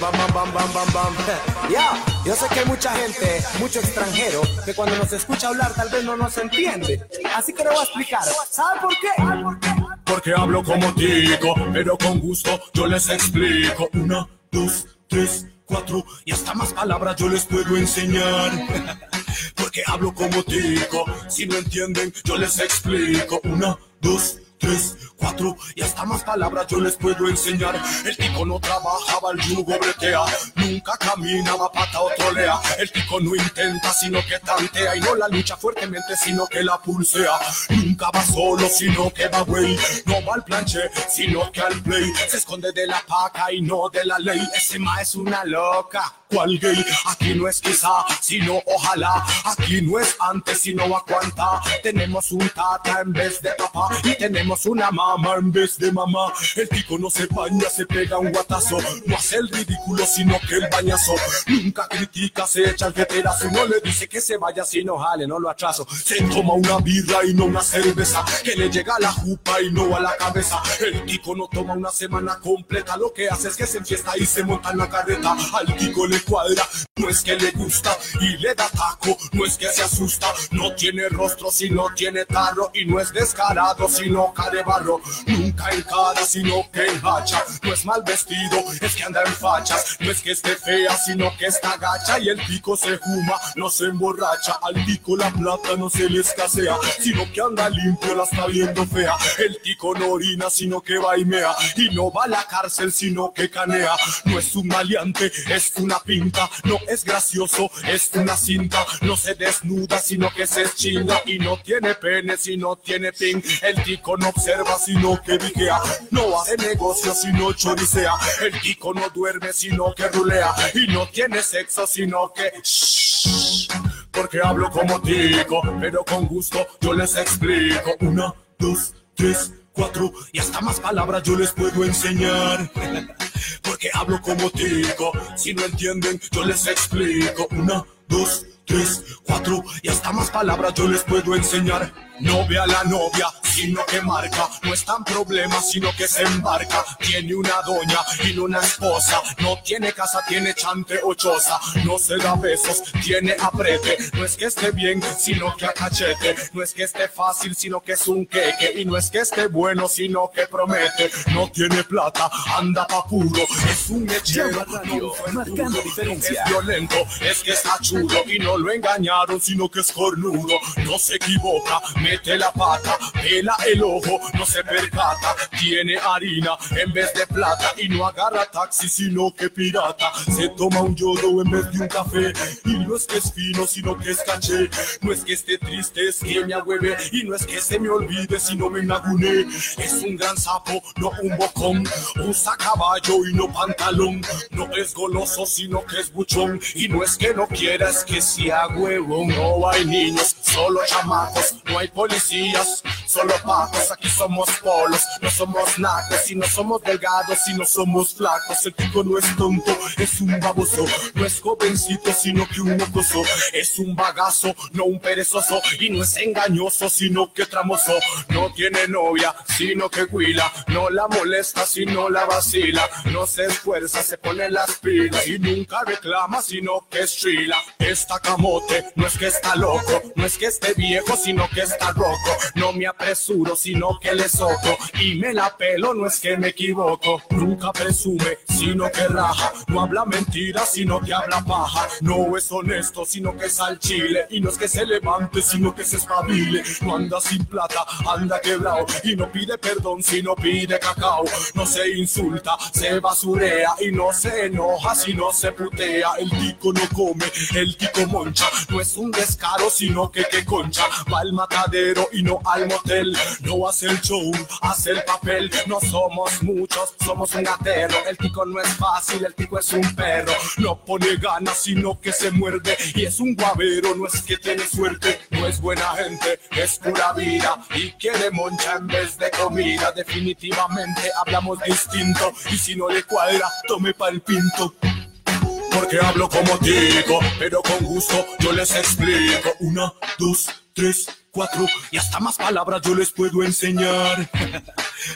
Bam, bam, bam, bam, bam. Ya, yo sé que hay mucha gente, mucho extranjero, que cuando nos escucha hablar tal vez no nos entiende. Así que lo voy a explicar. ¿Sabe por qué? ¿Sabe por qué? Porque hablo como tico, pero con gusto yo les explico. Una, dos, tres, cuatro, y hasta más palabras yo les puedo enseñar. Porque hablo como tico, si no entienden yo les explico. Una, dos, tres tres, cuatro y hasta más palabras yo les puedo enseñar. El tico no trabajaba, el yugo bretea, nunca caminaba pata o trolea. El tico no intenta, sino que tantea y no la lucha fuertemente, sino que la pulsea. Nunca va solo, sino que va güey. No va al planche, sino que al play. Se esconde de la paca y no de la ley. Ese ma es una loca. ¿Cuál gay? Aquí no es quizá, sino ojalá. Aquí no es antes, sino aguanta. Tenemos un tata en vez de papá y tenemos una mamá en vez de mamá. El tico no se baña, se pega un guatazo. No hace el ridículo, sino que el bañazo. Nunca critica, se echa el veterazo. No le dice que se vaya, si no jale, no lo atraso. Se toma una birra y no una cerveza. Que le llega a la jupa y no a la cabeza. El tico no toma una semana completa. Lo que hace es que se enfiesta y se monta en la carreta. Al tico le cuadra, no es que le gusta y le da taco. No es que se asusta, no tiene rostro, si no tiene tarro. Y no es descarado, sino de barro, nunca en cara, sino que en hacha. No es mal vestido, es que anda en fachas. No es que esté fea, sino que está gacha. Y el pico se fuma, no se emborracha. Al pico la plata no se le escasea, sino que anda limpio, la está viendo fea. El tico no orina, sino que baimea. Y no va a la cárcel, sino que canea. No es un maleante, es una pinta. No es gracioso, es una cinta. No se desnuda, sino que se chinga. Y no tiene pene, sino tiene pin. El tico no observa sino que vigea, no hace negocio sino choricea, el tico no duerme sino que rulea y no tiene sexo sino que... Shh, porque hablo como tico, pero con gusto yo les explico. Una, dos, tres, cuatro y hasta más palabras yo les puedo enseñar. Porque hablo como tico, si no entienden yo les explico. Una, dos, tres, cuatro y hasta más palabras yo les puedo enseñar. No ve a la novia, sino que marca. No es tan problema, sino que se embarca. Tiene una doña y no una esposa. No tiene casa, tiene chante o choza. No se da besos, tiene aprete. No es que esté bien, sino que a cachete. No es que esté fácil, sino que es un queque. Y no es que esté bueno, sino que promete. No tiene plata, anda pa' puro. Es un hechero, no marcando diferencia. Es violento, es que está chulo. Y no lo engañaron, sino que es cornudo. No se equivoca, mete la pata, pela el ojo, no se percata, tiene harina en vez de plata y no agarra taxi sino que pirata, se toma un yodo en vez de un café y no es que es fino sino que es caché, no es que esté triste, es que me agüeve y no es que se me olvide sino me enagune, es un gran sapo, no un bocón, usa caballo y no pantalón, no es goloso sino que es buchón y no es que no quiera, es que si a huevo no hay niños, solo chamacos, no hay policías, solo pacos, aquí somos polos, no somos nacos, y no somos delgados, y no somos flacos, el tico no es tonto, es un baboso, no es jovencito, sino que un mocoso, es un bagazo, no un perezoso, y no es engañoso, sino que tramoso, no tiene novia, sino que huila, no la molesta, sino la vacila, no se esfuerza, se pone las pilas, y nunca reclama, sino que es chila, está camote, no es que está loco, no es que esté viejo, sino que es Roco. No me apresuro, sino que le soco. Y me la pelo, no es que me equivoco. Nunca presume, sino que raja. No habla mentira, sino que habla paja. No es honesto, sino que es al chile. Y no es que se levante, sino que se espabile. No anda sin plata, anda quebrado. Y no pide perdón, sino pide cacao. No se insulta, se basurea. Y no se enoja, sino se putea. El tico no come, el tico moncha. No es un descaro, sino que que concha. Va al matar y no al motel. No hace el show, hace el papel. No somos muchos, somos un gatero. El tico no es fácil, el tico es un perro. No pone ganas, sino que se muerde. Y es un guavero, no es que tiene suerte. No es buena gente, es pura vida. Y quiere moncha en vez de comida. Definitivamente hablamos distinto. Y si no le cuadra, tome pa'l pinto porque hablo como tico, pero con gusto yo les explico. Una, dos, tres, cuatro, y hasta más palabras yo les puedo enseñar.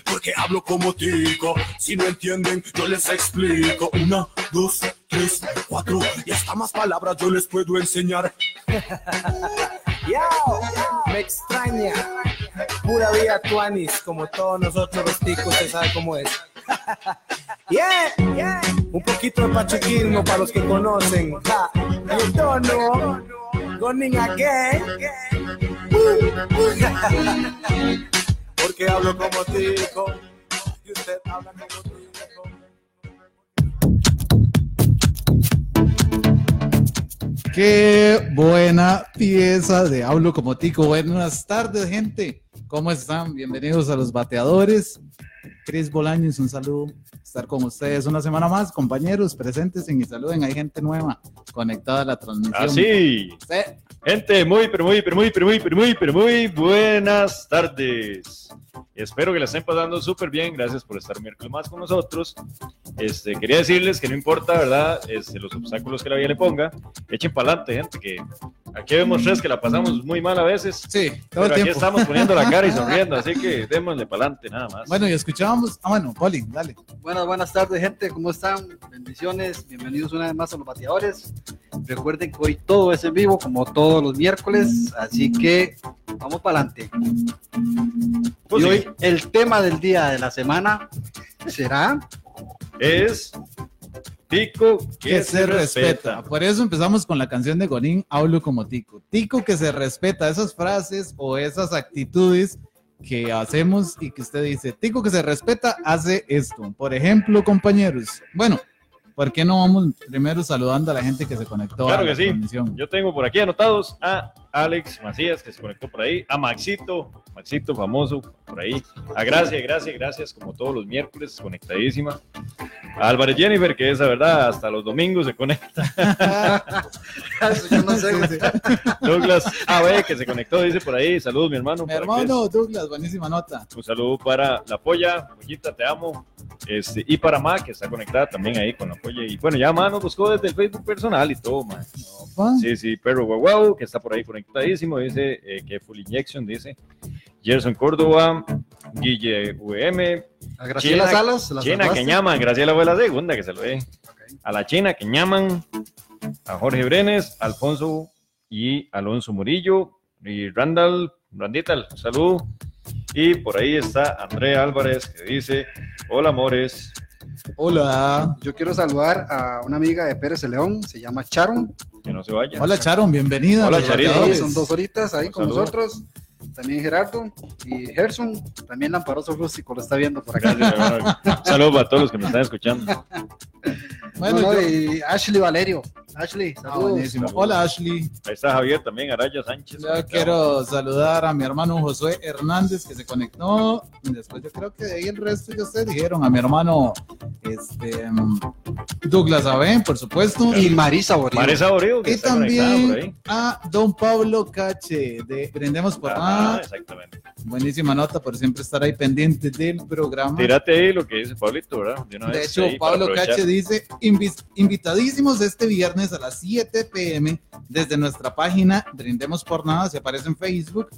porque hablo como tico. Si no entienden, yo les explico. Una, dos, tres, cuatro, y hasta más palabras yo les puedo enseñar. Yao, me extraña. Pura vida tuanis, como todos nosotros los ticos, usted sabe cómo es. Yeah, yeah. Un poquito de pachuquismo para los que conocen. Ja. El tono, going again. Uh, uh. Porque hablo como tico y usted habla como tico. Qué buena pieza de Hablo como Tico. Buenas tardes, gente. ¿Cómo están? Bienvenidos a los bateadores. Cris Bolaños, un saludo. Estar con ustedes una semana más, compañeros. Presentes y saluden. Hay gente nueva conectada a la Ah, transmisión. Así. Sí. Gente, muy, pero muy, pero muy, pero muy, pero muy, pero muy buenas tardes. Espero que la estén pasando súper bien. Gracias por estar miércoles más con nosotros. Este, quería decirles que no importa, ¿verdad? Este, los obstáculos que la vida le ponga. Echen para adelante, gente, que aquí vemos tres que la pasamos muy mal a veces. Sí, Mm. todo Pero el aquí tiempo. estamos poniendo la cara y sonriendo, así que démosle para adelante nada más. Bueno, y escuchábamos. Ah, bueno, Poli, dale. Buenas, buenas tardes, gente. ¿Cómo están? Bendiciones. Bienvenidos una vez más a los bateadores. Recuerden que hoy todo es en vivo, como todos los miércoles. Así que vamos para adelante. Pues y sí, hoy el tema del día de la semana será. es Tico que, que se respeta. Por eso empezamos con la canción de Gonín, Hablo como Tico. Tico que se respeta, esas frases o esas actitudes que hacemos y que usted dice, Tico que se respeta hace esto. Por ejemplo, compañeros, bueno, ¿por qué no vamos primero saludando a la gente que se conectó a Claro la que sí. transmisión? Yo tengo por aquí anotados a Alex Macías, que se conectó por ahí, a Maxito, Maxito famoso, por ahí, a Gracia, Gracia, Gracias, como todos los miércoles, conectadísima, a Álvarez Jennifer, que es la verdad, hasta los domingos se conecta, Yo no sé, güey. Douglas AB, que se conectó, dice por ahí, saludos mi hermano. Mi para que hermano Douglas, buenísima nota. Un saludo para la polla, pollita, te amo. Este, y para Ma, que está conectada también ahí con la polla. Y bueno, ya Ma nos buscó desde el Facebook personal y todo, Ma. Ah. Sí, sí, perro guau guau, que está por ahí conectadísimo, dice eh, que Full Injection, dice. Gerson Córdoba, Guille VM, A Graciela China- Salas, la China saludaste. que llaman, Graciela fue la segunda que se lo ve. A la China que llaman, a Jorge Brenes, Alfonso y Alonso Murillo, y Randall, Randita, saludo. Y por ahí está Andrea Álvarez que dice, hola amores, Hola. Yo quiero saludar a una amiga de Pérez de León, se llama Charon. que no se vayan. Hola Charon, bienvenida. Hola, Los Charito. bateadores. Son dos horitas ahí Un con saludo. nosotros. También Gerardo y Gerson, también Lamparoso Rústico lo está viendo por acá. Gracias, hermano. Saludos para todos los que me están escuchando. Bueno, No, no, yo- y Ashley Valerio. Ashley, Ah, saludos. buenísimo. Hola Ashley. Ahí está Javier también, Araya Sánchez. Yo quiero saludar a mi hermano Josué Hernández que se conectó. Y después yo creo que de ahí el resto ya ustedes dijeron a mi hermano este, mm, Douglas Abén, por supuesto. y Y, Marisa Borín. Marisa Abreu, que y está conectada por también ahí. a don Pablo Cache de Brindemos por Ah, Más. exactamente. Buenísima nota por siempre estar ahí pendiente del programa. Tírate ahí lo que dice Pablito, ¿verdad? una De vez hecho, ahí para Pablo aprovechar. Cache dice, "Invi- invitadísimos este viernes a las 7 pm desde nuestra página Brindemos por Nada, se aparece en Facebook.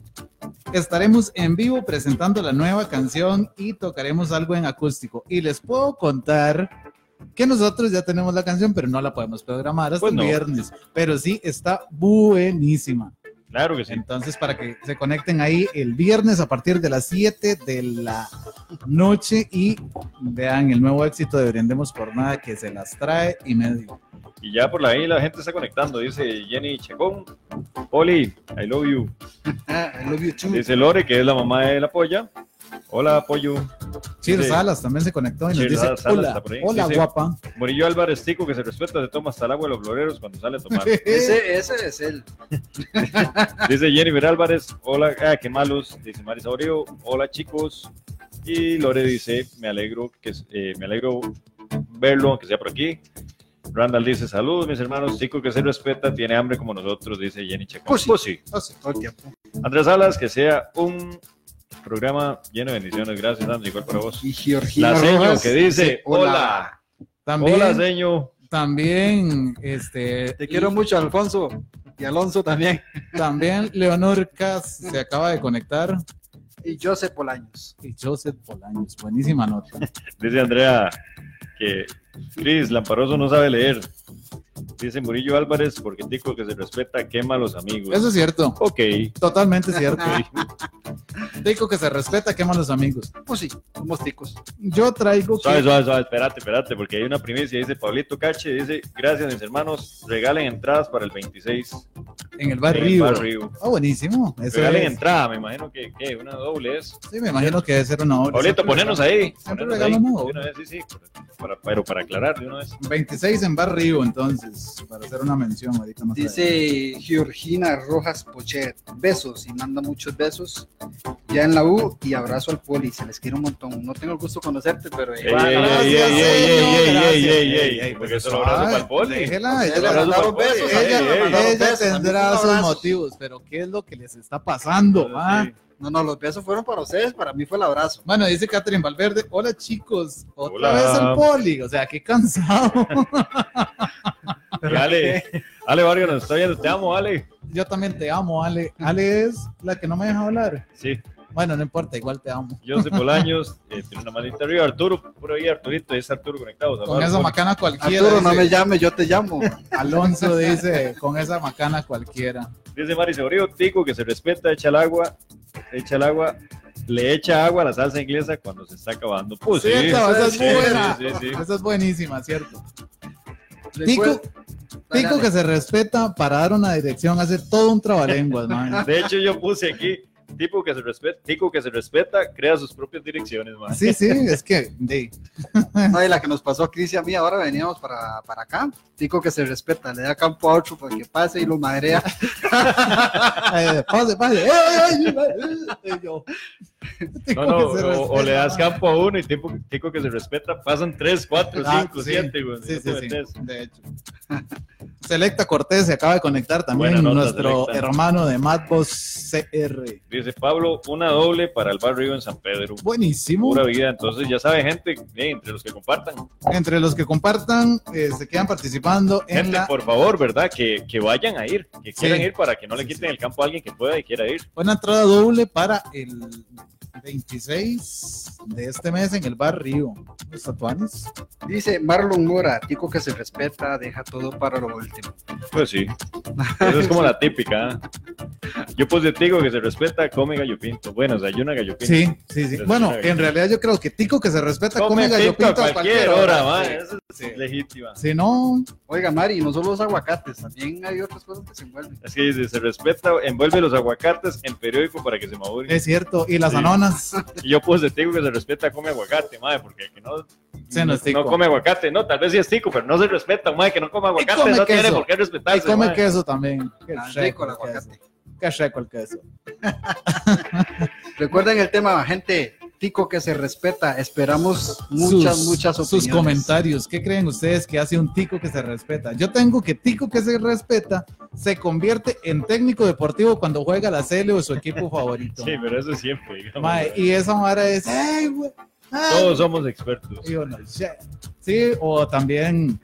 Estaremos en vivo presentando la nueva canción y tocaremos algo en acústico. Y les puedo contar que nosotros ya tenemos la canción, pero no la podemos programar hasta Pues el no. viernes. Pero sí, está buenísima. Claro que sí. Entonces, para que se conecten ahí el viernes a partir de las 7 de la noche y vean el nuevo éxito de Brindemos por Nada que se las trae y medio. Y ya por ahí la gente está conectando, dice Jenny Chacón. Oli, I love you. Ah, I love you too. Dice Lore, que es la mamá de la polla. Hola, pollo. Cheers Sí. Salas también se conectó y nos Cheers dice: Salas, Salas Hola, está por ahí". hola Dice- guapa. Murillo Álvarez Tico, que se respeta, se toma hasta el agua de los floreros cuando sale a tomar. Ese, ese es él. Dice Jennifer Álvarez, hola, ah, qué malos. Dice Marisa Oreo, hola chicos. Y Lore dice, me alegro que eh, me alegro verlo, aunque sea por aquí. Randall dice, saludos mis hermanos, Tico que se respeta, tiene hambre como nosotros, dice Jenny Chacón. Pues sí. Pues sí. No sé, todo el tiempo. Andrés Salas, que sea un programa lleno de bendiciones. Gracias, Andrés, igual para vos. Y Georgina La seño Rojas que dice, hola, También, hola seño. también, este, Te quiero mucho, Alfonso. Y Alonso también. también Leonor Cas se acaba de conectar. y Joseph Bolaños. Y Joseph Bolaños, buenísima nota. Dice Andrea que Cris Lamparoso no sabe leer. Dice Murillo Álvarez, porque tico que se respeta quema a los amigos. Eso es cierto, Ok. totalmente cierto. ok. Digo que se respeta, quema a los amigos. Pues sí, somos ticos. Yo traigo Suave, que... suave, suave, espérate, espérate, porque hay una primicia, dice Pablito Cache, dice, gracias mis hermanos, regalen entradas para el 26 en el en el barrio. Bar Río. Ah, buenísimo. Eso Regalen es. entrada, me imagino que, ¿qué? Una doble es. Sí, me imagino que debe ser una hora. Pablito, ponernos ahí. Siempre ponernos regalo ahí, nuevo. de una vez, sí, sí, para- pero para aclarar de una vez. 26 en Barrio, entonces, para hacer una mención ahorita más Dice Georgina Rojas Pochet, besos y manda muchos besos ya en la U y abrazo al poli, se les quiere un montón. No tengo el gusto de conocerte, pero eh, Ey, ey, gracias, ey, ey, señor, ey, gracias. ey, ey, ey, Ey, ey, porque pues, eso lo abrazo ay, para el poli. déjela, Eso ella- lo abrazo para el poli. besos, Ey, ella- ey, mandaron ey. Ella besos, también tendrá un sus abrazo. motivos, pero ¿qué es lo que les está pasando? ah? No, no, los besos fueron para ustedes, para mí fue el abrazo. Bueno, dice Catherine Valverde, hola chicos, otra Hola. vez el poli, o sea, qué cansado. Y Ale, Ale Vargas nos está viendo, te amo, Ale. Yo también te amo, Ale. Ale es la que no me deja hablar. Sí, Bueno, no importa, igual te amo. José Polaños, eh, tiene una manita arriba, Arturo, por ahí Arturito, ahí está Arturo conectado. Con saludos. esa macana cualquiera. Arturo, no me dice- llames, yo te llamo. Alonso dice, con esa macana cualquiera. Dice Mari Sebrío, tico que se respeta, echa el agua, echa el agua, le echa agua a la salsa inglesa cuando se está acabando. Pues sí, Cierto, esa es sí, buena. sí, sí, sí. Esa es buenísima, cierto. Tico, Recuer- Tico dale. que se respeta para dar una dirección, hace todo un trabalenguas, man. De hecho, yo puse aquí, tipo que se respeta, tico que se respeta, crea sus propias direcciones, man. Sí, sí, es que de- No, y la que nos pasó a Cris y a mí, ahora veníamos para, para acá. Tico que se respeta, le da campo a otro para que pase y lo madrea. eh, pase, pase. Eh, eh, eh, eh, yo. Tico No, no, que se o, o le respeta, das man. campo a uno y tico, tico que se respeta, pasan 3, 4, Ah, 5, sí, 7, güey. sí, no sí, sí, te metes. de hecho. Selecta Cortés se acaba de conectar también, Buena nota, nuestro Selecta. hermano de Matbos CR. Dice Pablo, una doble para el barrio en San Pedro. Buenísimo. Pura vida, entonces ya sabe gente, eh, entre los que compartan, Entre los que compartan, eh, se quedan participando en Gente, la... por favor, ¿verdad? Que, que vayan a ir, que quieran ir para que no le Sí, quiten el campo a alguien que pueda y quiera ir. Una entrada doble para el 26 de este mes en el Bar Río. Los tatuanes. Dice Marlon Mora, Tico que se respeta, deja todo para lo último. Pues sí. Eso es como la típica. ¿eh? Yo pues digo que se respeta, come gallo pinto. Bueno, desayuna gallo pinto. Sí, sí, sí. Pero Bueno, sí, en realidad yo creo que Tico que se respeta come Come gallo pinto a pinto a cualquier hora, man. Sí, Eso es sí. legítima. Si no, Oiga, Mari, no solo los aguacates, también hay otras cosas que se envuelven. Es que dice, se respeta, envuelve los aguacates en periódico para que se maduren. es cierto. Y las Sí. anonas. Y yo pues digo que se respeta, come aguacate, madre, porque el que no, Sí, no es tico. come aguacate. No, tal vez sí es tico, pero no se respeta, madre, que no come aguacate, come no tiene queso. por qué Y respetarse, come mae. queso también. Qué Tan Ah, rico rico el el aguacate. queso. Qué rico el queso. Recuerden el tema, gente. Tico que se respeta. Esperamos muchas, Sus- muchas opiniones. Sus comentarios. ¿Qué creen ustedes que hace un tico que se respeta? Yo tengo que tico que se respeta se convierte en técnico deportivo cuando juega la CL o su equipo favorito. Sí, pero eso siempre, digamos. Mae, mae. y esa vara es, ¡ay, güey! ay". Todos somos expertos. Y uno, "Che". Sí, o también,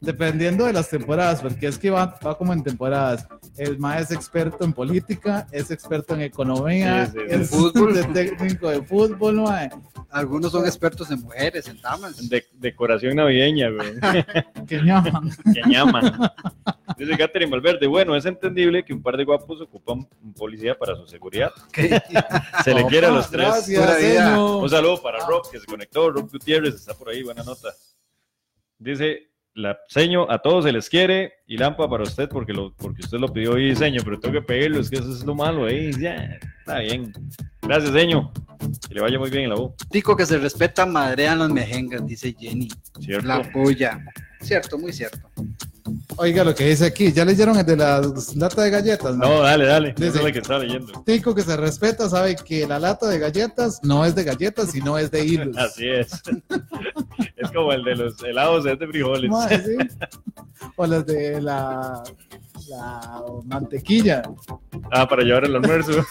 dependiendo de las temporadas, porque es que va, va como en temporadas. El mae es experto en política, es experto en economía, Sí, sí, sí. es Fútbol. de técnico de fútbol, mae. Algunos son expertos en mujeres, en damas. De- decoración navideña, güey. Que llaman. Que llaman. Dice Catherine Valverde, bueno, es entendible que un par de guapos ocupan un policía para su seguridad. ¿Qué? Se le quiere a los tres. Gracias, Pura vida. señor. Un saludo para Rob, que se conectó. Rob Gutiérrez está por ahí, buena nota. Dice, la seño, a todos se les quiere y lampa para usted porque, lo, porque usted lo pidió y seño, pero tengo que pedirlo, es que eso es lo malo ahí. Ya, está bien. Gracias, seño. Que le vaya muy bien en la U. Tico que se respeta, madrean las mejengas, dice Jenny. ¿Cierto? La polla. Cierto, muy cierto. Oiga lo que dice aquí. ¿Ya leyeron el de las latas de galletas? mae? No, dale, dale. Esa Dice- es la que está leyendo. Tico que se respeta sabe que la lata de galletas no es de galletas, sino es de hilos. Así es. es como el de los helados de frijoles. Mae, sí. O las de la, la mantequilla. Ah, para llevar el almuerzo.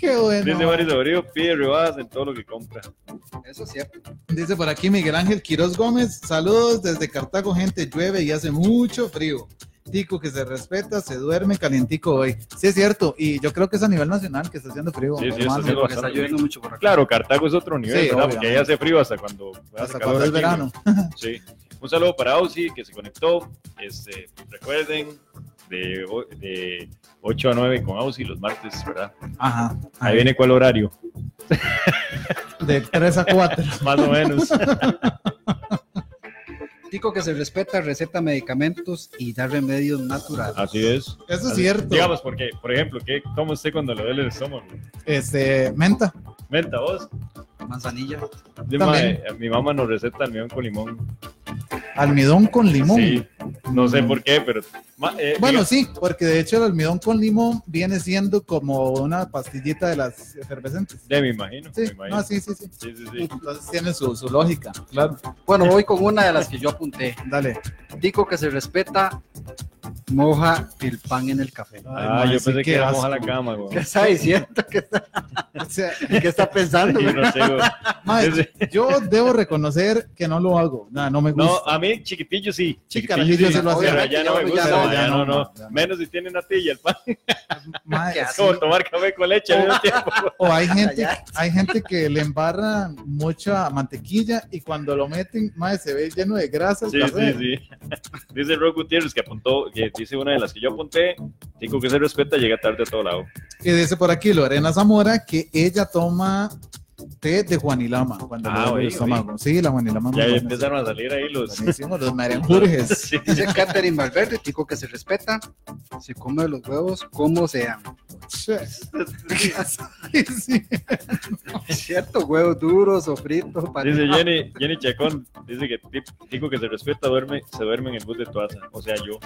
Qué bueno. Dice Mario Sabrío, pide rebajas en todo lo que compra. Eso es cierto. Dice por aquí Miguel Ángel Quiroz Gómez. Saludos desde Cartago, gente. Llueve y hace mucho frío. Tico que se respeta, se duerme calientico hoy. Sí, es cierto. Y yo creo que es a nivel nacional que está haciendo frío. Sí, sí, está hermano. Sí, haciendo porque está lloviendo mucho por acá. Claro, Cartago es otro nivel, Sí, ¿verdad? Porque ahí obviamente. hace frío hasta cuando hace Hasta calor cuando es aquí, verano. ¿no? Sí. Un saludo para Ausi que se conectó. Este, recuerden, de, o- de 8 a 9 con Ausi los martes, ¿verdad? Ajá. Ahí viene cuál horario, De 3 a 4. más o menos. Tico que se respeta, receta medicamentos y da remedios naturales. Así es. Eso es Así- cierto. Digamos, porque, por ejemplo, ¿qué toma usted cuando le duele el estómago? Este, menta. Menta, vos. Ah. Manzanilla. Yo, También. mae, mi mamá nos receta almidón con limón. Almidón con limón. Sí, no sé por qué, pero. ma- eh, Bueno, diga- sí, porque de hecho el almidón con limón viene siendo como una pastillita de las efervescentes. de, me imagino. Sí, me imagino. no, sí, sí, sí. sí, sí, sí. Entonces tiene su, su lógica, claro. Bueno, voy con una de las que yo apunté. Dale. Tico que se respeta, moja el pan en el café. Ah, mae, yo sí, pensé qué que íbamos asco. a la cama, güey. ¿Qué está diciendo? O sea, ¿Qué está pensando? Yo no sé, güey. mae, Ese- yo debo reconocer que no lo hago. Nah, no me gusta. No, a mí chiquitillo sí. Sí, carajillo se lo hace. Pero ya no me Ya gusta, no, ya, ya no, no, no. ya no. Menos si tiene natilla el pan. Mae, Qué sí. Es como tomar café con leche al mismo tiempo. O hay gente, hay gente que le embarra mucha mantequilla y cuando lo meten, mae, se ve lleno de grasa el Sí, café. sí, sí. Dice Rob Gutiérrez que apuntó, que dice una de las que yo apunté, Tico que se respeta, llega tarde a todo lado. Y dice por aquí Lorena Zamora que ella toma té de Juanilama cuando le Ah, duele el oí, estómago. Sí, la Juanilama. muy Ya buena, empezaron a salir ahí sí. los... Buenísimo, los merengurjes. Sí, Dice Catherine Valverde, Tico que se respeta, se come los huevos como sean. Sí, sí. Es cierto, huevos duros o fritos. Dice panizados. Jenny, Jenny Chacón, dice que Ti- Tico que se respeta duerme, se duerme en el bus de Tuaza, o sea yo.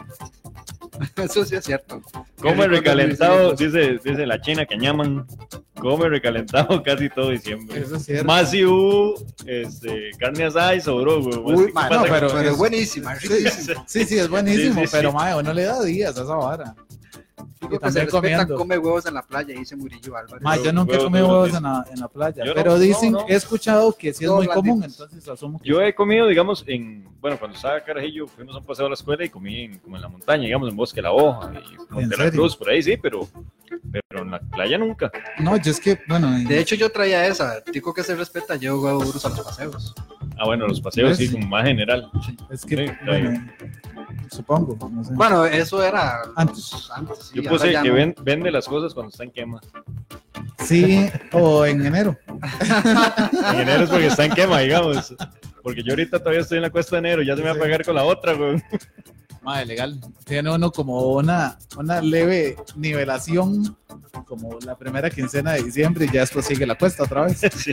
Eso sí es cierto. Come Qué rico recalentado, dormir sin dice, pues. dice la china que llaman, come recalentado casi todo diciembre. Eso es cierto. Más si hubo este, carne asada y sobró, güey. Uy, ¿Qué ma, pasa no, con- pero, con- pero es buenísima, es Sí, riquísima. sí, sí, es buenísimo, Sí, sí, sí. pero mae, uno le da días a esa vara. Tico que también se respeta, comiendo. come huevos en la playa, dice Murillo Álvarez. Mae, yo nunca he Huevos comido duros, huevos dice. en la, en la playa, Yo no, pero no, dicen, no. he escuchado que sí es Todos muy común, blanditos. entonces asumo que Yo he comido, digamos, en, bueno, cuando estaba carajillo, fuimos a un paseo a la escuela y comí en, como en la montaña, digamos, en Bosque de La Hoja, y ¿En Monte de la serio? Cruz, por ahí sí, pero, pero en la playa nunca. No, yo es que, bueno, en- De hecho, yo traía esa. Tico que se respeta, llevo huevos duros a los paseos. Ah, bueno, los paseos sí, Sí. como más general. es que, Sí, está bueno, supongo, no sé. Bueno, eso era Antes. antes. sí, Yo ahora puse ya que no. ven- vende las cosas cuando están quema. Sí, o en enero. En enero es porque están quema, digamos. Porque yo ahorita todavía estoy en la cuesta de enero, ya se me va a pagar con la otra, güey. Madre, legal. Tiene uno como una, una leve nivelación, como la primera quincena de diciembre, y ya esto sigue la cuesta otra vez. Sí, sí.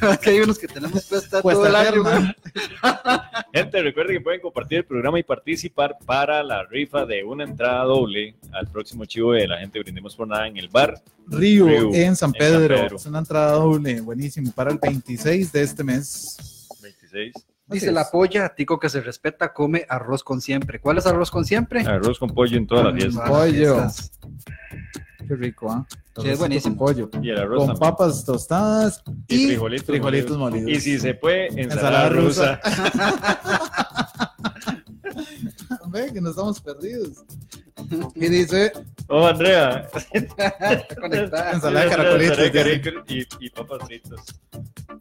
Es que hay unos que tenemos puesta Pues todo el Cuesta año. eterna. güey. Gente, recuerden que pueden compartir el programa y participar para la rifa de una entrada doble al próximo chivo de la gente Brindemos por Nada en el bar. Río, Río, en San en San Pedro. Pedro. Es una entrada doble, buenísimo, para el 26 de este mes. 26. Dice la polla, Tico que se respeta, come arroz con siempre. ¿Cuál es arroz con siempre? Arroz con pollo en toda la fiesta. Todas las Pollo. fiestas. Qué rico, ¿ah? Sí, es buenísimo. Con pollo. Y el arroz Con también. papas tostadas y, Y frijolitos, frijolitos molidos. Y si se puede, ensalada, Ensalada rusa. rusa. Ve que nos estamos perdidos. Y dice Oh, Andrea. Está conectada. Ensalada de Ensalada caracolitos, de dice. caracol y, y papas fritas.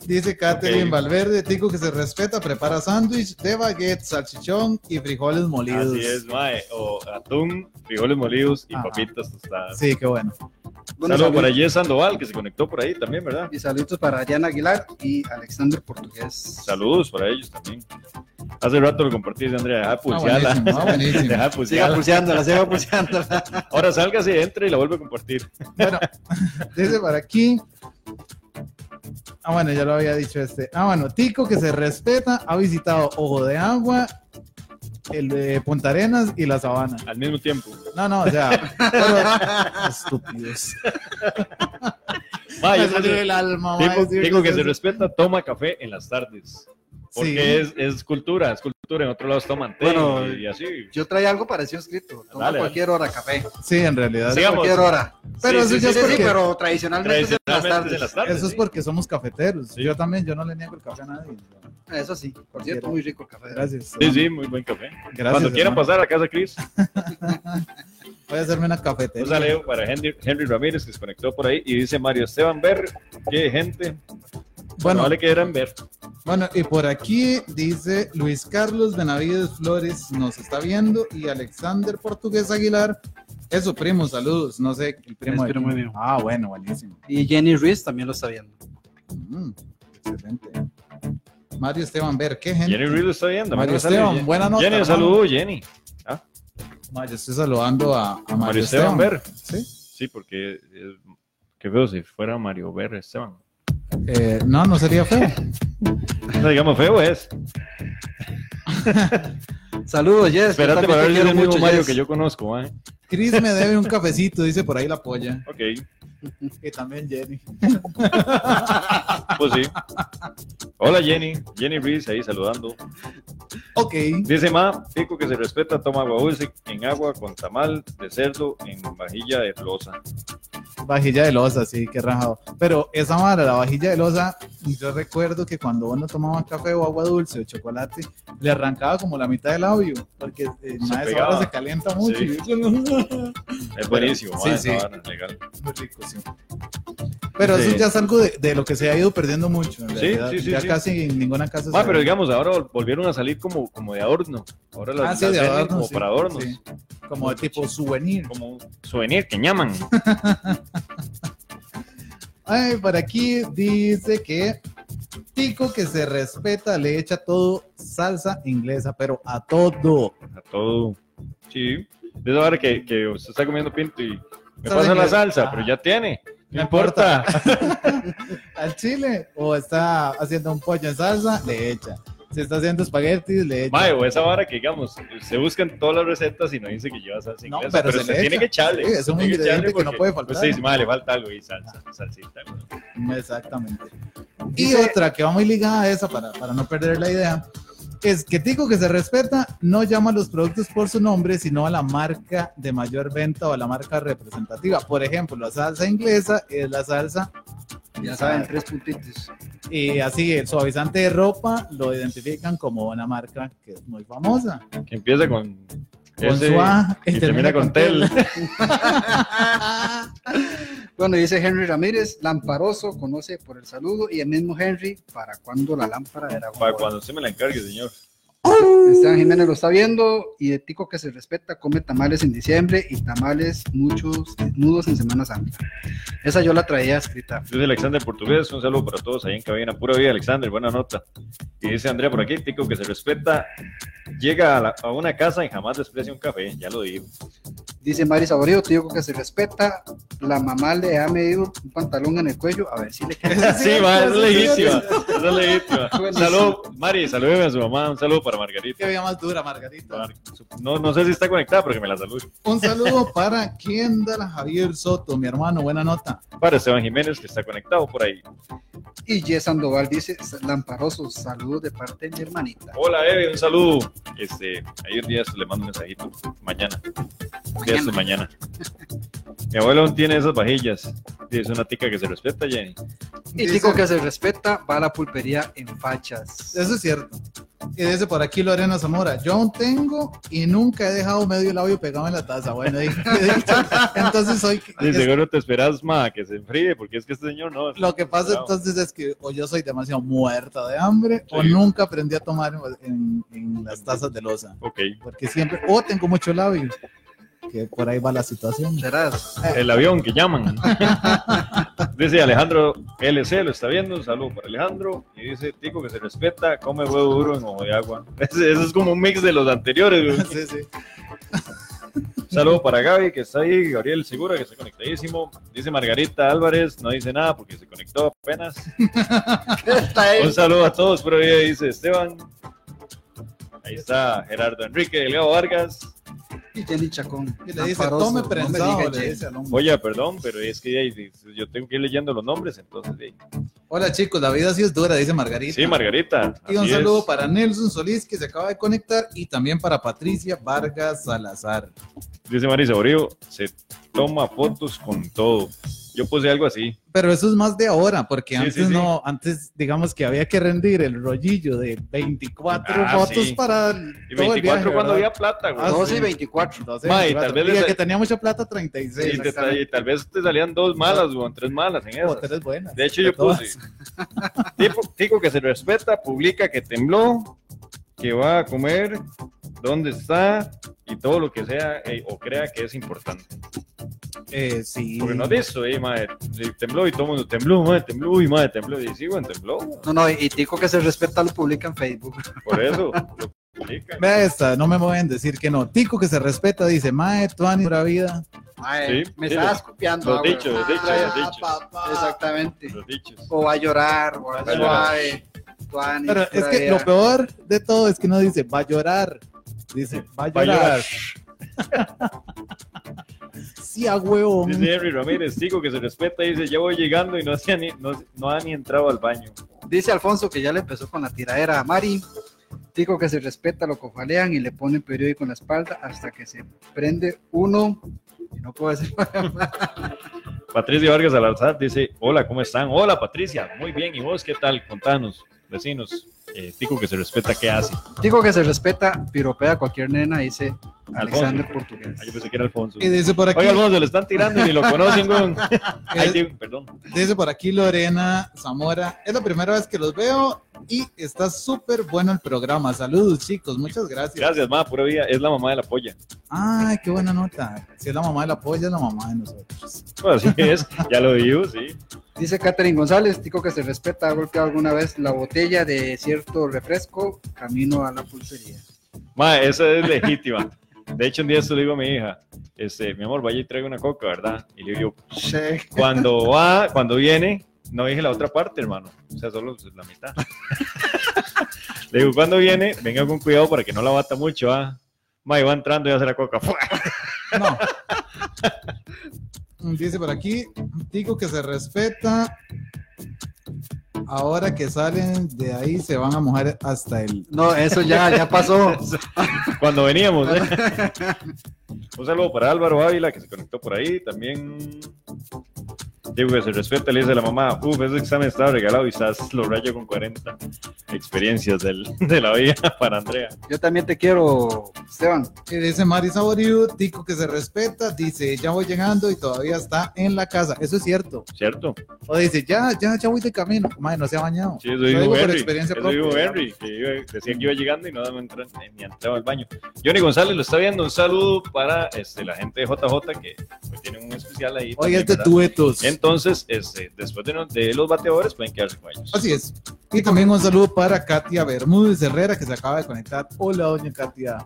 Dice Catherine Ok. Valverde, tico que se respeta, prepara sándwich de baguette, salchichón y frijoles molidos. Así es, mae. O atún, frijoles molidos y Ajá. papitas tostadas. Sí, qué bueno. Bueno, Saludos por saludos. allí Sandoval, que se conectó por ahí también, ¿verdad? Y saludos para Diana Aguilar y Alexander Portugués. Saludos para ellos también. Hace rato lo compartí, dice Andrea, pues deja de pulsearla. buenísimo, ah, buenísimo. Deja de Siga pulsearla. pulseándola, siga pulseándola. pues Ahora sálgase, entre y la vuelve a compartir. Bueno, dice para aquí. Ah, bueno, ya lo había dicho este. Ah, bueno, tico que se respeta, ha visitado Ojo de Agua, el de Punta Arenas y la Sabana. Al mismo tiempo. No, no, o sea, pero- estúpidos. Mae, Me yo salió sé- el alma, Digo, mae, sí, digo que sí, se sí. respeta, toma café en las tardes. Porque Sí. es, es cultura, es factura, en otro lado está mantel Bueno, y así. Yo traía algo parecido escrito. Toma Dale, cualquier hora café. Sí, en realidad. Sí, Digamos, cualquier hora. Pero sí, eso ya sí, Sí, es sí, sí, porque- pero tradicionalmente, es de las tradicionalmente de tardes. las tardes, Eso es sí. porque somos cafeteros. Sí. Yo también, yo no le niego el café a nadie. Eso sí. Por cierto, muy rico el café. Gracias. Sí, hermano. sí, muy buen café. Gracias, Cuando pues. quieran hermano. pasar a casa, Chris, Voy a hacerme una un cafetería. saludo para Henry, Henry Ramírez que se conectó por ahí y dice Mario Esteban Ver, qué gente. Bueno, Bueno, vale que eran Ver. Bueno, y por aquí dice Luis Carlos Benavides Flores, nos está viendo, y Alexander Portugués Aguilar, es su primo, saludos, no sé, el primo. Es de primo quién. mío. Ah, bueno, buenísimo. Y Jenny Ruiz también lo está viendo. Mm, excelente. Mario Esteban Ver, qué gente. Jenny Reed lo está viendo. Mario mira, saludo, Esteban, Jenny. buena nota. Jenny, un hermano. saludo, Jenny. Ma, Yo estoy saludando a, a Mario, Mario Esteban. Esteban Ver. Sí. Sí, porque eh, qué feo si fuera Mario Ver Esteban. Eh, no, no sería feo. No digamos feo es. Saludos, Jess. Espérate yo también para te ver si es quiero el mismo mucho, Mario Jess. que yo conozco, ¿eh? Cris me debe un cafecito, dice por ahí la polla. Ok. Y también Jenny. Pues sí. Hola Jenny, Jenny Reese ahí saludando. Ok. Dice Ma, pico que se respeta, toma agua dulce en agua con tamal de cerdo en vajilla de losa. Vajilla de losa, sí, qué rajado. Pero esa vara, la vajilla de losa, yo recuerdo que cuando uno tomaba café o agua dulce o chocolate, le arrancaba como la mitad del labio, porque eh, Se ma, esa pegaba. vara se calienta mucho. Sí. y- Es buenísimo, Sí, ma, sí. esa vara, legal. Muy rico, sí. Pero Sí. eso ya es algo de, de lo que se ha ido perdiendo mucho. en Sí, realidad. sí, sí, ya sí. casi en ninguna casa Ma, se pero ve. digamos, ahora volvieron a salir como, como de adorno. Ahora las, Ah, sí, las de venden adornos, como sí, para adornos, sí. Como de tipo souvenir. como un souvenir que llaman. Ay, por aquí dice que Tico que se respeta le echa todo salsa inglesa, pero a todo. A todo. Sí. De esa vara que, que usted está comiendo pinto y me Sabe pasa la que- salsa, Ajá. pero ya tiene. Ah. No No importa. al chile o está haciendo un pollo en salsa, le echa. Si está haciendo espaguetis, le echa. Mae, o esa vara que digamos, se buscan todas las recetas y no dice que lleva salsa No, inglesa, pero pero, se se, le tiene echa. que echarle. Sí, es un se tiene ingrediente echarle pues, que no puede faltar. Usted dice, madre, le falta algo y salsa, salsita. güey. Exactamente. Y otra que va muy ligada a esa, para, para no perder la idea, es que Tico que se respeta no llama a los productos por su nombre, sino a la marca de mayor venta o a la marca representativa. Por ejemplo, la salsa inglesa es la salsa Ya saben, tres puntitos. y así el suavizante de ropa lo identifican como una marca que es muy famosa. Que empieza con. Con su A este y termina con tel. Bueno, dice Henry Ramírez, lamparoso, conoce por el saludo. Y el mismo Henry, ¿para cuándo la lámpara era Para cuando usted me la encargue, señor. Esteban Jiménez lo está viendo. Y de tico que se respeta, come tamales en diciembre y tamales muchos nudos en Semana Santa. Esa yo la traía escrita. Dice Alexander Portugués, un saludo para todos ahí en cabina. Pura vida, Alexander, buena nota. Y dice Andrea por aquí, tico que se respeta, llega a, la- a una casa y jamás desprecia un café, ya lo digo. Dice Mari Saborío, tico que se respeta. La mamá le ha medido un pantalón en el cuello. A ver si le queda. Sí, va, es legítima. Esa es legítima. Buenísimo. Salud, Mari, salúdeme a su mamá. Un saludo para Que Margarita. había más dura, Margarita. Mar- No, no sé si está conectada, pero que me la salude. Un saludo para Kendall Javier Soto, mi hermano, buena nota. Para Esteban Jiménez, que está conectado por ahí. Y Jess Sandoval dice, lamparoso, saludos de parte de mi hermanita. Hola, Eve, un saludo. Este, ahí un día le mando un mensajito. Mañana. Un día hasta mañana. Mi abuelo aún tiene esas vajillas. Sí, Es una tica que se respeta, Jenny. Y tico que se respeta, va a la pulpería en fachas. Eso es cierto. Y dice por aquí Lorena Zamora, yo aún tengo y nunca he dejado medio labio pegado en la taza. Bueno, y- entonces soy... Sí, seguro te esperas más que se enfríe, porque es que este señor no. Lo que pasa Bravo. entonces es que o yo soy demasiado muerta de hambre o Sí. nunca aprendí a tomar en, en las tazas de losa. Ok. Porque siempre... O tengo mucho labio. Que por ahí va la situación. Serás. El avión que llaman. dice Alejandro LC, lo está viendo. Un saludo para Alejandro. Y dice Tico que se respeta, come huevo duro en ojo de agua. Ese, ese es como un mix de los anteriores. güey. Sí, sí. Un saludo para Gaby que está ahí. Gabriel Segura que está conectadísimo. Dice Margarita Álvarez, no dice nada porque se conectó apenas. Un saludo a todos, pero ahí dice Esteban. Ahí está Gerardo Enrique Delgado Vargas. Y Jenny Chacón. Y le dice, lamparoso, tome no me prensado, diga le Jenny. dice al hombre. Oye, perdón, pero es que ahí dice, yo tengo que ir leyendo los nombres, entonces. ahí. Hola chicos, la vida sí es dura, dice Margarita. Sí, Margarita. Y un así es. saludo para Nelson Solís, que se acaba de conectar, y también para Patricia Vargas Salazar. Dice Marisa Orío, se toma fotos con todo. Yo puse algo así. Pero eso es más de ahora, porque Sí, antes sí, sí. no, antes digamos que había que rendir el rollillo de 24 Ah, fotos sí. para Y todo el 24 viaje, cuando ¿verdad? había plata, güey. Ah, No, sí. 12 y 24. Entonces, Ma, y 24. tal vez Y el les- que tenía mucha plata, sí, 36. y te- exactamente. y tal vez te salían dos malas, güey, tres malas en O esas. tres buenas. De hecho, yo todas. puse. Tipo, tico que se respeta, publica que tembló, que va a comer, dónde está y todo lo que sea eh, o crea que es importante. Eh, sí. Porque no es eso, eh, madre. sí, Tembló y todo el mundo tembló, madre, tembló y madre, tembló. Y sí, bueno, tembló. No, no, y Tico que se respeta lo publica en Facebook. Por eso lo publica. Vea esta, no me pueden decir que no. Tico que se respeta dice, mae, tuani, pura vida. Mae, Sí, me sí, estabas los- copiando. Los ah, güey. dichos, los dichos, Ah, los dichos. Exactamente. Los dichos. O va a llorar, o va a Va a llorar. suave. Juan, y Pero es pura que vida. lo peor de todo es que no dice, va a llorar. Dice, va a Va a llorar. llorar. Sí, a huevo. Dice Henry Ramírez, tico que se respeta, dice, ya voy llegando y no, hacía ni, no, no ha ni entrado al baño. Dice Alfonso que ya le empezó con la tiradera a Mari. Tico que se respeta, lo cojalean y le ponen periódico en la espalda hasta que se prende uno. Y no puedo decir Patricia Vargas Alazar dice, hola, ¿cómo están? Hola, Patricia, muy bien, ¿y vos qué tal? Contanos, vecinos, eh, Tico que se respeta, ¿qué hace? Tico que se respeta, piropea a cualquier nena, dice Alexander Ah, Portugués. yo pensé que era Alfonso. Y dice por aquí, eh, Oiga, Alfonso, le están tirando y ni lo conocen, weón. Ay, Diego, perdón. dice por aquí Lorena Zamora. Es la primera vez que los veo y está súper bueno el programa. Saludos, chicos. Muchas gracias. Gracias, ma, pura vida, es la mamá de la polla. Ay, qué buena nota. Si es la mamá de la polla, es la mamá de nosotros. Bueno, así es, ya lo digo, sí. Dice Catherine González, Tico que se respeta, ha golpeado alguna vez la botella de cierto refresco camino a la pulsería. Ma, esa es legítima. De hecho, un día se lo digo a mi hija, este, mi amor, vaya y traiga una coca, ¿verdad? Y le digo, Sí. cuando va, cuando viene, no dije la otra parte, hermano. O sea, solo la mitad. Le digo, cuando viene, venga con cuidado para que no la bata mucho, ah. Ma, y va entrando y hace la coca. ¡fua! No. Dice por aquí, digo que se respeta. Ahora que salen de ahí se van a mojar hasta el. No, eso ya, ya pasó. Cuando veníamos, ¿eh? Un saludo para Álvaro Ávila, que se conectó por ahí. También digo que se respeta, le dice la mamá, uff, ese examen estaba regalado y estás lo rayo con 40 experiencias del- de la vida para Andrea. Yo también te quiero, Esteban. Y dice Mari Saboriu, tico que se respeta. Dice, ya voy llegando y todavía está en la casa. Eso es cierto. ¿Cierto? O dice, ya, ya, ya voy de camino. Madre, no se ha bañado. Sí, eso Lo dijo digo por Henry. experiencia Eso dijo propia. Henry, que iba- decía que iba llegando y no daba entrar, eh, ni entraba al baño. Johnny González lo está viendo. Un saludo para este, la gente de JJ que pues, tienen un especial ahí. Oye, también, este ¿verdad? duetos. Entonces, este, después de, no- de los bateadores, pueden quedarse con ellos. Así es. Y también un saludo para Katia Bermúdez Herrera, que se acaba de conectar. Hola, doña Katia.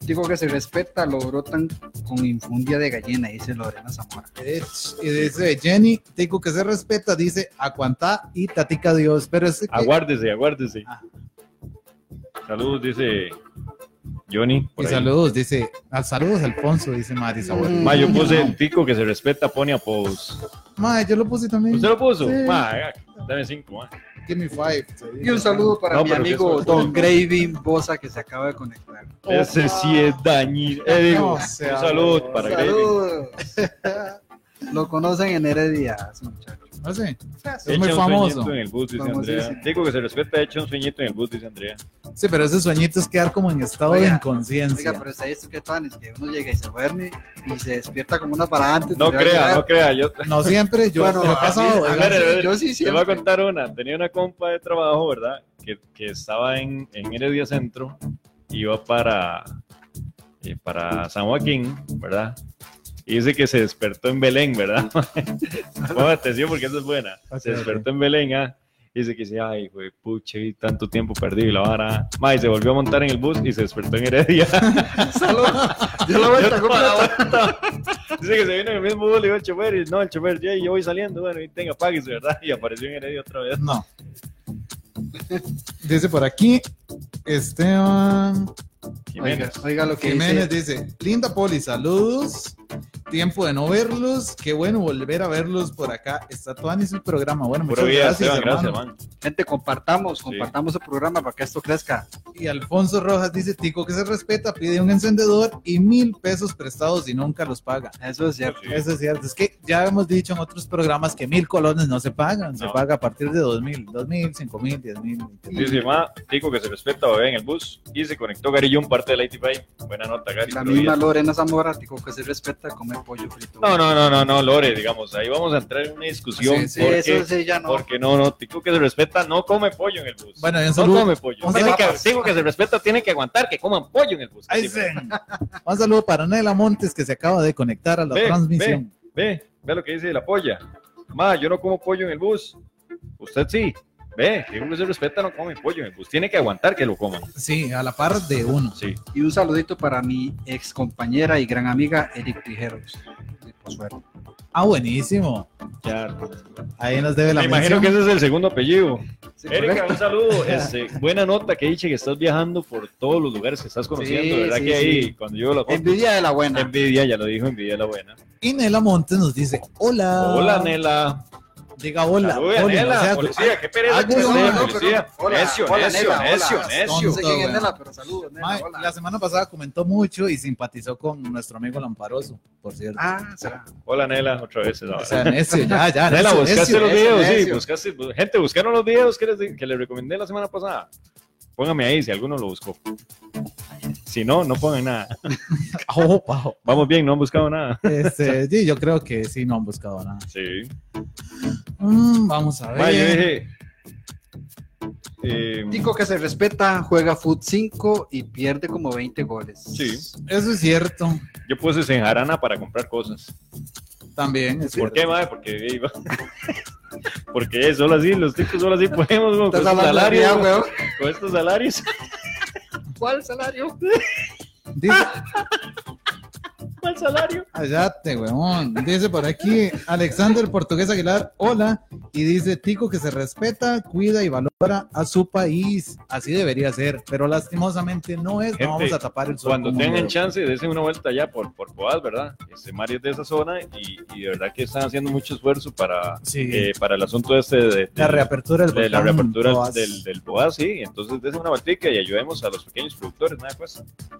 Digo que se respeta, lo brotan con infundia de gallina, dice Lorena Zamora. Ech, Y dice Jenny, tico que se respeta, dice aguantá y tatica Dios. Pero es que Aguárdese, aguárdese. Ah. Saludos, dice Johnny. por y ahí. saludos, dice, ah, saludos Alfonso, dice Mari Saboriu. Ma, yo puse el tico que se respeta, pone a pos. Ma, yo lo puse también. ¿Usted lo puso? Sí. Ma, haga- dame cinco, ma. Give me five. Y un saludo para No, mi pero que amigo eso- Don Graving Bosa que se acaba de conectar. Ese sí es dañino. Eh, digo, Oh, ah. No sea un saludo huevón. para Graving. Saludos. lo conocen en Heredia, ese muchacho. No sé. Es Echa muy un famoso. sueñito en el bus, dice Famosísimo. Andrea. Digo que se respeta, echa un sueñito en el bus, dice Andrea. Sí, pero ese sueñito es quedar como en estado de Oiga, inconsciencia. Oiga, pero está esto que tan, es que uno llega y se duerme y se despierta como una para antes. No pero ya crea, llega- no crea. Yo No siempre, yo Bueno, me ha a pasado. mí- a oiga. ver, sí, yo sí te voy a siempre. contar una. Tenía una compa de trabajo, ¿verdad? Que, que estaba en, en Heredia Centro, iba para, eh, para San Joaquín, ¿verdad? Y dice que se despertó en Belén, ¿verdad? Ponga atención porque esa es buena. Ok, Se ok. despertó en Belén, ¿ah? Y Dice que dice, ay, güey, puche, y tanto tiempo perdido y la vara. Ma, y se volvió a montar en el bus y se despertó en Heredia. Saludos. Yo la vuelta Yo completa. estaba- Dice que se vino en el mismo bus, le dijo al chofer, y no, el chofer, "Jay, yo voy saliendo, bueno, y tenga, páguese, ¿verdad? Y apareció en Heredia otra vez. No. Dice por aquí, Esteban Jiménez. Oiga, oiga lo que Jiménez dice. dice, linda Poli, saludos. tiempo de no verlos. Qué bueno volver a verlos por acá. Está Tuanis el programa. Bueno, Puro muchas vida, gracias, Esteban, gracias, hermano. man. Gente, compartamos, compartamos el programa para que esto crezca. Y Alfonso Rojas dice, Tico que se respeta, pide un encendedor y mil pesos prestados y nunca los paga. Eso es cierto. Sí. Eso es cierto. Es que ya hemos dicho en otros programas que mil colones no se pagan. Se No. paga a partir de dos mil, dos mil, cinco mil, diez mil. veinte mil. Dice, ma, Tico que se respeta, bebé en el bus. Y se conectó Gary Jun, parte de la ITP. Buena nota, Gary. La puro misma vida. Lorena Zamora, tico, que se respeta comer pollo frito. No, no, no, no, no, Lore, digamos, ahí vamos a entrar en una discusión. Sí, sí, porque, eso sí, ya no. porque no, no, Tico que se respeta no come pollo en el bus. Bueno, y un no saludo- come pollo. un Tiene saludo- que, Tico que se respeta tiene que aguantar que coman pollo en el bus. Ahí Sí, se- Un saludo para Nela Montes que se acaba de conectar a la Ve, transmisión. Ve, ve lo que dice la polla. Ma, yo no como pollo en el bus. Usted sí. Ve, Tico que se respeta no come pollo en el bus. Tiene que aguantar que lo coman. Sí, a la par de uno. Sí. Y un saludito para mi ex compañera y gran amiga Eric Tijeros. de Pozuelo. Ah, buenísimo. Ahí nos debe la Me mención. imagino que ese es el segundo apellido. Sí, Erika, correcto. un saludo. Este, buena nota que dice que estás viajando por todos los lugares que estás conociendo. Sí, ¿Verdad sí, que ahí, sí. cuando yo la foto, Envidia de la buena. envidia, ya lo dijo, envidia la buena. Y Nela Montes nos dice, hola. Hola, Nela. Diga Ah. hola. Saluda, hola, Nela. o sea, policía, qué pereza. ah, que no, sea, no, pero- policía. hola, necio, hola, necio, Nela, necio, hola. necio. No sé quién es Tonto, Nela, pero saludos, Nela, Mae, hola. la semana pasada comentó mucho y simpatizó con nuestro amigo Lamparoso, por cierto. Ah, será. Hola, Nela, otra vez. esa o vara. sea, necio, ya, ya. Nela, necio, buscaste necio. eh, los necio, videos, sí, necio. buscaste. Gente, buscaron los videos que les, di- que les recomendé la semana pasada. Póngame ahí si alguno lo buscó. Si no, no pongan nada. Ojo, ojo. Vamos bien, no han buscado nada. Este, sí, yo creo que sí, no han buscado nada. Sí. Mm, vamos a ver. Ma, yo dije. eh, Tico que se respeta, juega Foot 5 y pierde como 20 goles. Sí. Eso es cierto. yo puse en jarana para comprar cosas. También es ¿Por cierto. qué, madre? Porque, eh, iba- porque eh, solo así, los tipos solo así podemos, güey, con ¿Estás estos hablando de salarios. vida, güey, weón? Con estos salarios. ¿Cuál salario? Dice, ¿Cuál salario? Cállate, weón. Dice por aquí Alexander Portugués Aguilar, hola. Y dice Tico que se respeta, cuida y valora a su país. Así debería ser, pero lastimosamente no es. Gente, no vamos a tapar el sol. Cuando con un tengan dedo. chance, desen una vuelta allá por, por Poal, ¿verdad? Este, Mario es de esa zona y, y de verdad que están haciendo mucho esfuerzo para, Sí. eh, para el asunto este de, de- La reapertura del de la volcán reapertura Toas. del, del Poal, sí. Entonces, desen una vueltica y ayudemos a los pequeños productores, Pues, nada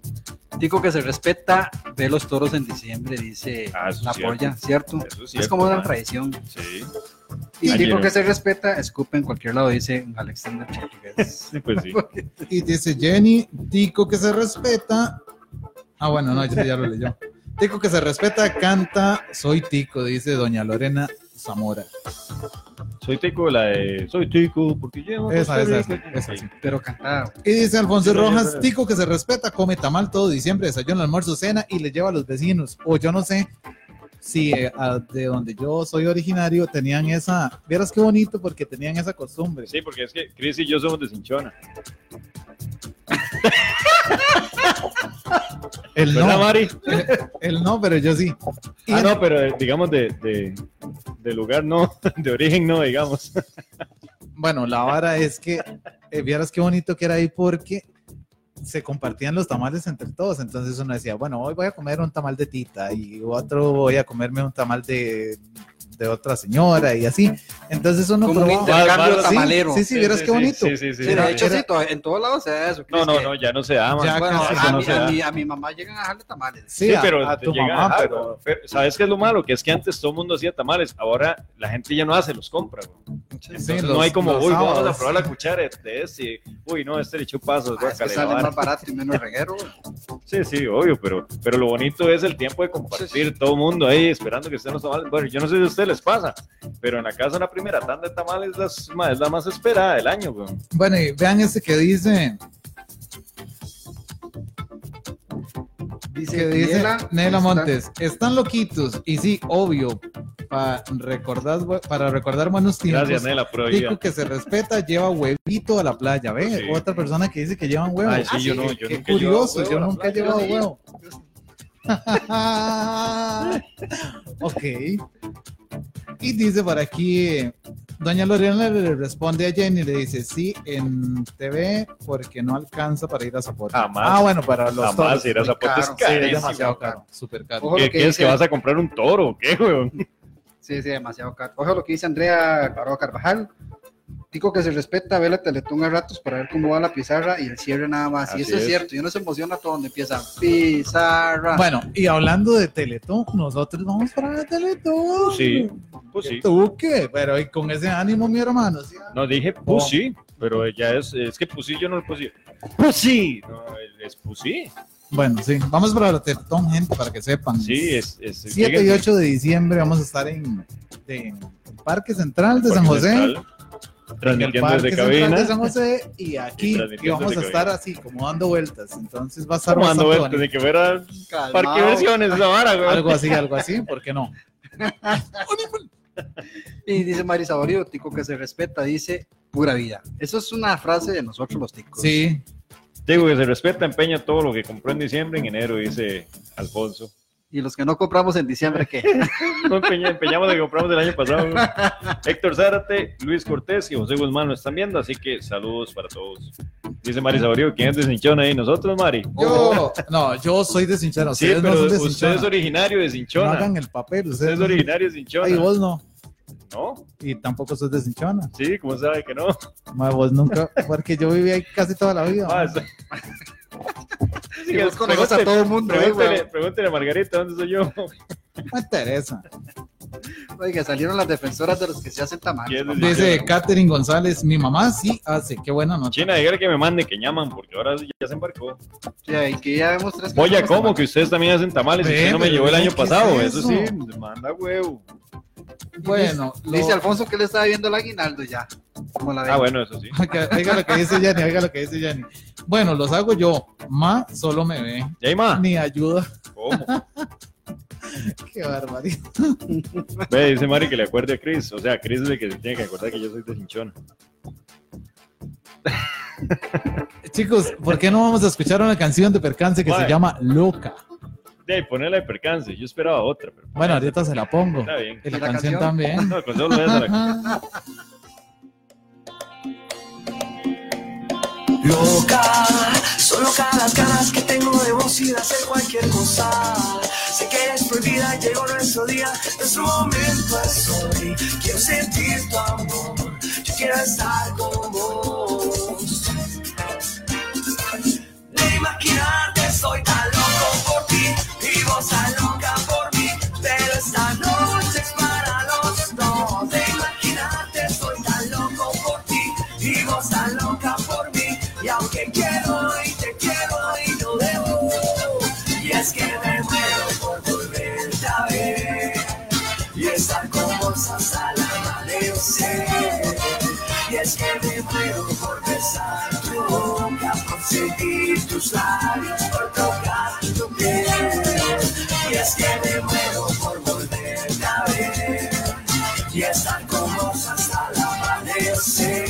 cuesta. Tico que se respeta, ve los toros en diciembre, dice Ah, eso es la cierto. polla, ¿cierto? Eso es es cierto, como una mae. tradición. Sí. Y Ayer. Tico que se respeta, escupe en cualquier lado, dice Alexander Portugués. Sí, pues sí. Y dice Jenny, Tico que se respeta. Ah, bueno, no, ya, ya lo leyó. Tico que se respeta, canta, soy Tico, dice doña Lorena Zamora. Soy Tico, la de. Soy Tico, porque llevo. Esa, esa, esa, Rica. esa, sí. Pero cantado. Y dice Alfonso Sí, doña Rojas, Lorena. Tico que se respeta, come tamal todo diciembre, desayuno, almuerzo, cena y le lleva a los vecinos. O yo no sé si eh, a- de donde yo soy originario tenían esa, vieras qué bonito porque tenían esa costumbre. Sí, porque es que Chris y yo somos de Cinchona. El ¿Verdad, no, Mari? el no, pero yo sí. Y Ah, no, pero eh, digamos de, de, de lugar no, de origen no, digamos. Bueno, la vara es que eh, vieras qué bonito que era ahí porque se compartían los tamales entre todos. Entonces uno decía, bueno, hoy voy a comer un tamal de tita y otro voy a comerme un tamal de, de otra señora y así. Entonces uno Como un probaba. intercambio Bárbaro, Sí, tamalero. Sí, sí, vieras qué bonito. Sí, sí, sí. Sí, de hecho, Era- sí, to- en todos lados se da eso. No, Chris, no, que- no, ya no se da, man. Ya Bueno, casi a, no mi, se a da. mi- a mi mamá llegan a dejarle tamales. Sí, Sí, a- pero a, te tu llega- mamá, ah, pero, pero- ¿Sabes qué es lo malo? Que es que antes todo el mundo hacía tamales, ahora la gente ya no hace, los compra, güey. Entonces sí, no los- hay como, los uy, vamos a sábados". probar la cuchara de este, uy, no, este le echó pasos, Ah, es que guácala, sale la vara. más barato y menos reguero. Sí, sí, obvio, pero, pero lo bonito es el tiempo de compartir Sí, todo el mundo ahí esperando que estén los tamales. Bueno, yo no sé si a ustedes les pasa, pero en la casa la primera tanda de tamales las- ma- es la más esperada del año, weón. Bueno, y vean ese que dice, Dice, que dice Nela, está- Montes, están loquitos, y sí, obvio, pa recordar bu- para recordar buenos tiempos. Gracias, Nela, por Tico que se respeta lleva huevito a la playa, ¿ve? Sí. Otra persona que dice que llevan huevo. Ay, sí, Ah, yo sí, no, qué yo nunca he llevado curioso, huevo yo a la nunca he playa. llevado sí. huevo. ok. Y dice por aquí Doña Lorena le responde a Jenny y le dice, sí, en TV, porque no alcanza para ir a Zapote. Jamás. Ah, bueno, para los Jamás toros. ir a Muy Zapote caro, es sí, es carísimo. demasiado caro, súper caro. Ojo, ¿Qué lo que crees que dice- vas a comprar un toro? o ¿Qué, weón? Sí, sí, demasiado caro. Ojo lo que dice Andrea Baroa Carvajal. Tico que se respeta, ve la Teletón a ratos para ver cómo va la pizarra y el cierre nada más. Así y eso es, es. cierto, y uno se emociona todo donde empieza pizarra. Bueno, y hablando de Teletón, nosotros vamos para la Teletón. Sí, Pues sí. ¿Tú qué? Pero y con ese ánimo, mi hermano. sí. No, dije Pussy, pero ella es, es que Pussy yo no le puse. Pussy. No, es Pussy. Bueno, sí, vamos para la Teletón, gente, para que sepan. Sí, es. es 7 y 8 de diciembre vamos a estar en, de- en Parque Central de San Parque José. Central, en el transmitiendo Parque desde Central de cabina. San José y aquí y transmitiendo vamos a desde estar cabina. así, como dando vueltas. Entonces va a estar Tomando bastante esto, bonito. de que fuera Calmao. Parque de Versiones, la vara, güey. Algo así, algo así, ¿por qué no? Y dice Mari Saborío, Tico que se respeta, dice pura vida. Eso es una frase de nosotros los ticos. Sí, Digo que se respeta, empeña todo lo que compró en diciembre, en enero, dice Alfonso. Y los que no compramos en diciembre, ¿qué? No empeña- empeñamos lo que compramos el año pasado. güey. Héctor Zárate, Luis Cortés y José Guzmán nos están viendo, así que saludos para todos. Dice Mari Saborío, ¿quién es deshinchón ahí? Nosotros, Mari. yo, no, yo soy de Sinchana, Sí, ustedes no pero son de usted Sinchana. es originario de No Cinchona. hagan el papel, Usted ustedes es no- originario de Ay, Cinchona. vos no, No, y tampoco sos de Sinchana. sí, ¿cómo sabe que no? Ma, vos nunca, porque yo viví ahí casi toda la vida. Ah, ma. es- Sí, Y vos conoces a pregúntele- todo el mundo, ¿eh, pregúntele- weón? pregúntele a Margarita, ¿dónde soy yo? Me interesa. Oiga, salieron las defensoras de los que se hacen tamales. ¿Quién papá. dice? Dice Katherine González, mi mamá sí hace, qué buena nota. China, dígale que me mande, que llaman, porque ahora sí ya se embarcó. Sí, ahí que ya vemos tres Oye, personas ¿cómo? tamales. Que ustedes también hacen tamales y Ve, usted no me pero llevó el mira, año ¿qué pasado. es Eso eso? sí, me manda huevo. Bueno, lo- Dice Alfonso que le estaba viendo el aguinaldo ya. Como la ve. Ah, bueno, eso sí. Oiga oiga lo que dice Yanni, oiga lo que dice Yanni. Bueno, los hago yo. Ma solo me ve, ¿Y ahí más? ni ayuda. ¿Cómo? Qué barbaridad. Ve, dice Mari que le acuerde a Chris. O sea, Chris es el que se tiene que acordar que yo soy de Cinchona. Chicos, ¿por qué no vamos a escuchar una canción de percance que Mae. se llama Loca? De ahí, ponerla de percance. Yo esperaba otra, pero Bueno, ahorita se la pongo. está bien. Y la, ¿Y la canción, canción? también. No, con solo esa la- Loca, son locas las ganas que tengo de vos y de hacer cualquier cosa. Sé que eres prohibida, llegó nuestro día, nuestro momento es hoy. Quiero sentir tu amor, yo quiero estar con vos. De imaginarte soy tan loco por ti y vos tan loca por mí, pero esta noche es para los dos. De imaginarte soy tan loco por ti y vos tan loca por mí y aunque quiero y te quiero y no debo y es que me muero por volverte a ver y estar con vos hasta el amanecer y es que me muero por besar tu boca, por sentir tus labios, por tocar tu piel. Y es que me muero por volverte a ver. Y estar con vos hasta el amanecer.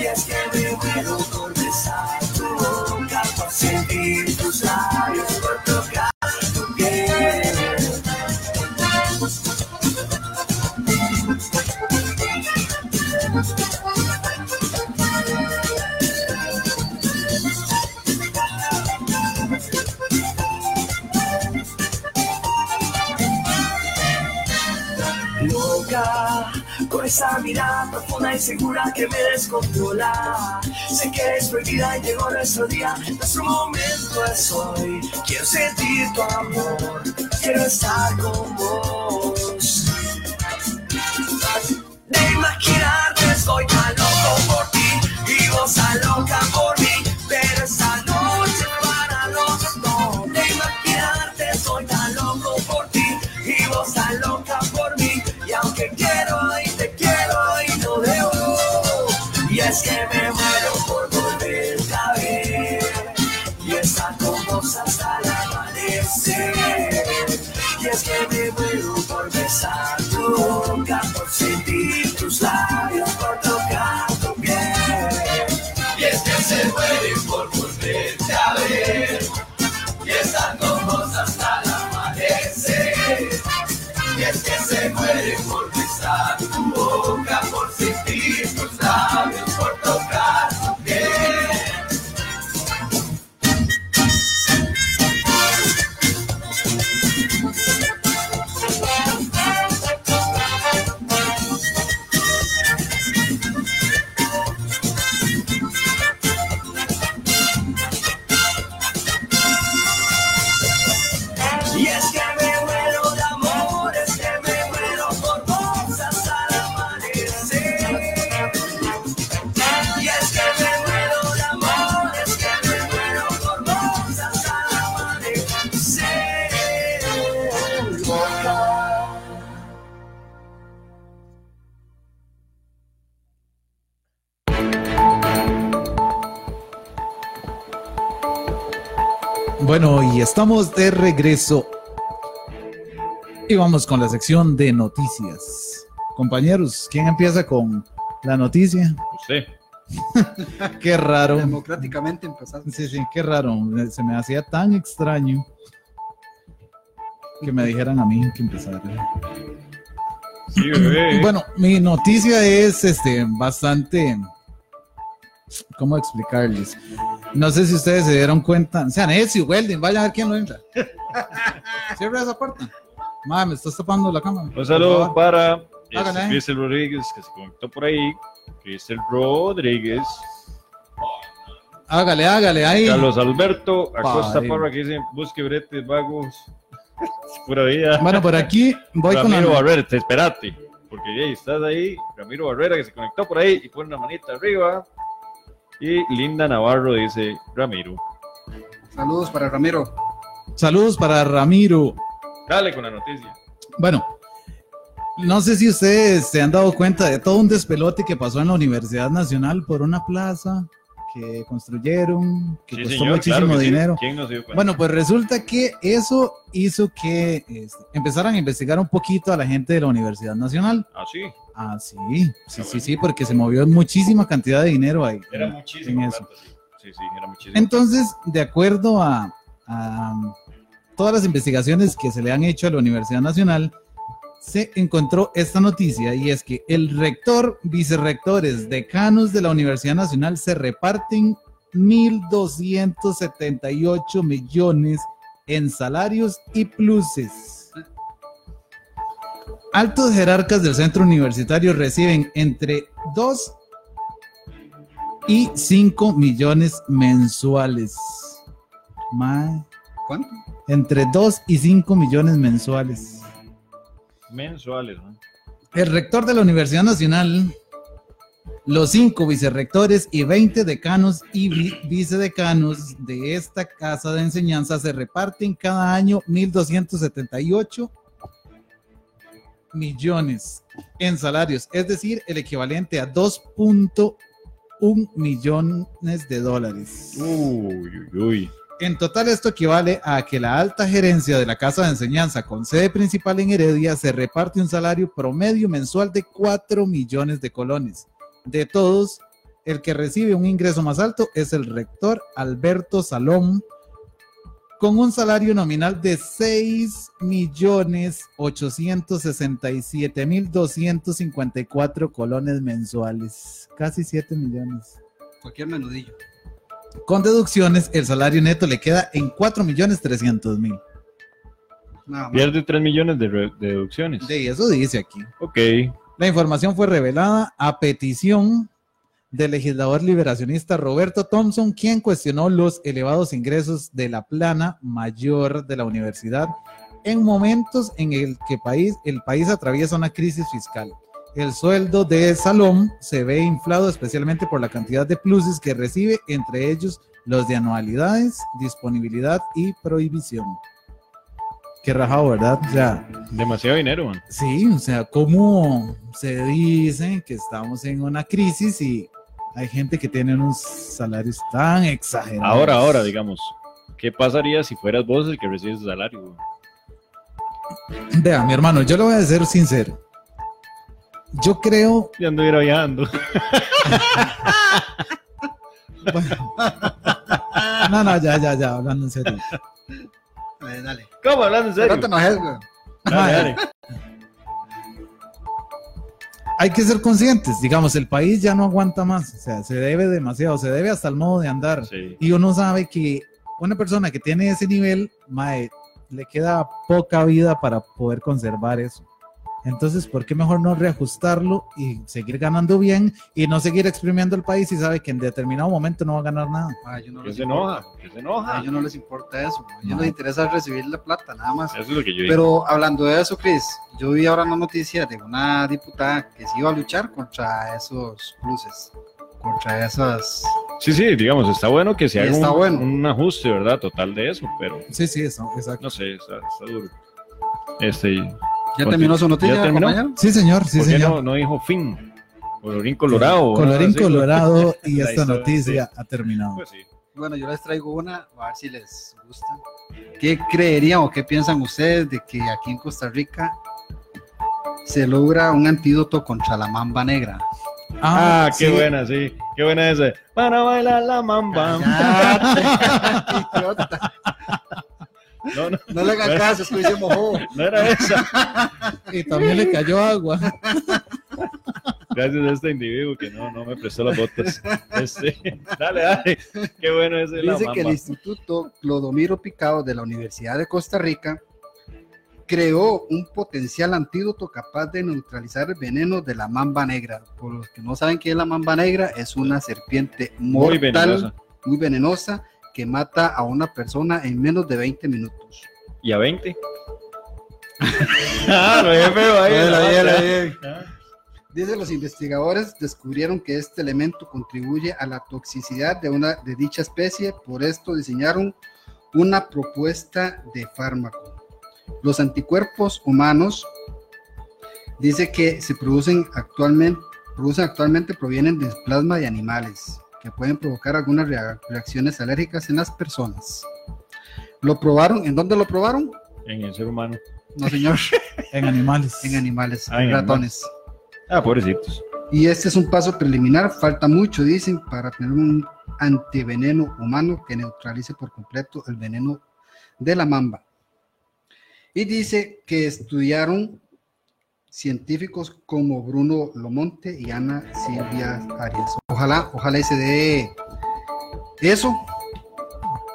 Y es que me muero por besar tu boca, por sentir tus labios, por tocar tu piel. loca con esa mirada profunda y segura que me descontrola. Sé que eres prohibida y llegó nuestro día, nuestro momento es hoy. Quiero sentir tu amor, quiero estar con vos. De imaginarte estoy tan loco por ti y vos tan loca por mí, pero esta noche para los dos. De imaginarte estoy tan loco por ti y vos tan loca por mí y aunque quiero y te quiero y no debo y es que me muero por volverte a ver y estar con vos hasta el amanecer y es que me muero por besar tu boca por sentir tus labios por tocar tu piel y es que se muere por volverte a ver y estar con vos hasta el amanecer y es que se muere por besar besar, tu boca por sentir, tus labios por tocar. Bien. Y es que me muero de amor, es que me muero por vos hasta el amanecer. Y es que me muero de amor, es que me muero por vos hasta el amanecer. Loca. Bueno, y estamos de regreso. Y vamos con la sección de noticias. Compañeros, ¿quién empieza con la noticia? Usted. Ah, Qué raro. Democráticamente empezar. Sí, sí, qué raro. Se me hacía tan extraño que me dijeran a mí que empezara. Sí, bebé. Bueno, mi noticia es este bastante. ¿Cómo explicarles? No sé si ustedes se dieron cuenta. Sean necio, Weldon, vaya a ver quién lo entra. Cierra esa puerta. Madre, me estás tapando la cámara. Un saludo Por favor. para Hágale. este, Crystal Rodríguez que se conectó por ahí. Crystal Rodríguez. Hágale, hágale, ahí. Carlos Alberto Acosta Padre. Parra que dice: Busque bretes vagos. Pura vida. Bueno, por aquí voy con Ramiro la. Barrera, te espérate. Porque ahí estás ahí. Ramiro Barrera que se conectó por ahí y pone una manita arriba. Y Linda Navarro dice: Ramiro. Saludos para Ramiro. Saludos para Ramiro. Dale con la noticia. Bueno, no sé si ustedes se han dado cuenta de todo un despelote que pasó en la Universidad Nacional por una plaza que construyeron, que Sí, costó señor, muchísimo claro que sí. dinero. ¿Quién nos dio cuenta? Bueno, pues resulta que eso hizo que este, empezaran a investigar un poquito a la gente de la Universidad Nacional. ah, sí. Ah, sí, sí, sí, sí, porque se movió muchísima cantidad de dinero ahí. Era muchísimo. En eso. plata, sí. sí, sí, era muchísimo. Entonces, de acuerdo a, a todas las investigaciones que se le han hecho a la Universidad Nacional, se encontró esta noticia y es que el rector, vicerrectores, decanos de la Universidad Nacional se reparten 1.278 millones en salarios y pluses. Altos jerarcas del centro universitario reciben entre 2 y 5 millones mensuales. Mae, ¿Cuánto? entre 2 y 5 millones mensuales. Mensuales, ¿no? El rector de la Universidad Nacional, los cinco vicerrectores y 20 decanos y vi- vicedecanos de esta casa de enseñanza se reparten cada año 1.278 millones en salarios, es decir, el equivalente a 2.1 millones de dólares. Uy, uy, uy. En total esto equivale a que la alta gerencia de la Casa de Enseñanza con sede principal en Heredia se reparte un salario promedio mensual de 4 millones de colones. De todos, el que recibe un ingreso más alto es el rector Alberto Salom con un salario nominal de 6 millones 867 mil 254 colones mensuales, casi 7 millones. Cualquier menudillo. Con deducciones, el salario neto le queda en 4.300.000. Nada más. Pierde 3 millones de, re- de deducciones. De eso dice aquí. Ok. La información fue revelada a petición del legislador liberacionista Roberto Thompson, quien cuestionó los elevados ingresos de la plana mayor de la universidad en momentos en el que país, el país atraviesa una crisis fiscal. El sueldo de Salom se ve inflado especialmente por la cantidad de pluses que recibe, entre ellos los de anualidades, disponibilidad y prohibición. Qué rajado, ¿verdad? O sea, Demasiado dinero, man. Sí, o sea, como se dice que estamos en una crisis y hay gente que tiene unos salarios tan exagerados. Ahora, ahora, digamos. ¿Qué pasaría si fueras vos el que recibes el salario? güey? Vea, mi hermano, yo le voy a ser sincero. Yo creo, Ya anduviera viajando. bueno, no, no, ya, ya, ya, hablando en serio. Eh, dale. ¿Cómo? Hablando en No te serio. enojes, güey. Dale, dale. hay que ser conscientes, digamos, el país ya no aguanta más, o sea, se debe demasiado, se debe hasta el modo de andar. Sí. Y uno sabe que una persona que tiene ese nivel, mae, le queda poca vida para poder conservar eso. Entonces, ¿por qué mejor no reajustarlo y seguir ganando bien y no seguir exprimiendo el país y sabe que en determinado momento no va a ganar nada? Ma, yo no Que les se importa. enoja, que se enoja. A ellos no les importa eso. A ellos No. les interesa recibir la plata, nada más. Eso es lo que yo digo. Pero hablando de eso, Chris, yo vi ahora una noticia de una diputada que se iba a luchar contra esos cruces, contra esas... sí, sí, digamos, está bueno que se Sí, haga está un, bueno. un ajuste, ¿verdad? Total de eso, pero Sí, sí, eso, exacto. no sé, está, está duro. Este, ¿Ya Conti- terminó su noticia, ¿Ya terminó? compañero? Sí, señor, sí, ¿Por qué señor. no, no dijo fin? Colorín colorado. ¿verdad? Colorín Sí, colorado y La esta historia, noticia ha terminado. Pues sí. Bueno, yo les traigo una, a ver si les gusta. ¿Qué creerían o qué piensan ustedes de que aquí en Costa Rica se logra un antídoto contra la mamba negra? Ah, qué sí. buena, sí. Qué buena esa. Para bailar la mamba. Cállate, idiota. No, no, No le hagan caso, "Oh". es que hoy se mojó. no era esa. Y también le cayó agua. Gracias a este individuo que no, no me prestó las botas. Este, dale, dale. Qué bueno ese. la Dice que el mamba. Instituto Clodomiro Picado de la Universidad de Costa Rica creó un potencial antídoto capaz de neutralizar el veneno de la mamba negra. Por los que no saben qué es la mamba negra, es una serpiente mortal, Muy venenosa. muy venenosa, que mata a una persona en menos de 20 minutos. ¿Y a 20? ah, lo dije feo ahí. la banda. Ah, Dice los investigadores descubrieron que este elemento contribuye a la toxicidad de una de dicha especie, por esto diseñaron una propuesta de fármaco. Los anticuerpos humanos dice que se producen actualmente, producen actualmente provienen del plasma de animales que pueden provocar algunas rea- reacciones alérgicas en las personas. ¿Lo probaron? ¿En dónde lo probaron? En el ser humano. No, señor, En animales. en animales, Ah, en en ratones. Ah, pobrecitos. Y este es un paso preliminar, falta mucho, dicen, para tener un antiveneno humano que neutralice por completo el veneno de la mamba. Y dice que estudiaron científicos como Bruno Lomonte y Ana Silvia Arias. Ojalá, ojalá y se dé eso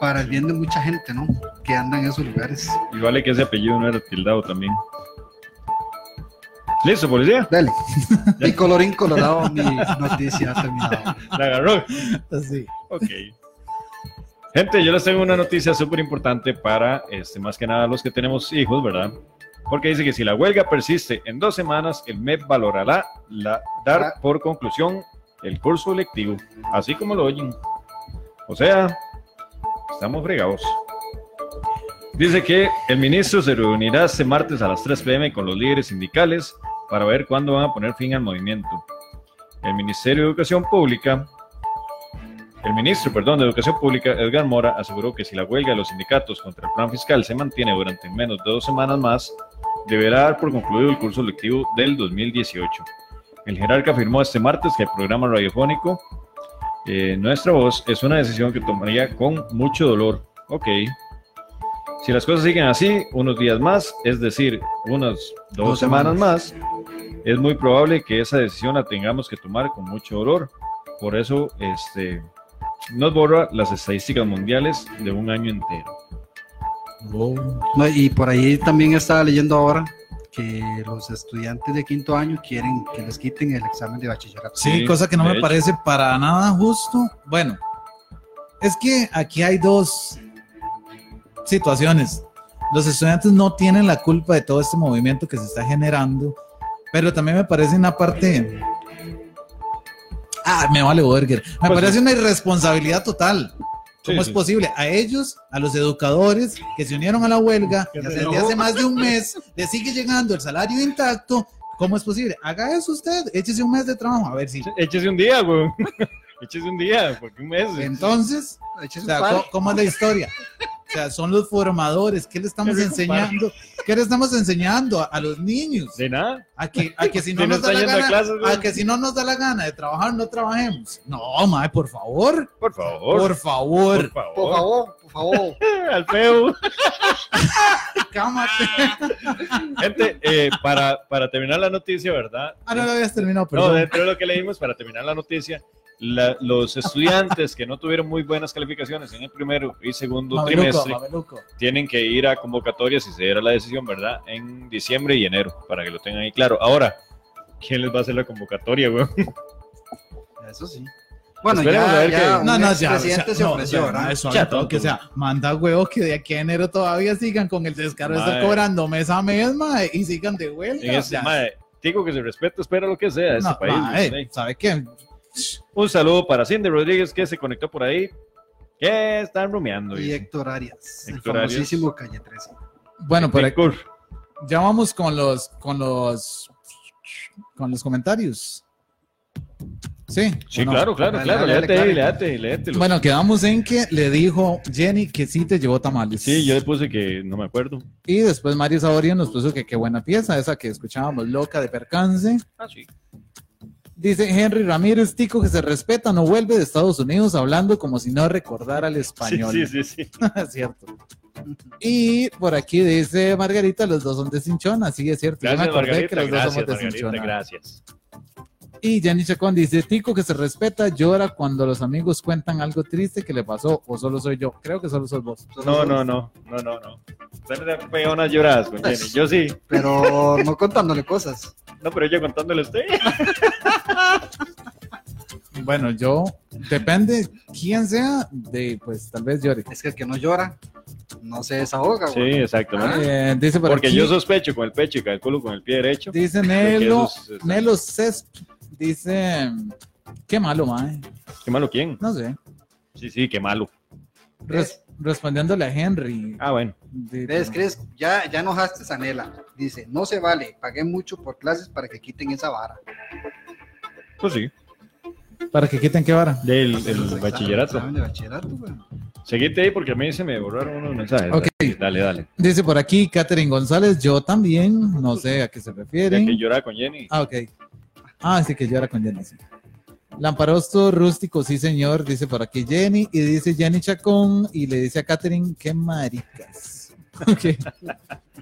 para el bien de mucha gente, ¿no? Que anda en esos lugares. Y vale que ese apellido no era tildado también. ¿Listo, policía? Dale. Y colorín colorado, mi noticia ha terminado. La agarró. Sí. Ok. Gente, yo les tengo una noticia súper importante para, este, más que nada, los que tenemos hijos, ¿verdad? Porque dice que si la huelga persiste en dos semanas, el MEP valorará la, dar por conclusión el curso electivo, así como lo oyen. O sea, estamos fregados. Dice que el ministro se reunirá este martes a las 3 pm con los líderes sindicales para ver cuándo van a poner fin al movimiento. El Ministerio de Educación Pública el ministro, perdón, de Educación Pública, Edgar Mora, aseguró que si la huelga de los sindicatos contra el plan fiscal se mantiene durante menos de dos semanas más, deberá dar por concluido el curso lectivo del 2018. El jerarca afirmó este martes que el programa radiofónico eh, Nuestra Voz es una decisión que tomaría con mucho dolor. Ok. Si las cosas siguen así, unos días más, es decir, unas dos, Dos semanas semanas. más, es muy probable que esa decisión la tengamos que tomar con mucho dolor. Por eso, este, nos borra las estadísticas mundiales de un año entero. Oh. No, y por ahí también estaba leyendo ahora que los estudiantes de quinto año quieren que les quiten el examen de bachillerato. Sí, Sí, cosa que no de me hecho. parece para nada justo. Bueno, es que aquí hay dos situaciones. Los estudiantes no tienen la culpa de todo este movimiento que se está generando, pero también me parece una parte... Ah, me vale Burger. Me Pues parece sí. una irresponsabilidad total. Sí, ¿Cómo es sí. posible? A ellos, a los educadores que se unieron a la huelga Que se desde enojó. hace más de un mes, le sigue llegando el salario intacto. ¿Cómo es posible? Haga eso usted, échese un mes de trabajo, a ver si. Échese un día, güey. Échese un día, porque un mes. Entonces, Eches o un sea, par. ¿cómo, cómo es la historia? O sea, son los formadores. ¿Qué le estamos Qué rico, enseñando? ¿Qué le estamos enseñando a, a los niños? De nada. A que, a que si no Si no nos da está la yendo a gana, clases, güey. a que si no nos da la gana de trabajar, no trabajemos. No, mae, por favor. Por favor. Por favor. Por favor. Por favor, por favor. Al feo. Cámate. Gente, eh, para, para terminar la noticia, ¿verdad? Ah, no lo habías terminado, No, perdón. dentro de lo que leímos, para terminar la noticia, la- los estudiantes que no tuvieron muy buenas calificaciones en el primero y segundo Mameluco, trimestre mameluco. tienen que ir a convocatorias si se diera la decisión, ¿verdad? En diciembre y enero, para que lo tengan ahí claro. Ahora, ¿quién les va a hacer la convocatoria, güey? Eso sí. Bueno, Esperemos a ya, ver qué- ya No, no, ya. o sea, presidente se no, ofreció, o sea, ¿verdad? no, eso, Ya, no, todo, que todo. sea, manda huevos que de aquí a enero todavía sigan con el descaro de estar Mae. cobrando mes a mes, mae, y sigan de huelga. En o este, sea, madre, digo que se respeta, espera lo que sea de este no, país. mae, güey. ¿sabe qué? Un saludo para Cindy Rodríguez, que se conectó por ahí. Que están rumeando. Y dice. Héctor Arias, el Héctor Arias. famosísimo Calle 13. Bueno, ah, por aquí, Cur. ya vamos con los, con los, con los comentarios. Sí. Sí, ¿o no? claro, claro, Dale, claro. dale, dale, léate ahí, claro. léate, léatelo. Bueno, quedamos en que le dijo Jenny que sí te llevó tamales. Sí, yo le puse que no me acuerdo. Y después Mario Saborio nos puso que qué buena pieza, esa que escuchábamos, loca de percance. Ah, sí. Dice Henry Ramírez, tico que se respeta, no vuelve de Estados Unidos hablando como si no recordara el Sí, español. sí, sí, sí. es cierto. Y por aquí dice Margarita, los dos son de Cinchona, sí, es cierto. yo me Gracias, acordé que Margarita. los dos somos Gracias, de Margarita. Cinchona. Gracias. Y Jenny Chacón dice, tico que se respeta, llora cuando los amigos cuentan algo triste que le pasó, o solo soy yo. Creo que solo sos vos. No, no, no. No, no, no. Usted me pegó unas lloradas con Jenny. Yo sí. Pero no contándole cosas. No, pero yo contándole a usted. Bueno, yo, depende quién sea, de pues tal vez llore. Es que el que no llora no se desahoga. Sí, güey. exactamente. Eh, dice por Porque aquí- yo sospecho con el pecho y calculo con el pie derecho. Dice que Nelo, eso es- Nelo Cesp, dice, qué malo, mae, Qué malo quién. no sé. Sí, sí, qué malo. Res- respondiéndole a Henry. Ah, bueno. de- ¿Ves, Cris? Ya, ya enojaste a Nela. Dice, no se vale, pagué mucho por clases para que quiten esa vara. Pues sí. Para que quiten qué vara. Del el Los exámenes, bachillerato. examen de bachillerato, güey. Seguite ahí porque a mí se me borraron unos mensajes. Ok. Dale, dale. Dice por aquí Catherine González, yo también, no sé a qué se Ya que refiere. lloraba con Jenny. Ah, ok. Ah, sí que yo era con Jenny. sí. Lamparosto rústico, sí señor, dice por aquí Jenny, y dice Jenny Chacón, y le dice a Catherine, qué maricas. Ok.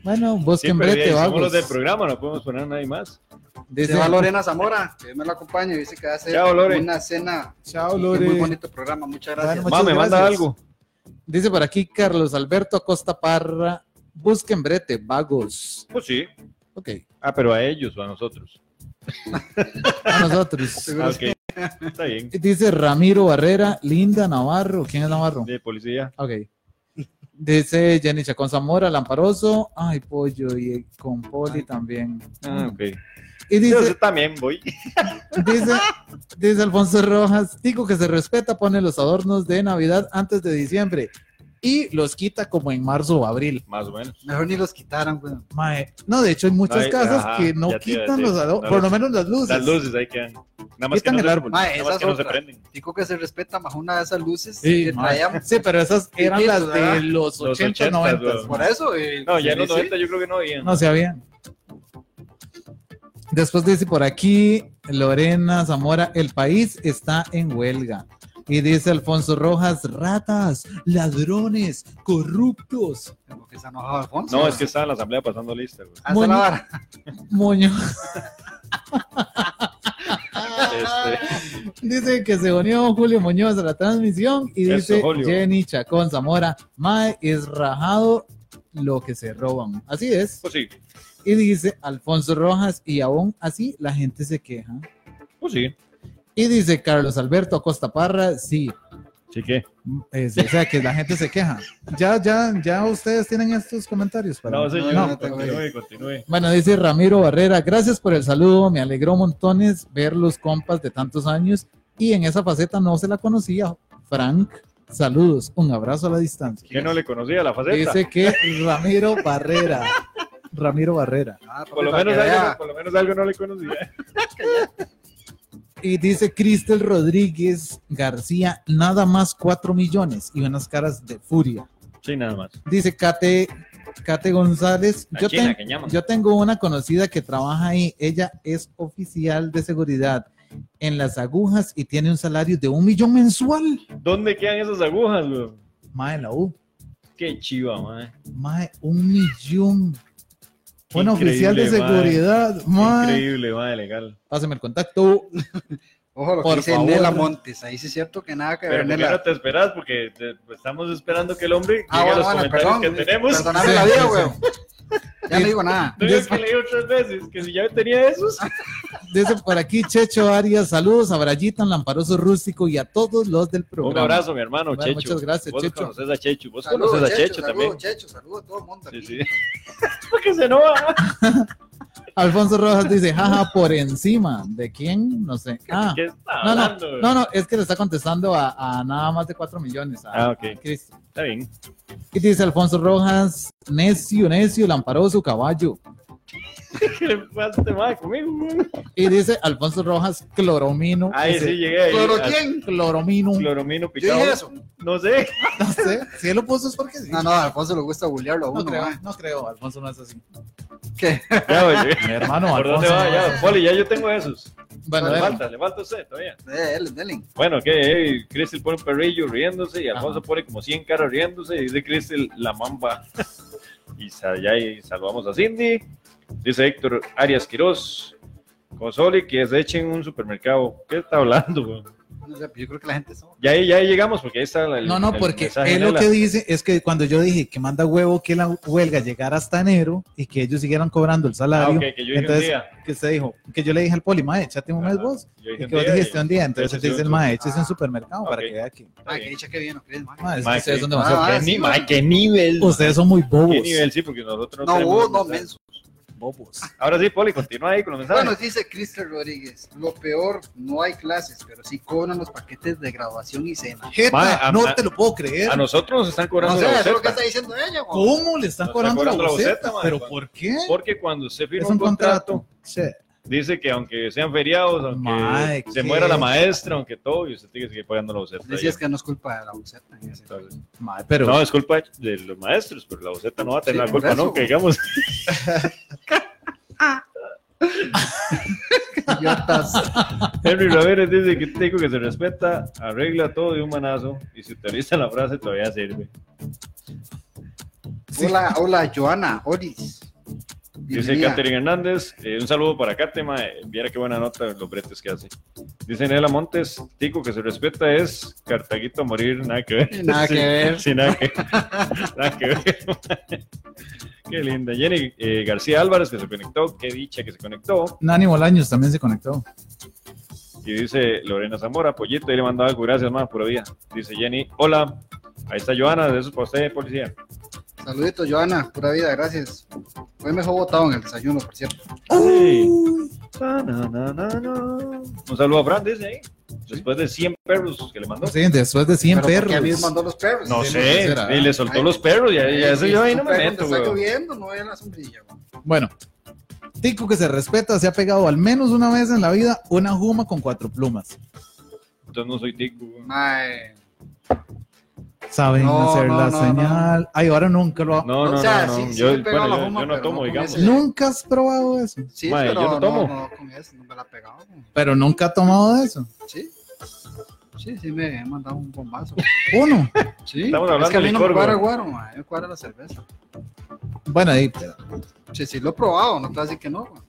Bueno, vos que Sí, pero brete, ya somos vagos. los del programa, no podemos poner a nadie más. Dice, Se va Lorena Zamora, que Dios me la acompaña y dice que va a hacer Chao, Lore. una cena. Chao, Qué Lore. Muy bonito programa, muchas gracias. Bueno, Ma, me manda gracias. algo. Dice por aquí Carlos Alberto Acosta Parra, busquen brete, vagos. Pues sí. Ok, Ah, pero a ellos o a nosotros. a nosotros. Ah, ok. Está bien. Dice Ramiro Barrera, Linda Navarro. ¿Quién es Navarro? De policía. Ok. Dice Jenny Chacón Zamora, Lamparoso. Ay, pollo, y con Poli también. Ah, ok. Y Yo dice, también voy. dice, dice Alfonso Rojas, digo que se respeta, pone los adornos de Navidad antes de diciembre y los quita como en marzo o abril. Más o menos. Mejor ni los quitaran, güey. Mae, No, de hecho hay muchas Ay, casas ajá, que no ya te iba a quitan decir. los adornos, No por lo los- menos las luces. Las luces ahí quedan. Nada más que Quitan no el se- árbol. Ma, Nada esa más es que no se otra. prenden. Tico que se respeta más una de esas luces Sí, que mae. traíamos. Sí, pero esas eran las de ¿verdad? los Los 80, 80, 90. weón. Por eso. eh, No, ya sí, en los sí. 90 yo creo que no habían. No se habían. Después dice por aquí Lorena Zamora, el país está en huelga. Y dice Alfonso Rojas, ratas, ladrones, corruptos. Como que se ha enojado Alfonso. No, es que estaba en la asamblea pasando lista, güey. Hasta la vara. Moño. Ah. Este, Dice que se unió Julio Muñoz a la transmisión y Eso, dice Julio. Jenny Chacón Zamora, Mae es rajado lo que se roban. Así es. pues sí, Y dice Alfonso Rojas, y aún así la gente se queja. pues sí. Y dice Carlos Alberto Acosta Parra, sí, Sí que. es- o sea que la gente se queja. Ya, ya, ya ustedes tienen estos comentarios para. No, señor. no, No, no tengo continúe, continúe. Bueno, dice Ramiro Barrera, gracias por el saludo, me alegró montones ver los compas de tantos años y en esa faceta no se la conocía. Frank, saludos, un abrazo a la distancia. Que no le conocía la faceta. Dice que Ramiro Barrera, Ramiro Barrera. Ah, Por lo, para menos que algo, vea. por lo menos algo no le conocía. Y dice Cristel Rodríguez García, nada más 4 millones y unas caras de furia. Sí, nada más. Dice Kate, Kate González, La yo, china ten- que llaman. yo tengo una conocida que trabaja ahí, ella es oficial de seguridad en las agujas y tiene un salario de un millón mensual. ¿Dónde quedan esas agujas, güey? Mae, la U, Qué chiva, mae. mae, un millón. Qué Una oficial de increíble, mae. seguridad, mae. Increíble, mae, legal. Pásame el contacto. Ojo, lo que Por dice favor. Nela Montes. Ahí sí es cierto que nada que Pero ver, primero Nela. te esperas porque te- pues, estamos esperando que el hombre llegue Ah, a bueno, los bueno, comentarios perdón. que tenemos. Perdóname Sí, la sí, vida, sí. weón. Ya no digo nada. No digas que leí otras veces, que si ya tenía esos. Dice por aquí Checho Arias, saludos a Brayita, Lamparoso Rústico y a todos los del Un programa. abrazo, mi hermano, Bueno, Checho. muchas gracias, Vos Checho. conoces a Checho, vos Saludos, conoces a Checho, saludos, también. Checho, saludos a todo el mundo. Sí, aquí. sí. ¿Por qué se enoja? Alfonso Rojas dice, jaja, por encima. ¿De quién? No sé. Ah, ¿Qué está no, no, hablando? güey? no, no, es que le está contestando a, a nada más de 4 millones. a- Ah, ok. a Cristo. Está bien. Y dice Alfonso Rojas, necio, necio, lamparoso, caballo. ¿Qué le pasa a este mae conmigo? güey? Y dice Alfonso Rojas, cloromino. Ay, Dice, sí, llegué ahí. ¿Cloro a- quién? Cloromino. Cloromino Yo picado. dije eso. No sé. No sé, si él lo puso es porque sí. No, no, a Alfonso le gusta bullearlo a No uno. creo, ¿eh? no creo, Alfonso no es así. ¿Qué? Ya, oye. Mi hermano, ¿Por dónde Alfonso. va? no es Ya, así. Poli, ya yo tengo esos. Bueno, le dale. falta, le falta a usted todavía. Dele, dele. Bueno, que eh, Crystal pone un perrillo riéndose y Alfonso Ajá. pone como 100 caras riéndose y dice Crystal la mamba. y sa- ya ahí saludamos a Cindy. Dice Héctor Arias Quiroz. Consoli que se echen un supermercado. ¿Qué está hablando? güey? No sé, pero yo creo que la gente es. Ya ahí, ya ahí llegamos porque ahí está el, No, no, el porque mensaje él de lo Lola. que dice es que cuando yo dije que manda huevo que la huelga llegara hasta enero y que ellos siguieran cobrando el Ah, salario, ok, que yo dije un entonces, día. que usted dijo, que yo le dije al poli, mae, échate un mes Ajá, vos. yo dije Y un que vos día dijiste y- un día, entonces entonces te sí, dice el otro. mae, échese Ah, un supermercado para ok. que vea aquí. Está Ay, bien. qué dicha Ah, que bien, ¿no crees, man? Mae, es que Mae, ustedes que- son demasiado Ah, Qué sí, ni- mae. ay, qué nivel. Ustedes son muy bobos. Qué nivel, sí, porque nosotros No, tenemos hubo no, mensajes. menso. Bobos. Ahora sí, Poli, continúa ahí con los mensajes. Bueno, dice Cristian Rodríguez, lo peor, no hay clases, pero sí cobran los paquetes de graduación y cena. Jeta, Mae, a- no a- te lo puedo creer. a nosotros nos están No cobrando sé, la eso es lo que boceta. está diciendo ella, güey. ¿Cómo le están Nos cobrando la cobrando la boceta? boceta, mae, ¿Pero cuando- por qué? Porque cuando usted Es firma un contrato. Che. dice que aunque sean feriados, aunque Mae, se qué- muera la maestra, aunque todo, y usted tiene que seguir pagando la boceta. Decías que no es culpa de la buceta. en ese- Entonces, Mae, pero no, es culpa de los maestros, pero la boceta no va a tener la Sí, por culpa eso. nunca, digamos. Idiotas. Henry Ramírez dice que Tico que se respeta, arregla todo de un manazo, y si utiliza la frase todavía sirve. Hola, hola, Joana, Oris. Dice Bienvenida. Catherine Hernández, eh, un saludo para Cate, mae, viera qué buena nota los bretes que hace. Dice Nela Montes, Tico que se respeta es Cartaguito a morir, nada que ver. Nada Sí, que ver. sí, nada que, nada que ver. qué linda. Jenny eh, García Álvarez que se conectó, qué dicha que se conectó. Nani Bolaños también se conectó. Y dice Lorena Zamora, Pollito, ahí le mandaba algo, gracias más, puro día. Dice Jenny, hola, ahí está Joana, de esos para usted, policía. Saluditos, Joana, pura vida, gracias. Fue mejor votado en el desayuno, por cierto. Sí. Ta, na, na, na, na. Un saludo a Fran, dice ahí. Después de 100 perros que le mandó. Sí, después de 100 Pero ¿por qué perros. a mí me mandó los perros. No Sí, sé, no será. y le soltó Ay, los perros, ya, ya eso Sí, yo ahí no me cuando meto, Está güey. lloviendo, no veo la sombrilla. güey. Bueno, Tico que se respeta, se ha pegado al menos una vez en la vida una juma con cuatro plumas. Entonces no soy tico, güey. Mae. Saben No, hacer no, la no, no. señal. Ay, ahora nunca lo ha... No, no, O sea, no, no, sí, sí yo, me pega bueno, la yo- goma, yo no pero no tomo, con digamos. ese. Nunca has probado eso. Sí, Mae, pero yo no tomo. No, con eso no me la he pegado. güey. Pero nunca ha tomado de eso. Sí. Sí, sí me he mandado un bombazo. Uno. Sí. Estamos hablando es que a mí de no licor, me cuadra el güey. guaro, mae. Me cuadra la cerveza. Bueno, ahí. Sí, sí, lo he probado, no te voy a decir que no. güey.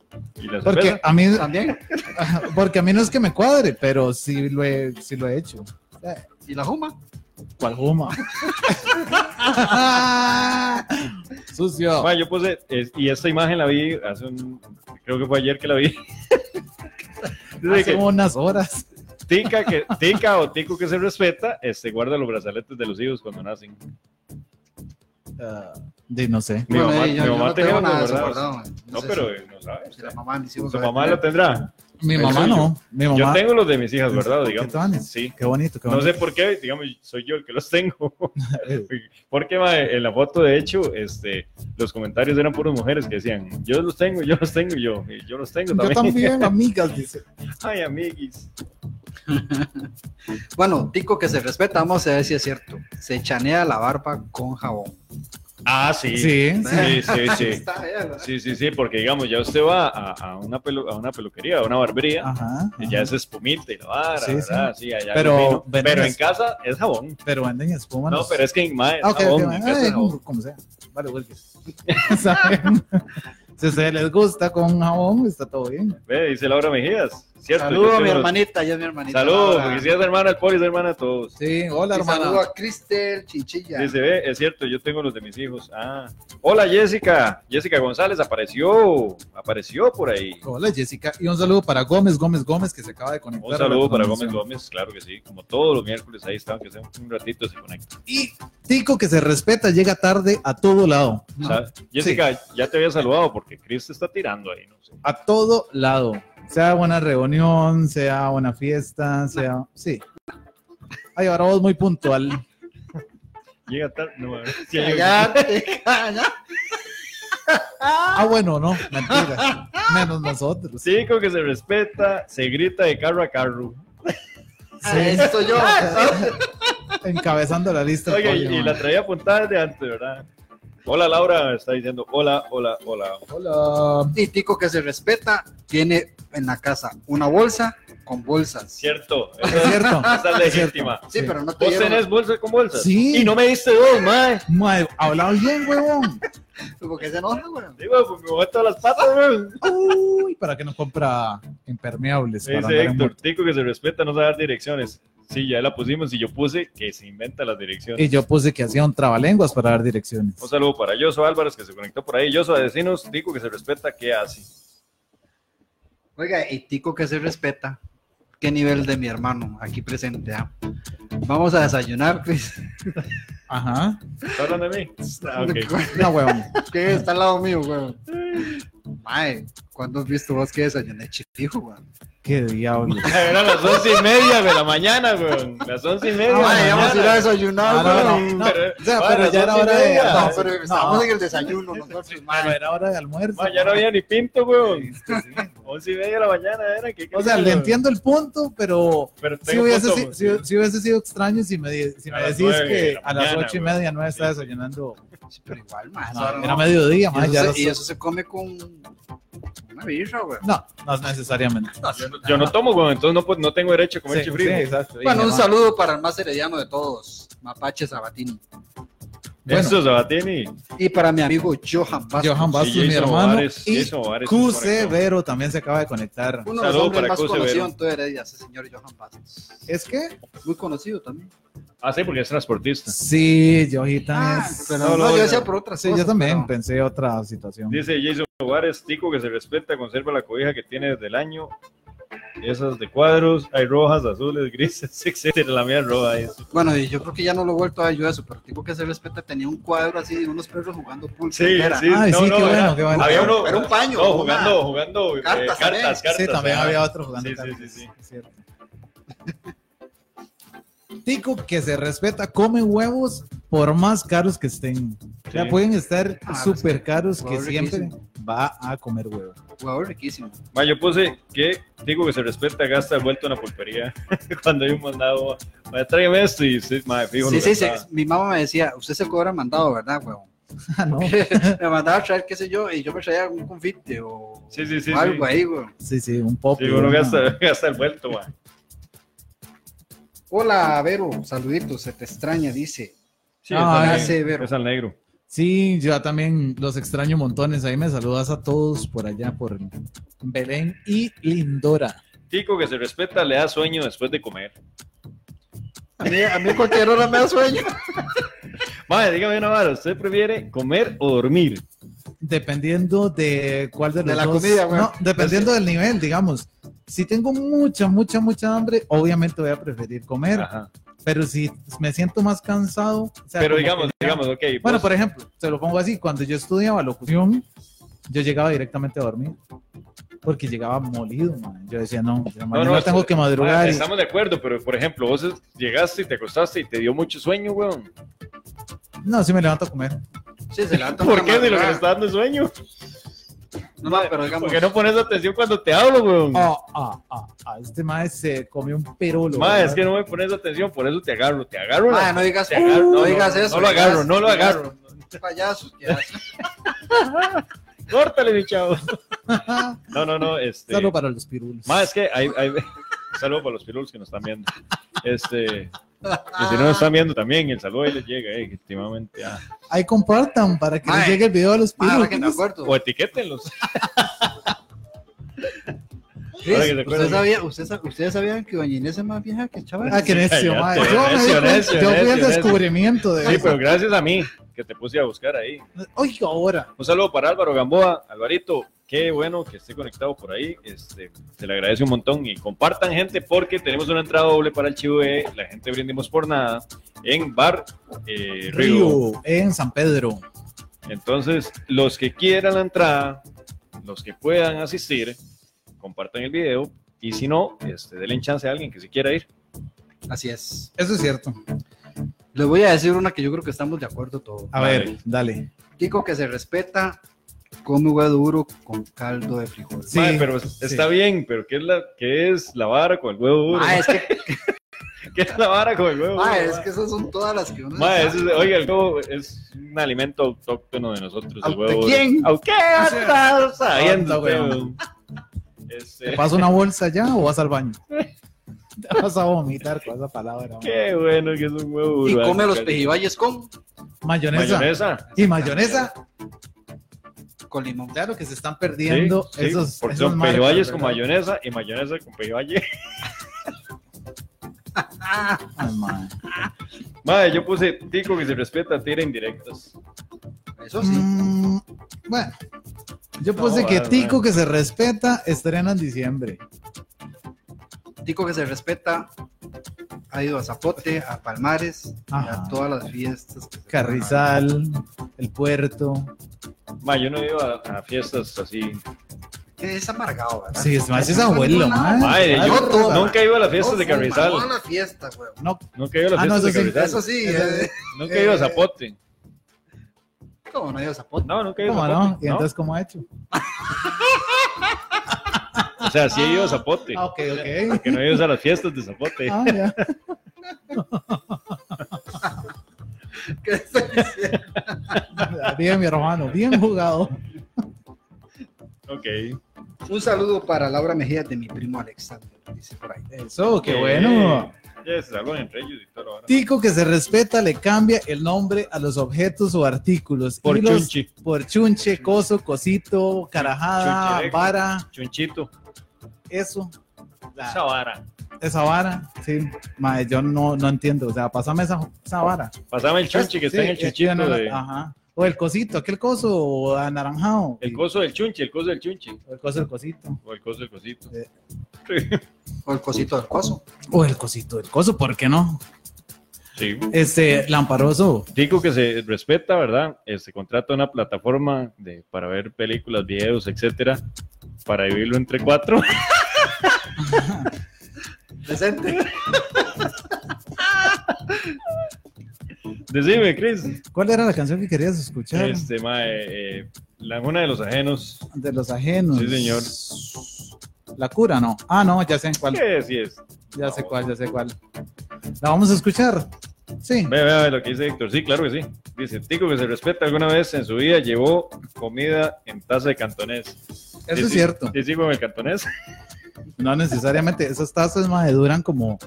Y la Porque cerveza. a mí, También. porque a mí no es que me cuadre, pero sí lo he, sí lo he hecho. Y la juma. ¿Cuál juma? Sucio. Ma, yo puse, es- y esta imagen la vi hace un, creo que fue ayer que la vi. Dice Hace que unas horas. tica, que, tica o tico que se respeta, este, guarda los brazaletes de los hijos cuando nacen. Ah, de, no sé. Mi mamá, ahí yo- mi yo mamá no tenía tengo los nada de eso guardados. guardado, mae. No, sé pero si- eh, no sabes. si la mamá de mis hijos Su lo debe mamá tener. lo tendrá. Mi El mamá suyo. no. Mi mamá. Yo tengo los de mis hijas, ¿verdad? Coquetones. Digamos. Sí. Qué bonito, qué No bonito. sé por qué, digamos, soy yo el que los tengo. Porque mae, en la foto, de hecho, este, los comentarios eran puras mujeres que decían, yo los tengo, yo los tengo, y yo, y yo los tengo Yo también. también, amigas, dice. Ay, amiguis. Bueno, Tico que se respeta, vamos a ver si es cierto. se chanea la barba con jabón. Ah, sí. Sí, Sí, sí, sí. Está eh, bien, ¿no? Sí, sí, sí, porque digamos, ya usted va a, a una, pelu- a una peluquería, a una barbería, Ajá, y Ah, ajá. ya es espumilta y la vara, Sí, ¿verdad? Sí, allá Pero lo fino. venden pero en es- casa es jabón. Pero venden espuma. No, los- pero es que en ma es Ah, ok, ok, jabón, en ah, casa es eh, jabón. como, como sea. Vale, Wilkins. ¿Saben? si a ustedes les gusta con jabón, está todo bien. Ve, dice Laura Mejías. Cierto, Saludo yo a mi tengo- hermanita, ya es mi hermanita. Saludos, Laura. porque si es hermana, el poli es hermana de todos. Sí, hola, Y Saludo hermana. a Cristel Chinchilla. Dice, ve, es cierto, yo tengo los de mis hijos. Ah. Hola, Jessica. Jessica González apareció. Apareció por ahí. Hola, Jessica. Y un saludo para Gómez, Gómez, Gómez, que se acaba de conectar. Un a la saludo para Gómez transmisión. Gómez, claro que sí. Como todos los miércoles ahí están, que sea un ratito se conecta. Y Tico, que se respeta, llega tarde a todo lado. O sea, Jessica, ya te había saludado porque Chris te está tirando ahí, no sé. A todo lado. Sea buena reunión, sea buena fiesta, sea. Sí. Ay, ahora vos muy puntual. Llega tarde. No, eh. Sí, llega- Cállate, cállate. Ah, bueno, no, mentira. Menos nosotros. Sí, con que se respeta, se grita de carro a carro. Esto yo. Encabezando la lista. Oiga, y, Pollo, y man. la traía apuntada de antes, ¿verdad? Hola Laura, me está diciendo hola, hola, hola. Hola. Y Tico que se respeta, tiene en la casa una bolsa con bolsas. Cierto, Es esa, cierto. esa es legítima. Sí, pero no te Vos dieron tenés bolsa con bolsa. Sí. Y no me diste dos, mae. Mae, hablado bien, huevón. porque se enoja, güey. Digo, pues me voy a todas las patas, weón. Uy, para que no compra impermeables. Me para andar dice en Héctor, moto. tico que se respeta, no sabe dar direcciones. Sí, ya la pusimos y yo puse que se inventa las direcciones. Y yo puse que hacía un trabalenguas para dar direcciones. Un saludo para Yoso Álvarez que se conectó por ahí. Yoso, vecinos, tico que se respeta, ¿qué hace? Oiga, y Tico que se respeta. Qué nivel de mi hermano aquí presente. ah? Vamos a desayunar, pues. Cris. Ajá. ¿Está hablando de mí? Ah, ok. No, huevón. ¿Qué está al lado mío, güey? Mae, ¿cuándo has visto vos que desayuné chifijo, güey? Qué diablo. Eran las once y media de la mañana, weón. Las once y media. Ah, de la mae, ya vamos a ir a mañana. desayunar, Ah, güey. no, no, Pero- pero- O sea, bueno, pero ya son era sin hora de. media. No, No, pero estábamos en el desayuno nosotros, pero mae. era hora de almuerzo. Ma, ya no había ni pinto, weón. Once y media de la mañana era. ¿qué O sea, qué- le entiendo el punto, pero Pero si tengo hubiese, punto, si, pues, si- si hubiese sido extraño si me, di- si A me las decís nueve de que la a las mañana, ocho y güey. media no está desayunando. Pero igual, mae. No, ahora era no. mediodía, Y ma, eso ya se- no Y está- eso se come con una birra, güey. No, no necesariamente. Yo no, yo no tomo, weón. Entonces no, pues, no tengo derecho a comer Sí, chifrijo. sí, exacto. Bueno, Dije, un ma, saludo para el más herediano de todos, Mapache Sabatini. bueno, Eso, Sabatini. Y para mi amigo Johan Vázquez. Johan Bastos, Jason mi hermano. Ovares, y Jason Ovares, QC correcto. Vero también se acaba de conectar. Uno de los Saludo hombres para más Cuse conocidos Vero. en toda Heredia, ese señor Johan Vázquez. Es que Muy conocido también. Ah, sí, porque es transportista. Ah, sí, yo ahí también. es- pero no, no, no, no. yo decía por otra sí, yo también pensé otra situación. Dice Jason Juárez, Tico, que se respeta, conserva la cobija que tiene desde el año. Esas de cuadros, hay rojas, azules, grises, etcétera. La mía es roja. Eso. Bueno, y yo creo que ya no lo he vuelto a ver yo eso, pero el tipo que se respeta tenía un cuadro así de unos perros jugando pulso. Sí, era. sí, Ay, no, sí, no, qué era- bueno, qué bueno. Había uno, Era un paño, No, una- jugando, jugando eh, Cartas cartas, también. cartas, sí, también ajá. había otro jugando. Sí, cartas, sí, sí, sí. es cierto. Tico que se respeta, come huevos por más caros que estén. O sea, Sí. pueden estar Ah, súper es que- caros que huevo siempre riquísimo. va a comer huevos. Jugador riquísimo. Ma, yo puse que digo que se respeta, gasta el vuelto en la pulpería cuando hay un mandado. Ma, tráigame esto y sí, ma, fijo, Sí, lo sí, sí, gastaba. mi mamá me decía, usted se cobra mandado, ¿verdad, huevón? Ah, no. me mandaba a traer, qué sé yo, y yo me traía un confite o Sí, sí, sí, algo sí. ahí, huevón. Sí, sí, un pop. Sí, uno gasta, gasta el vuelto, ma. Hola, Vero, saluditos, se te extraña, dice. Sí, Ay, es, al sí, negro, Vero. es al negro. Sí, yo también los extraño montones. Ahí me saludas a todos por allá, por Belén y Lindora. Tico que se respeta, le da sueño después de comer. A mí, a mí cualquier hora me da sueño. Madre, dígame una vara, ¿usted prefiere comer o dormir? Dependiendo de cuál de De los la dos- comida, güey. No, dependiendo del nivel, digamos. Si tengo mucha, mucha, mucha hambre, obviamente voy a preferir comer. Ajá. Pero, Pero si me siento más cansado. o sea, como digamos, que- digamos, ok. Bueno, vos- por ejemplo, se lo pongo así: cuando yo estudiaba locución, yo llegaba directamente a dormir. Porque llegaba molido, man. Yo decía, no, yo mañana no, tengo que madrugar. madre, y- estamos de acuerdo, pero por ejemplo, vos llegaste y te acostaste y te dio mucho sueño, weón. No, sí me levanto a comer. Sí, se levanta. ¿Por una qué? De lo que madrugada. le está dando sueño. No, no, pero digamos. ¿Por qué no pones atención cuando te hablo, weón? Ah, ah, ah, ah, este mae se comió un perolo. Madre, es ¿verdad? que no me pones atención, por eso te agarro, te agarro. Mae, Ah, la- no digas, te agarro, no digas eso. No lo digas- agarro, no lo digas, agarro. Payaso, ¿qué haces? Córtale, mi chavo. No, no, no, este. Saludo para los pirulos. Más es que hay, hay- saludo para los pirulos que nos están viendo. Este, y si no nos están viendo también, el saludo ahí les llega, eh, efectivamente. ah. Ahí compartan para que les Mae. llegue el video a los Ah, pirulos. ahora que me acuerdo. O etiquétenlos. Chris, ahora que te ¿usted acuerdas. sabía- usted sa- Ustedes sabían que Bañinés es más vieja que Chávez. Ah, que necio, Cállate, mae. Yo, me di necio, cuenta- necio, yo fui necio, el necio. descubrimiento de Sí, pues. eso. pero gracias a mí que te puse a buscar ahí. Oiga, ahora. Un saludo para Álvaro Gamboa. Alvarito, qué bueno que esté conectado por ahí. Este, se le agradece un montón y compartan, gente, porque tenemos una entrada doble para el chivo de la gente brindemos por nada en Bar eh, Río. Río, en San Pedro. Entonces, los que quieran la entrada, los que puedan asistir, compartan el video y si no, este, denle chance a alguien que si quiera ir. Así es. Eso es cierto. Les voy a decir una que yo creo que estamos de acuerdo todos. A Vale. ver, dale. Tico que se respeta, come huevo duro con caldo de frijol. Sí, Mae, pero sí. está bien, pero ¿qué es la, qué es la vara con el huevo duro? Ma, Ah, es que, ¿Qué es la vara con el huevo ma, duro? es que esas son todas las que uno. Ma, es- oiga, el huevo es un alimento autóctono de nosotros, el ¿Aute huevo. quién? ¿A qué Ah, estás sabiendo, Anda, weón. weón? Este, ¿Te paso una bolsa ya o vas al baño? Te vas a vomitar con esa palabra. mae. qué bueno que es un huevo y duro. come Anda, los cali- pejibayes con, Mayonesa. Mayonesa. Y mayonesa. con limón. Claro que se están Sí, perdiendo sí, esos. porque esos son marcas, pejibayes con ¿verdad? mayonesa y mayonesa con pejibaye. Ay, mae. Madre, yo puse tico que se respeta, tira indirectas. Eso sí. Mm, bueno, yo No, puse que vale, Tico vale. que se respeta estrena en diciembre. Tico que se respeta, ha ido a Zapote, a Palmares, y Ajá. a todas las fiestas. que se Carrizal, el puerto. Madre, yo no iba a, a fiestas así. Que es amargado, ¿verdad? Sí, es más, es abuelo, mae. Madre, Ay, yo todo, mae. nunca iba a las fiestas No de fuma, Carrizal. No a Oh, la fiesta, güey. No, Nunca iba a las Ah, no, fiestas eso sí, de Carrizal. Eso sí, Eso eh, Nunca iba a eh, Zapote. como no iba a Zapote. No, nunca iba a ¿cómo Zapote. no? ¿Y ¿no? entonces cómo ha hecho? O sea, sí he ido a Zapote. Ah, ok, ok. Que no ibas a las fiestas de Zapote. Ah, ya. ¿Qué estoy diciendo? Bien, mi hermano, bien jugado. Ok. Un saludo para Laura Mejía de mi primo Alexander, dice por ahí. Eh, Eso, qué Ok. bueno. Eh, Ya se salvan entre ellos y todo ahora. Tico que se respeta le cambia el nombre a los objetos o artículos. Por Y los- chunchi. Por chunche, coso, cosito, carajada, Chunchereco. vara, Chunchito. eso. La- Esa vara. esa vara, sí. Mae, yo no, no entiendo. O sea, pásame esa, esa vara. Pasame el chunchi que está Sí, en el ya- ya chunchito. no la- ah, de- Ajá. O el cosito, aquel coso anaranjado. El Y- coso del chunchi, el coso del chunchi. O el coso, el cosito. O el coso del cosito. Eh. O el cosito del coso. O el cosito, el coso, ¿por qué no? Sí. Este, lamparoso. Tico que se respeta, ¿verdad? Eh, Se contrata una plataforma de, para ver películas, videos, etcétera, para vivirlo entre cuatro. Presente. Decime, Chris. ¿Cuál era la canción que querías escuchar? Este, mae, eh, la una de los ajenos. De los ajenos. Sí, señor. La cura, no. Ah, no, ya sé en cuál. ¿Qué sí es? Ya sé cuál, ya sé cuál. ¿La vamos a escuchar? Sí. Ve, ve, ve lo que dice Héctor. Sí, claro que sí. Dice, Tico que se respeta alguna vez en su vida llevó comida en taza de cantonés. Eso es cierto. Sí, sí, con el cantonés. No necesariamente. Esas tazas, mae, duran como.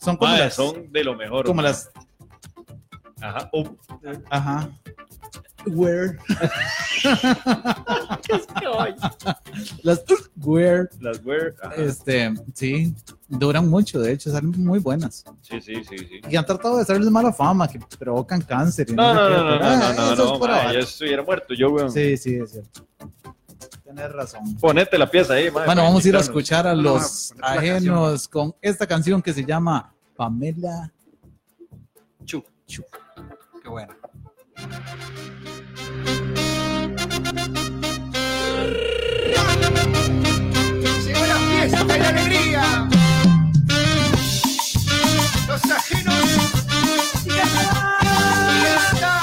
Son como Mae, las. son de lo mejor. como mae. las. Ajá. Oh, Ajá. Where. las. Where. las wear. Ajá. Este, sí, duran mucho, de hecho, salen muy buenas. Sí, sí, sí, sí. Y han tratado de hacerles mala fama, que provocan cáncer. y No, sé no, qué, no, no, pero, no, ah, no, eso no, es no, pura mae, vara. ya estuviera muerto yo, weón. Sí, sí, es cierto. Tienes razón. Ponete la pieza ahí, mae, Bueno, para vamos a ir a quitarnos. escuchar a No, no, los ponete la ajenos con esta canción que se llama Pamela Chu. Chu. Qué bueno. Llegó la fiesta y la alegría. Los ajenos. Ya está. Ya está.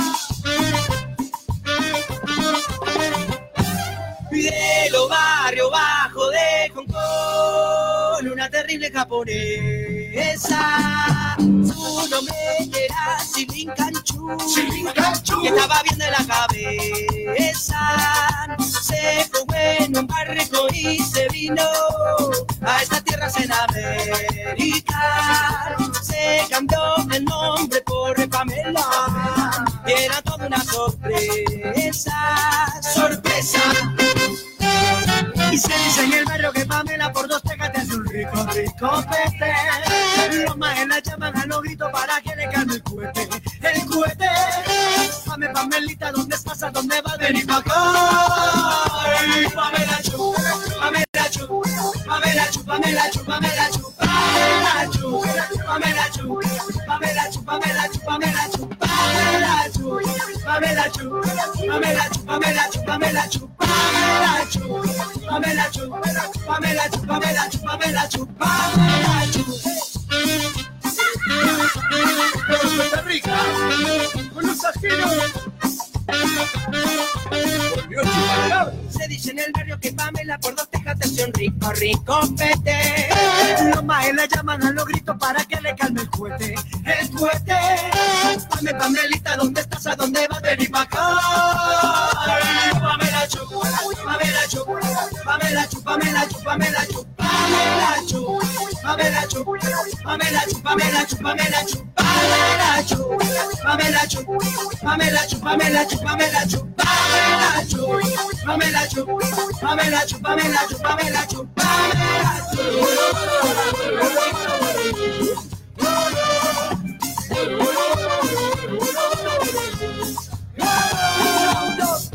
Pídelo, mujer japonesa. Su nombre era Shirinkanchu. Y estaba bien de la cabeza. Se fue en un barco y se vino a estas tierras en América. Se cambió el nombre por Pamela. Y era toda una sorpresa. Sorpresa. Y se dice en el barrio que Pamela por dos tejas te hace un rico, rico pete. Los más la llaman a los gritos para que le calme el cohete, el cohete. Pame, Pamelita, ¿dónde estás? ¿A dónde vas? Ven y pa' acá. Ay, Pamela chu, Pamela chu, Pamela chu, Pamela chu, Pamela chu, Pamela chu, Pamela chu, Pamela chu, Pamela chu, Pamela chu, Pamela chu, Pamela chu, Pamela chu, Pamela chu, Pamela chu, Pamela chu. Pamela Chu, Pamela Chu, Pamela Chu, Pamela Chu, Pamela Chu. Costa Rica, con los ajenos. Volvió a chupar. Se dice en el barrio que Pamela por dos tejas te hace un rico, rico pete. Los maes la llaman a los gritos para que le calme el cohete, el cohete. Pame, Pamelita, ¿dónde estás? ¿A dónde vas? Ven y pa' acá. Ay, Pamela Chu, Pamela Chu, Pamela Chu, Pamela Chu, Pamela Chu, Pamela Chu, Pamela Chu, Pamela Chu, Pamela Chu, Pamela Chu, Pamela Chu, Pamela Chu, Pamela Chu, Pamela Chu, Pamela Chu, Pamela Chu, Pamela Chu, Pamela Chu, Pamela Chu, Pamela Chu, Pamela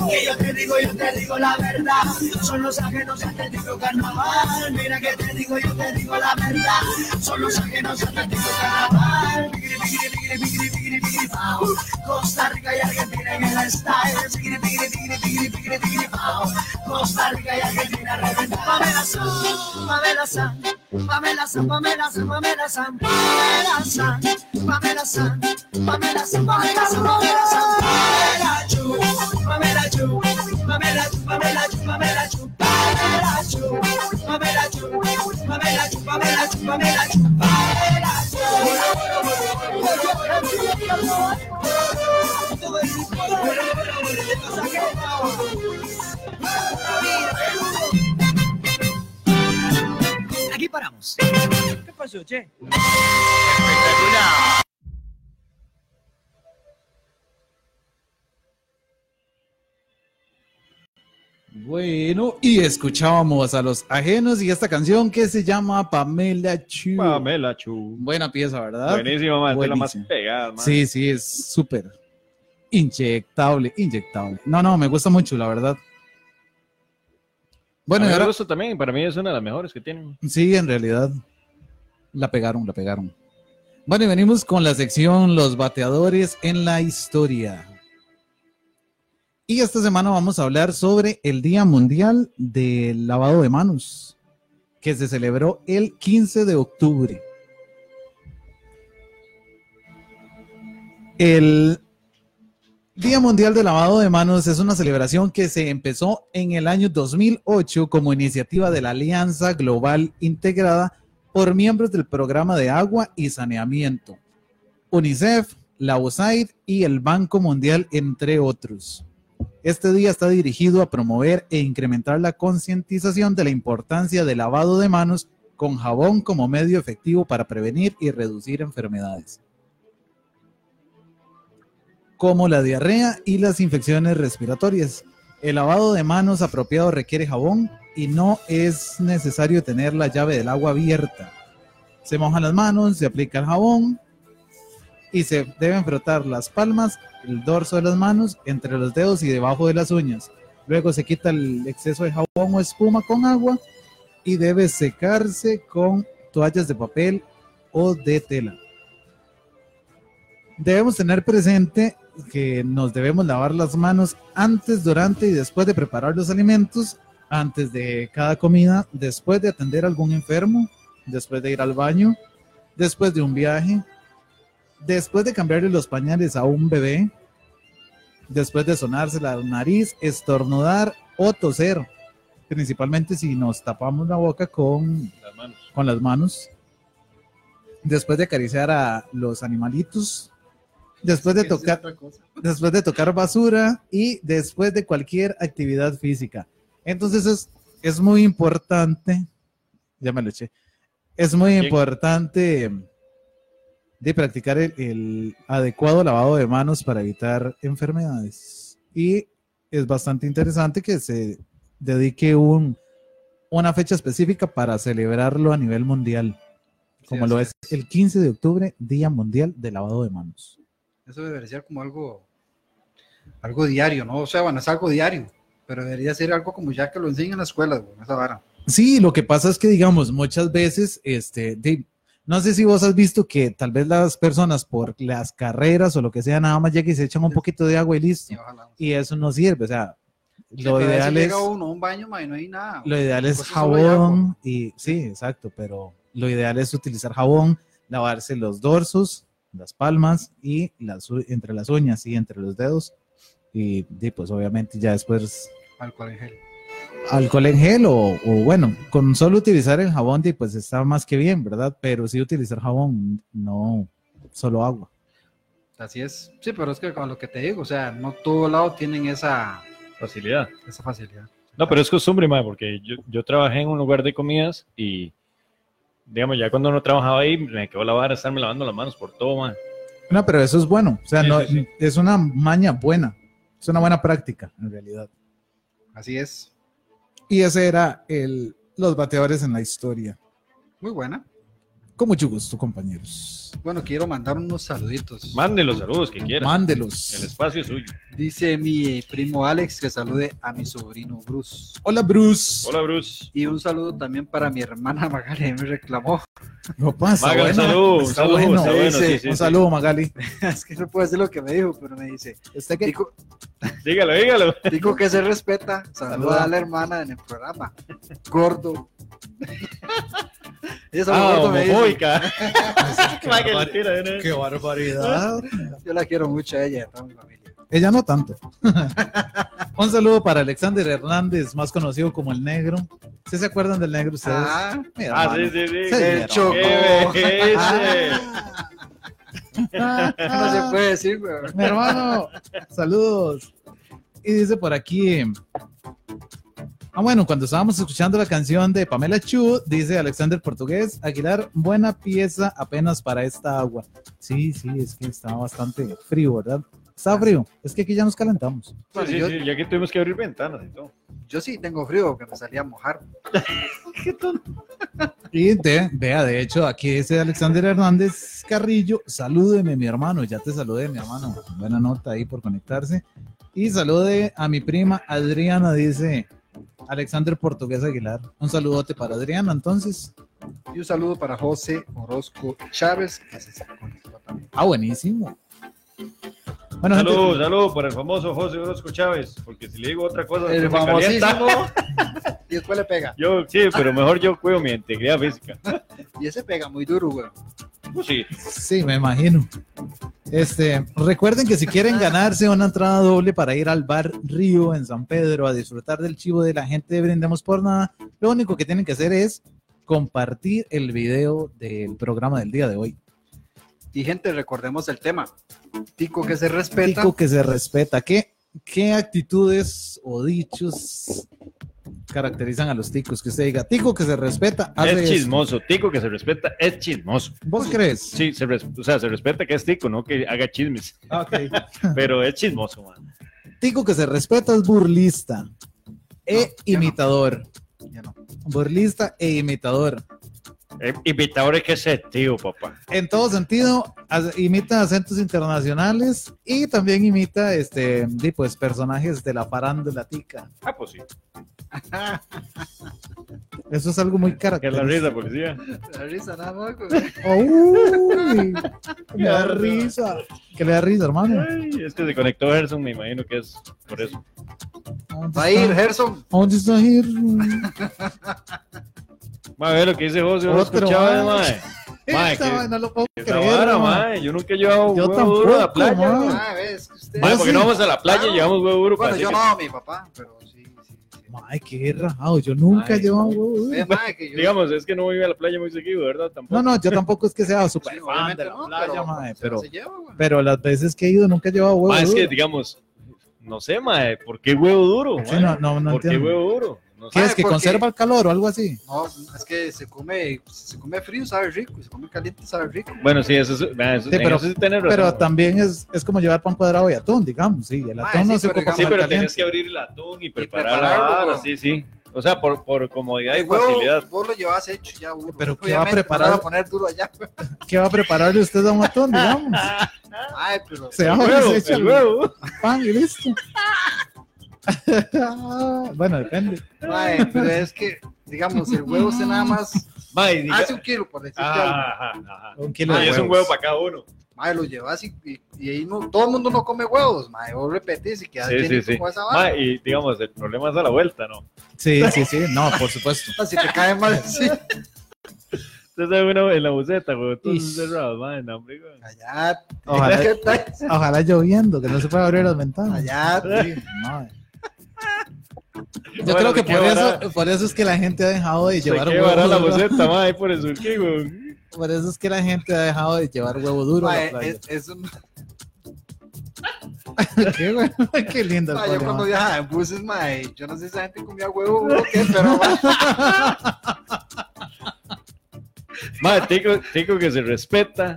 Que yo te digo, yo te digo la verdad. Son los ajenos auténtico carnaval. Mira que te digo, yo te digo la verdad. Son los ajenos auténtico carnaval. Pigiri, pigiri, pigiri, pigiri, pigiri, pigiri, pao. Costa Rica y Argentina en el style. Pigiri, pigiri, pigiri, pigiri, pigiri, pigiri, pao. Costa Rica y Argentina reventar. Pamela San, Pamela San. Pamela San, Pamela San, Pamela San, Pamela San, Pamela San, Pamela San, Pamela San, Pamela San, Pamela Chu, Pamela Chu, Pamela Chu, Pamela Chu, Pamela Chu, Pamela Chu, Pamela Chu, Pamela Chu, Pamela Chu, Pamela Chu, Pamela Chu. Aquí paramos. ¿Qué pasó, Che? Bueno, y escuchábamos a los ajenos y esta canción que se llama Pamela Chu. Pamela Chu. Buena pieza, ¿verdad? Buenísima, man. Esta es la más Buenísima. pegada, man. Sí, sí, es súper inyectable, inyectable. No, no, me gusta mucho, la verdad. Bueno, Bueno, y ahora, gusto también. Para mí es una de las mejores que tienen. sí, en realidad, la pegaron, la pegaron. Bueno, y venimos con la sección Los bateadores en la historia. Y esta semana vamos a hablar sobre el Día Mundial del Lavado de Manos, que se celebró el 15 de octubre. El Día Mundial del Lavado de Manos es una celebración que se empezó en el año 2008 como iniciativa de la Alianza Global integrada por miembros del Programa de Agua y Saneamiento, UNICEF, la USAID y el Banco Mundial, entre otros. Este día está dirigido a promover e incrementar la concientización de la importancia del lavado de manos con jabón como medio efectivo para prevenir y reducir enfermedades como la diarrea y las infecciones respiratorias. El lavado de manos apropiado requiere jabón y no es necesario tener la llave del agua abierta. Se mojan las manos, se aplica el jabón y se deben frotar las palmas, el dorso de las manos, entre los dedos y debajo de las uñas. Luego se quita el exceso de jabón o espuma con agua y debe secarse con toallas de papel o de tela. Debemos tener presente que nos debemos lavar las manos antes, durante y después de preparar los alimentos, antes de cada comida, después de atender a algún enfermo, después de ir al baño, después de un viaje, después de cambiarle los pañales a un bebé, después de sonarse la nariz, estornudar o toser, principalmente si nos tapamos la boca con Las manos. con las manos. después de acariciar a los animalitos, después de Esa es tocar, otra cosa. después de tocar basura y después de cualquier actividad física. Entonces es, es muy importante, ya me lo eché, es muy Bien. importante em, de practicar el, el adecuado lavado de manos para evitar enfermedades. Y es bastante interesante que se dedique un, una fecha específica para celebrarlo a nivel mundial, como lo es el 15 de octubre, Día Mundial de Lavado de Manos. Eso debería ser como algo, algo diario, ¿no? O sea, bueno, es algo diario, pero debería ser algo como ya que lo enseñan en la escuela, güey, esa vara. Sí, lo que pasa es que, digamos, muchas veces, este, de- no sé si vos has visto que tal vez las personas por las carreras o lo que sea, nada más llegan y se echan un poquito de agua y listo. Sí, ojalá. Y eso no sirve, o sea, lo Sí, pero a veces ideal es, llega uno a un baño, ma, y no hay nada. lo ideal es cosas solo hay jabón agua. y, sí, exacto, pero lo ideal es utilizar jabón, lavarse los dorsos, las palmas y las, u- entre las uñas y entre los dedos. Y, de, pues obviamente ya después Alcohol en gel. alcohol en gel o, o, bueno, con solo utilizar el jabón, di, pues está más que bien, ¿verdad? Pero sí utilizar jabón, no solo agua. Así es. Sí, pero es que con lo que te digo, o sea, no todo lado tienen esa, Facilidad. esa facilidad. No, pero es costumbre, mae, porque yo, yo trabajé en un lugar de comidas y, digamos, ya cuando no trabajaba ahí, me quedó la vara estarme lavando las manos por todo, mae. No, pero eso es bueno, o sea, Sí, no, sí, sí. es una maña buena, es una buena práctica en realidad. Así es. Y ese era el, los bateadores en la historia. Muy buena. Con mucho gusto, compañeros. Bueno, quiero mandar unos saluditos. Mande los saludos que quieran. El Mándelos. espacio es suyo. Dice mi primo Alex que salude a mi sobrino Bruce. Hola, Bruce. Hola, Bruce. Y un saludo también para mi hermana Magali, me reclamó. Papá, está Maga, un bueno, saludo, un está saludo, bueno. está bueno, Sí, sí, Un sí, sí. saludo, Magali. Este Es que no puedo decir lo que me dijo, pero me dice, ¿Usted qué? digo, Dígalo, dígalo. digo que se respeta, saluda Saluda. a la hermana en el programa. Gordo. Ella sabe, Ah, gordo, me dice. homofóbica. Mae, que le barbaridad. tira de una vez. Qué barbaridad. Yo la quiero mucho a ella y a toda mi familia. Ella no tanto. Un saludo para Alexander Hernández, más conocido como el negro. ¿Sí se acuerdan del negro ustedes? Ah, Mi Ah, hermano. sí, sí, sí. Sí. el pero- choco. ¡Qué belleza! Ah. No se puede decir, güey. Mi hermano, saludos. Y dice por aquí. Ah, bueno, cuando estábamos escuchando la canción de Pamela Chu, dice Alexander Portugués, Aguilar, buena pieza apenas para esta agua. Sí, sí, es que estaba bastante frío, ¿verdad? Está frío. Es que aquí ya nos calentamos. Bueno, Sí, sí, yo, sí, ya que tuvimos que abrir ventanas y todo. yo sí tengo frío, que me salía a mojar. Y te, vea, de hecho, aquí dice Alexander Hernández Carrillo, salúdeme mi hermano, ya te saludé mi hermano, buena nota ahí por conectarse. Y salude a mi prima Adriana, dice Alexander Portugués Aguilar. Un saludote para Adriana, entonces. Y un saludo para José Orozco Chávez, que se conectó también. Ah, buenísimo. Bueno, gente, Saludos, saludos para el famoso José Orozco Chávez, porque si le digo otra cosa, El después me calienta. famosísimo. Y después le pega. Yo, sí, pero mejor yo cuido mi integridad física. Y ese pega muy duro, güey. Pues sí, Sí, me imagino. Este, recuerden que si quieren ganarse una entrada doble para ir al bar Río en San Pedro a disfrutar del chivo de la gente de Brindemos por Nada, lo único que tienen que hacer es compartir el video del programa del día de hoy. Y gente, recordemos el tema. Tico que se respeta. Tico que se respeta. ¿Qué, qué actitudes o dichos caracterizan a los ticos? Que usted diga, tico que se respeta, hace es esto. chismoso. Tico que se respeta es chismoso. ¿Vos crees? Sí, se res- o sea, se respeta que es tico, no que haga chismes, Ah, ok. pero es chismoso, man. Tico que se respeta es burlista e ya no. imitador. Ya no. burlista e imitador. Eh, Invitador es que es tío, papá. En todo sentido, as- imita acentos internacionales y también imita este, di, pues, personajes de la farándula tica. Ah, pues sí. Eso es algo muy Que es la característico. risa, policía. La risa nada más, güey. Oh, uy, que le da risa. Que le da risa, hermano. Ay, es que se conectó Gerson, me imagino que es por eso. ¿Dónde Va a ir, está? Gerson. ¿Dónde está ir? Ma, ve lo que dice José Orozco Otro, ah, Chávez, ma. mae. Mae, eh. Esta, que- ma, no lo puedo Esa creer. vara, ma. mae, Yo nunca he llevado Yo huevo duro a la tampoco, playa. ma. mae. Ah, ves que usted. Mae, Yo porque sí. no vamos a la playa y llevamos huevo duro Bueno, para yo decir- no, mi papá, pero sí, sí, sí. Ay, qué rajado. Yo nunca Ay, llevaba huevo duro. Ve, mae, que yo- Digamos, es que no vive a la playa muy seguido, ¿verdad? Tampoco. No, no, yo tampoco es que sea Sí, súper pues, fan obviamente de la no, playa, pero- mae, pero pero, se lleva, güey. pero las veces que he ido nunca he llevado huevo Ma, Ah, es que, duro. digamos, no sé, mae, ¿por qué huevo duro? Sí, mae? no, no, no ¿Por qué entiendo. huevo duro? No ¿Qué sé. es? ¿Que Ah, porque- conserva el calor o algo así? No, es que se come, se come frío, sabe rico, y se come caliente, sabe rico. Bueno, sí, eso es. ma, eso- Sí, en pero- eso sí tenés razón, Pero mae. también es, es como llevar pan cuadrado y atún, digamos, sí. El Ah, atún sí, no se ocupa pero digamos- Sí, para pero caliente. tenés que abrir el atún y preparar la prepararlo, vara, ¿no? sí, sí. O sea, por, por comodidad y El huevo, facilidad. vos lo llevas hecho ya, duro. Pero ¿qué va a Obviamente, preparar? no lo va a poner duro allá. pues. güey. ¿Qué va a prepararle usted a un atún, digamos? Ay, pero Se va El a huevo, desecha el huevo. pan y listo. bueno, depende. Mae, pero es que, digamos, el huevo se nada más Mae, diga- hace un kilo, por decirte Ah. algo. Ajá, ajá. Un kilo Ah, de es un huevos. huevo para cada uno. Mae, lo llevas y, y, y ahí no, todo el mundo no come huevos, mae. Vos repetís y quedas Sí, sí, sí. como esa Ma, vara. y digamos, el problema es a la vuelta, ¿no? Sí, sí, sí. No, por supuesto. Si te cae mal, sí. Usted sabe uno en la buceta, güey. Todos Ish. cerrados, ma, en hambre, güey. Allá, Ojalá, ¿qué tal? ojalá lloviendo, que no se pueda abrir las ventanas. Allá, sí. Madre. Yo Bueno, creo que qué por barato. eso, por eso es que la gente ha dejado de Se llevar quebrará huevo la duro. buceta, ma, ahí por el surquí, güey. Por eso es que la gente ha dejado de llevar huevo duro a Mae, la playa. es, es un- Qué, bueno, qué lindo el mae, yo pobre, cuando mae. viajaba en buses, mae, yo no sé si esa gente comía huevo o qué, pero mae, Ma, tico, tico que se respeta.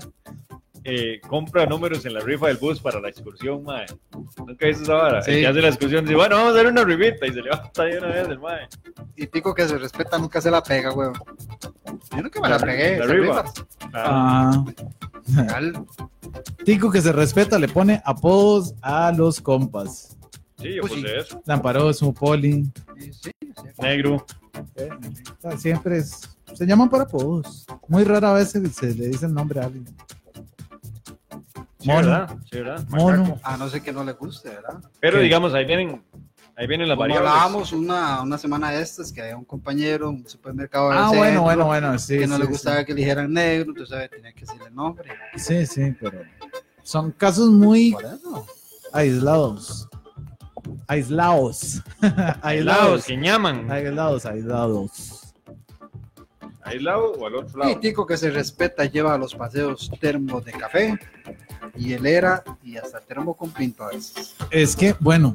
eh, compra números en la rifa del bus para la excursión, ma. Nunca dices ahora. Sí. El que hace la excursión dice, bueno, vamos a hacer una rifita y se levanta de una vez el ma. y pico que se respeta nunca se la pega, huevo. Yo nunca me la La- pegué. la se rifa. rifa. Ah, Ah, Al- tico que se respeta le pone apodos a los compas. sí, yo pues puse sí. eso. Lamparoso, Poli. Sí, sí, Negro. O sea, Siempre es. Se llaman para apodos. Muy rara vez se, se le dice el nombre a alguien. Sí, Mono. ¿verdad? Sí, ¿verdad? Mono. A Ah, no ser que no le guste, ¿verdad? Pero ¿Qué? digamos, ahí vienen, ahí vienen las Como variables. hablábamos una, una semana de estas que había un compañero, un supermercado del Ah, centro, bueno, bueno, bueno. Sí, que no sí, le sí. gustaba que eligieran negro, entonces ¿sabes? tenía que decirle el nombre. Sí, sí, pero son casos muy Por eso. aislados. Aislados. Aislados, aislados. que llaman. Aislados, aislados. Aislado o al otro Y lado. Tico que se respeta lleva a los paseos termos de café, hielera y hasta termo con pinto a veces. Es que, bueno,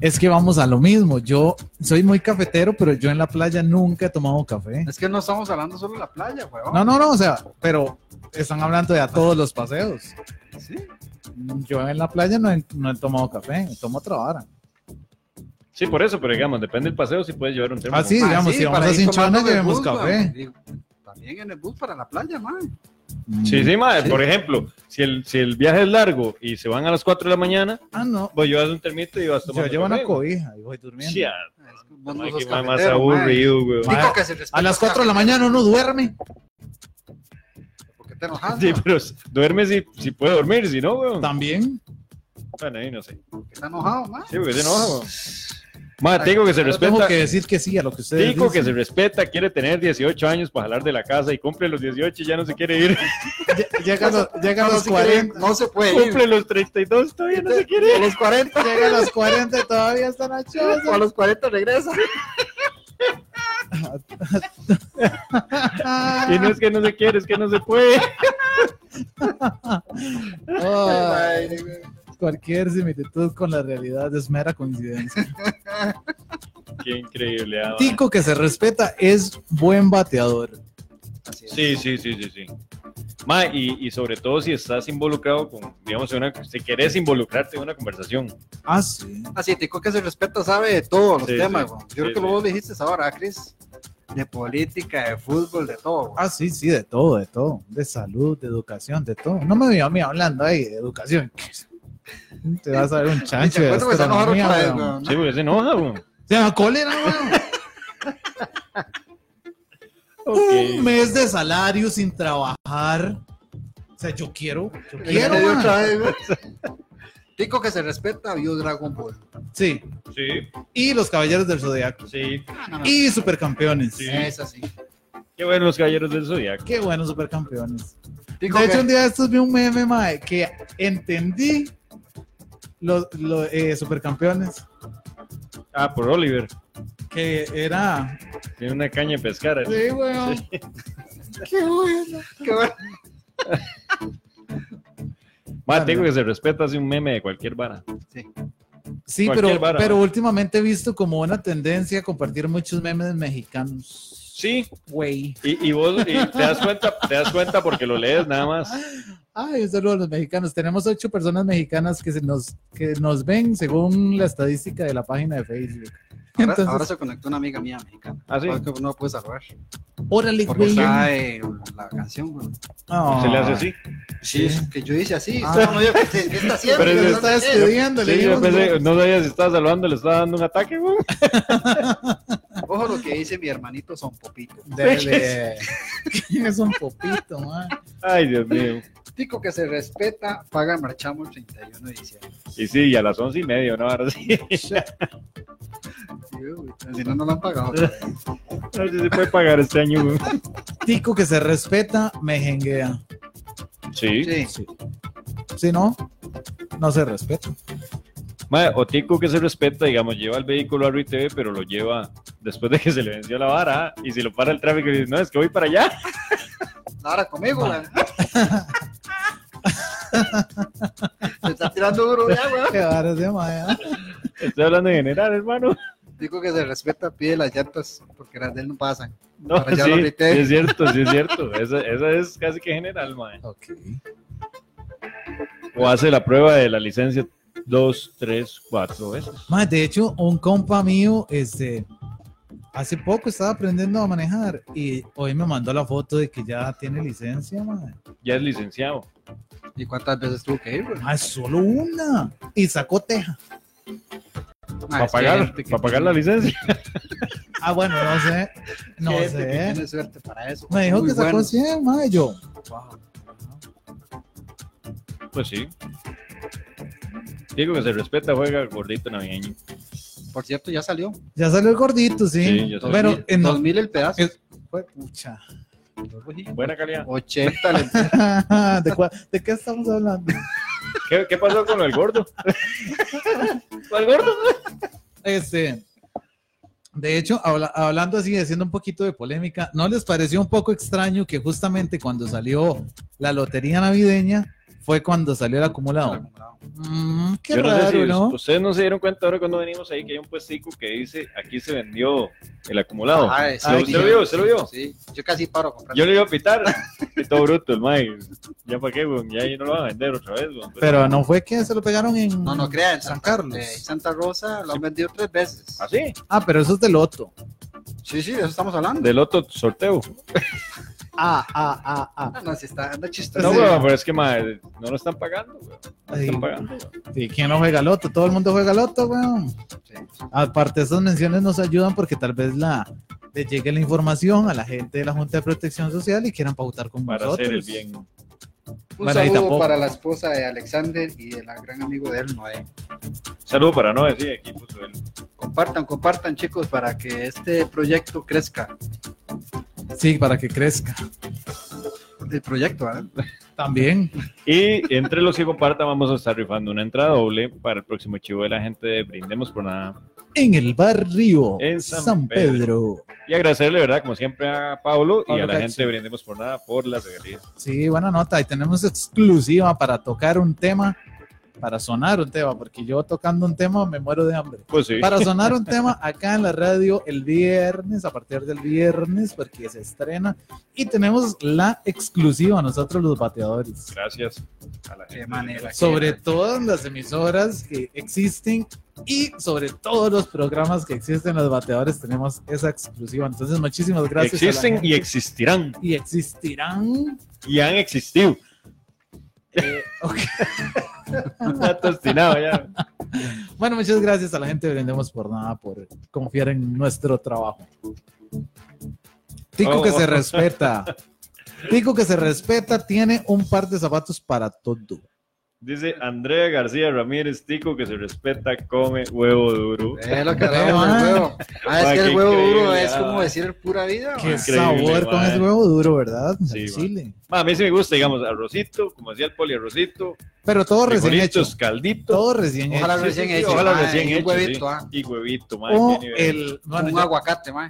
es que vamos a lo mismo. Yo soy muy cafetero, pero yo en la playa nunca he tomado café. Es que no estamos hablando solo de la playa, huevón. No, no, no, o sea, pero están hablando de a todos los paseos. Sí. Yo en la playa no he, no he tomado café, tomo otra hora. Sí, por eso, pero digamos, depende del paseo si puedes llevar un termo. Ah, sí, Ma, digamos, si vamos para a ir Cinchona, tomando en el llevemos bus, café. ma, digo, También en el bus para la playa, man. Sí, sí, madre. Sí. Por ejemplo, si el, si el viaje es largo y se van a las 4 de la mañana, Ah, no. vos llevas un termito y vas Yo tomando. llevo una café, güey. cobija y voy durmiendo. Sí, a- Vos no madre, sos qué madre más cafetero, ma. aburrido, güey. Ma, Tico que se respeta A las 4 de la mañana uno duerme. Porque te enojas, Sí, ma, pero duerme si, si puede dormir, si no, güey. También. Bueno, ahí no sé. porque está enojado, man. Sí, porque se enoja, güey. Ma, te digo que se Yo tengo respeta. que decir que sí a lo que ustedes Tico que dicen. se respeta, quiere tener 18 años para jalar de la casa y cumple los 18 y ya no se quiere ir. Lle- Llega a los, llega a No, no los se quiere ir, 40. no se puede ir. cumple los 32 todavía no se quiere A ir. los 40 Llega a los 40 y todavía están achados. o a los 40 regresa. Y no es que no se quiere, es que no se puede. Ay, güey. cualquier similitud con la realidad es mera coincidencia. Qué increíble. ah, ma. Tico que se respeta es buen bateador. Así es. Sí, sí, sí, sí, sí. Ma, y, y sobre todo si estás involucrado con, digamos, en una, si querés involucrarte en una conversación. Ah, sí. Así, Tico que se respeta sabe de todos los Sí, temas, sí. güey. Yo Sí, creo que sí. lo vos dijiste ahora, Cris. De política, de fútbol, de todo. güey. Ah, sí, sí, de todo, de todo. De salud, de educación, de todo. No me vio a mí hablando ahí de educación. Te vas a ver un Y chancho te de cuento que se enojaron astronomía, otra vez, weón. güey, ¿no? Sí, porque se enoja, güey. Se llama cólera, weón. Uh, Un Ok. mes de salario sin trabajar. O sea, yo quiero, yo Y ya quiero, te dio otra man. vez, güey. Tico que se respeta vio Dragon Ball. Sí. Sí, Y los caballeros del zodiaco. sí. Ah, Ah. Y supercampeones. Es así. Qué bueno los caballeros del zodiaco. Qué buenos supercampeones. Tico de que, hecho, un día de estos vi un meme, mae, que entendí los, los, eh, supercampeones. Ah, por Oliver. que era. Tiene una caña de pescar. ¿eh? Sí, weón. Qué bueno. Qué bueno. Ma, tengo que se respeta así un meme de cualquier vara. Sí, Cualquier pero, vara. pero últimamente he visto como una tendencia a compartir muchos memes mexicanos. Sí, Güey. y, y vos y te, das cuenta, te das cuenta porque lo lees nada más. Ay, un saludo a los mexicanos. Tenemos ocho personas mexicanas que, se nos, que nos ven según la estadística de la página de Facebook. Ahora, Entonces, ahora se conectó una amiga mía mexicana. Ah, sí. Ahora que No la pude saludar. órale, Porque güey. trae la canción, güey. Ah. Se le hace así. Sí, es que yo hice así. Ah. No, no, yo, ¿qué, qué está haciendo? Pero ¿Qué es- está haciendo? estudiando, le Sí, yo dimos pensé, duro. no sabía si estaba saludando, le estaba dando un ataque, güey. Ojo lo que dice mi hermanito Son Popito. Dele. es un popito, man. Ay, Dios mío. Tico que se respeta, paga marchamo el 31 de diciembre. Y sí, y a las once y media, ¿no? Ahora sí. Sí, güey, Si no, no lo han pagado. todavía. A ver si se puede pagar este año, güey. Tico que se respeta, me jenguea. Sí. Sí. Si no, no se respeta. Mae, o tico que se respeta, digamos, lleva el vehículo a RITV, pero lo lleva después de que se le venció la vara. Y si lo para el tráfico y dice, no, es que voy para allá. Ahora conmigo, güey. Se está tirando duro ya, güey. Qué varas de ¿eh? maya. Estoy hablando en general, hermano. Tico que se respeta, pide las llantas porque las de él no pasan. No, Para allá sí, lo sí grité. es cierto, sí es cierto. Esa, esa es casi que general, mae. O hace la prueba de la licencia dos, tres, cuatro veces. Mae, de hecho, un compa mío, este, hace poco estaba aprendiendo a manejar y hoy me mandó la foto de que ya tiene licencia, mae. Ya es licenciado. ¿Y cuántas veces tuvo que ir, güey? Mae, solo una. Y sacó teja. para Ah, es que hay pagar, gente que para pagar la licencia. Ah, bueno, no sé. No Gente que sé. Tiene suerte para eso. Me dijo Muy que sacó bueno. 100, mae, yo. Pues sí. Digo que se respeta, juega gordito navideño. Por cierto, ya salió. Ya salió el gordito, sí. Sí, ya salió. Pero 2000, en 2000 el pedazo. Es- Fue pucha. Buena calidad. 80 le ¿De, cua- ¿De qué estamos hablando? ¿Qué, qué pasó con el gordo? ¿Con el gordo? Este, de hecho, habla- hablando así, haciendo un poquito de polémica, ¿no les pareció un poco extraño que justamente cuando salió la lotería navideña fue cuando salió el acumulado? Mm, qué Yo no raro, sé si ¿no? ustedes no se dieron cuenta ahora cuando venimos ahí que hay un puestico que dice aquí se vendió el acumulado. Ah, ese ¿Lo- sí. ¿Usted lo vio? ¿Usted lo vio? Sí, yo casi paro a comprar. Yo le iba a pitar. Y todo bruto, el Mike. Ya para qué, weón. Ya ahí no lo van a vender otra vez, weón. Pero no fue que se lo pegaron en No, no crean. San Carlos. eh, Santa Rosa lo han vendido tres veces. ¿Así? Ah, pero eso es de Loto. Sí, sí, de eso estamos hablando. Del otro sorteo. Ah, ah, ah, ah. Ah, No, se está dando chistoso. No, Sí. weón, pero es que, madre, no lo están pagando, weón. No lo Ay. están pagando, weón. Sí, ¿Quién no juega Loto? Todo el mundo juega Loto, weón. Sí. Aparte, esas menciones nos ayudan porque tal vez la le llegue la información a la gente de la Junta de Protección Social y quieran pautar con Para nosotros. hacer el bien. Un Bueno, ahí saludo tampoco. para la esposa de Alexander y el gran amigo de él, Noé. Saludo para no decir aquí, puso él. Compartan, compartan, chicos, para que este proyecto crezca. Sí, para que crezca. El proyecto, ¿verdad? También. Y entre los que compartan, vamos a estar rifando una entrada doble para el próximo chivo de la gente de Brindemos por Nada. En el barrio En San, San Pedro. Y agradecerle, ¿verdad? Como siempre a Pablo y Pablo a la Cacho. gente de brindemos por nada por las regalías. Sí, buena nota. Ahí tenemos exclusiva para tocar un tema, para sonar un tema, porque yo tocando un tema me muero de hambre. Pues sí. Para sonar un tema acá en la radio el viernes, a partir del viernes, porque se estrena. Y tenemos la exclusiva, nosotros los bateadores. Gracias a la Qué gente. manera. Sobre todas las emisoras que existen y sobre todos los programas que existen, los bateadores tenemos esa exclusiva. Entonces, muchísimas gracias. a la Existen y gente. existirán. y existirán. Y han existido. eh, ok. Está tostinado ya. Bueno, muchas gracias a la gente de Brindemos por Nada por confiar en nuestro trabajo. Tico Oh. que se Ah, respeta. Tico que se respeta tiene un par de zapatos para todo. Dice Andrea García Ramírez, tico que se respeta, come huevo duro. Es lo que hablamos Ah. del huevo. Ah, Ma, es que qué el huevo duro increíble, es ah. como decir pura vida. Qué ma. Increíble, sabor con mae. ese huevo duro, ¿verdad? Sí, Al mae. chile. Ma, a mí sí me gusta, digamos, arrocito, como decía el poli, arrocito, Pero todo recién hecho. frijolitos, caldito. Todo recién hecho. Ojalá Sí, sí, recién sí, hecho. Ojalá ma, recién y hecho. Un huevito, sí. ah. Y huevito, ma, O qué nivel. el. Bueno, un ya- aguacate, ma.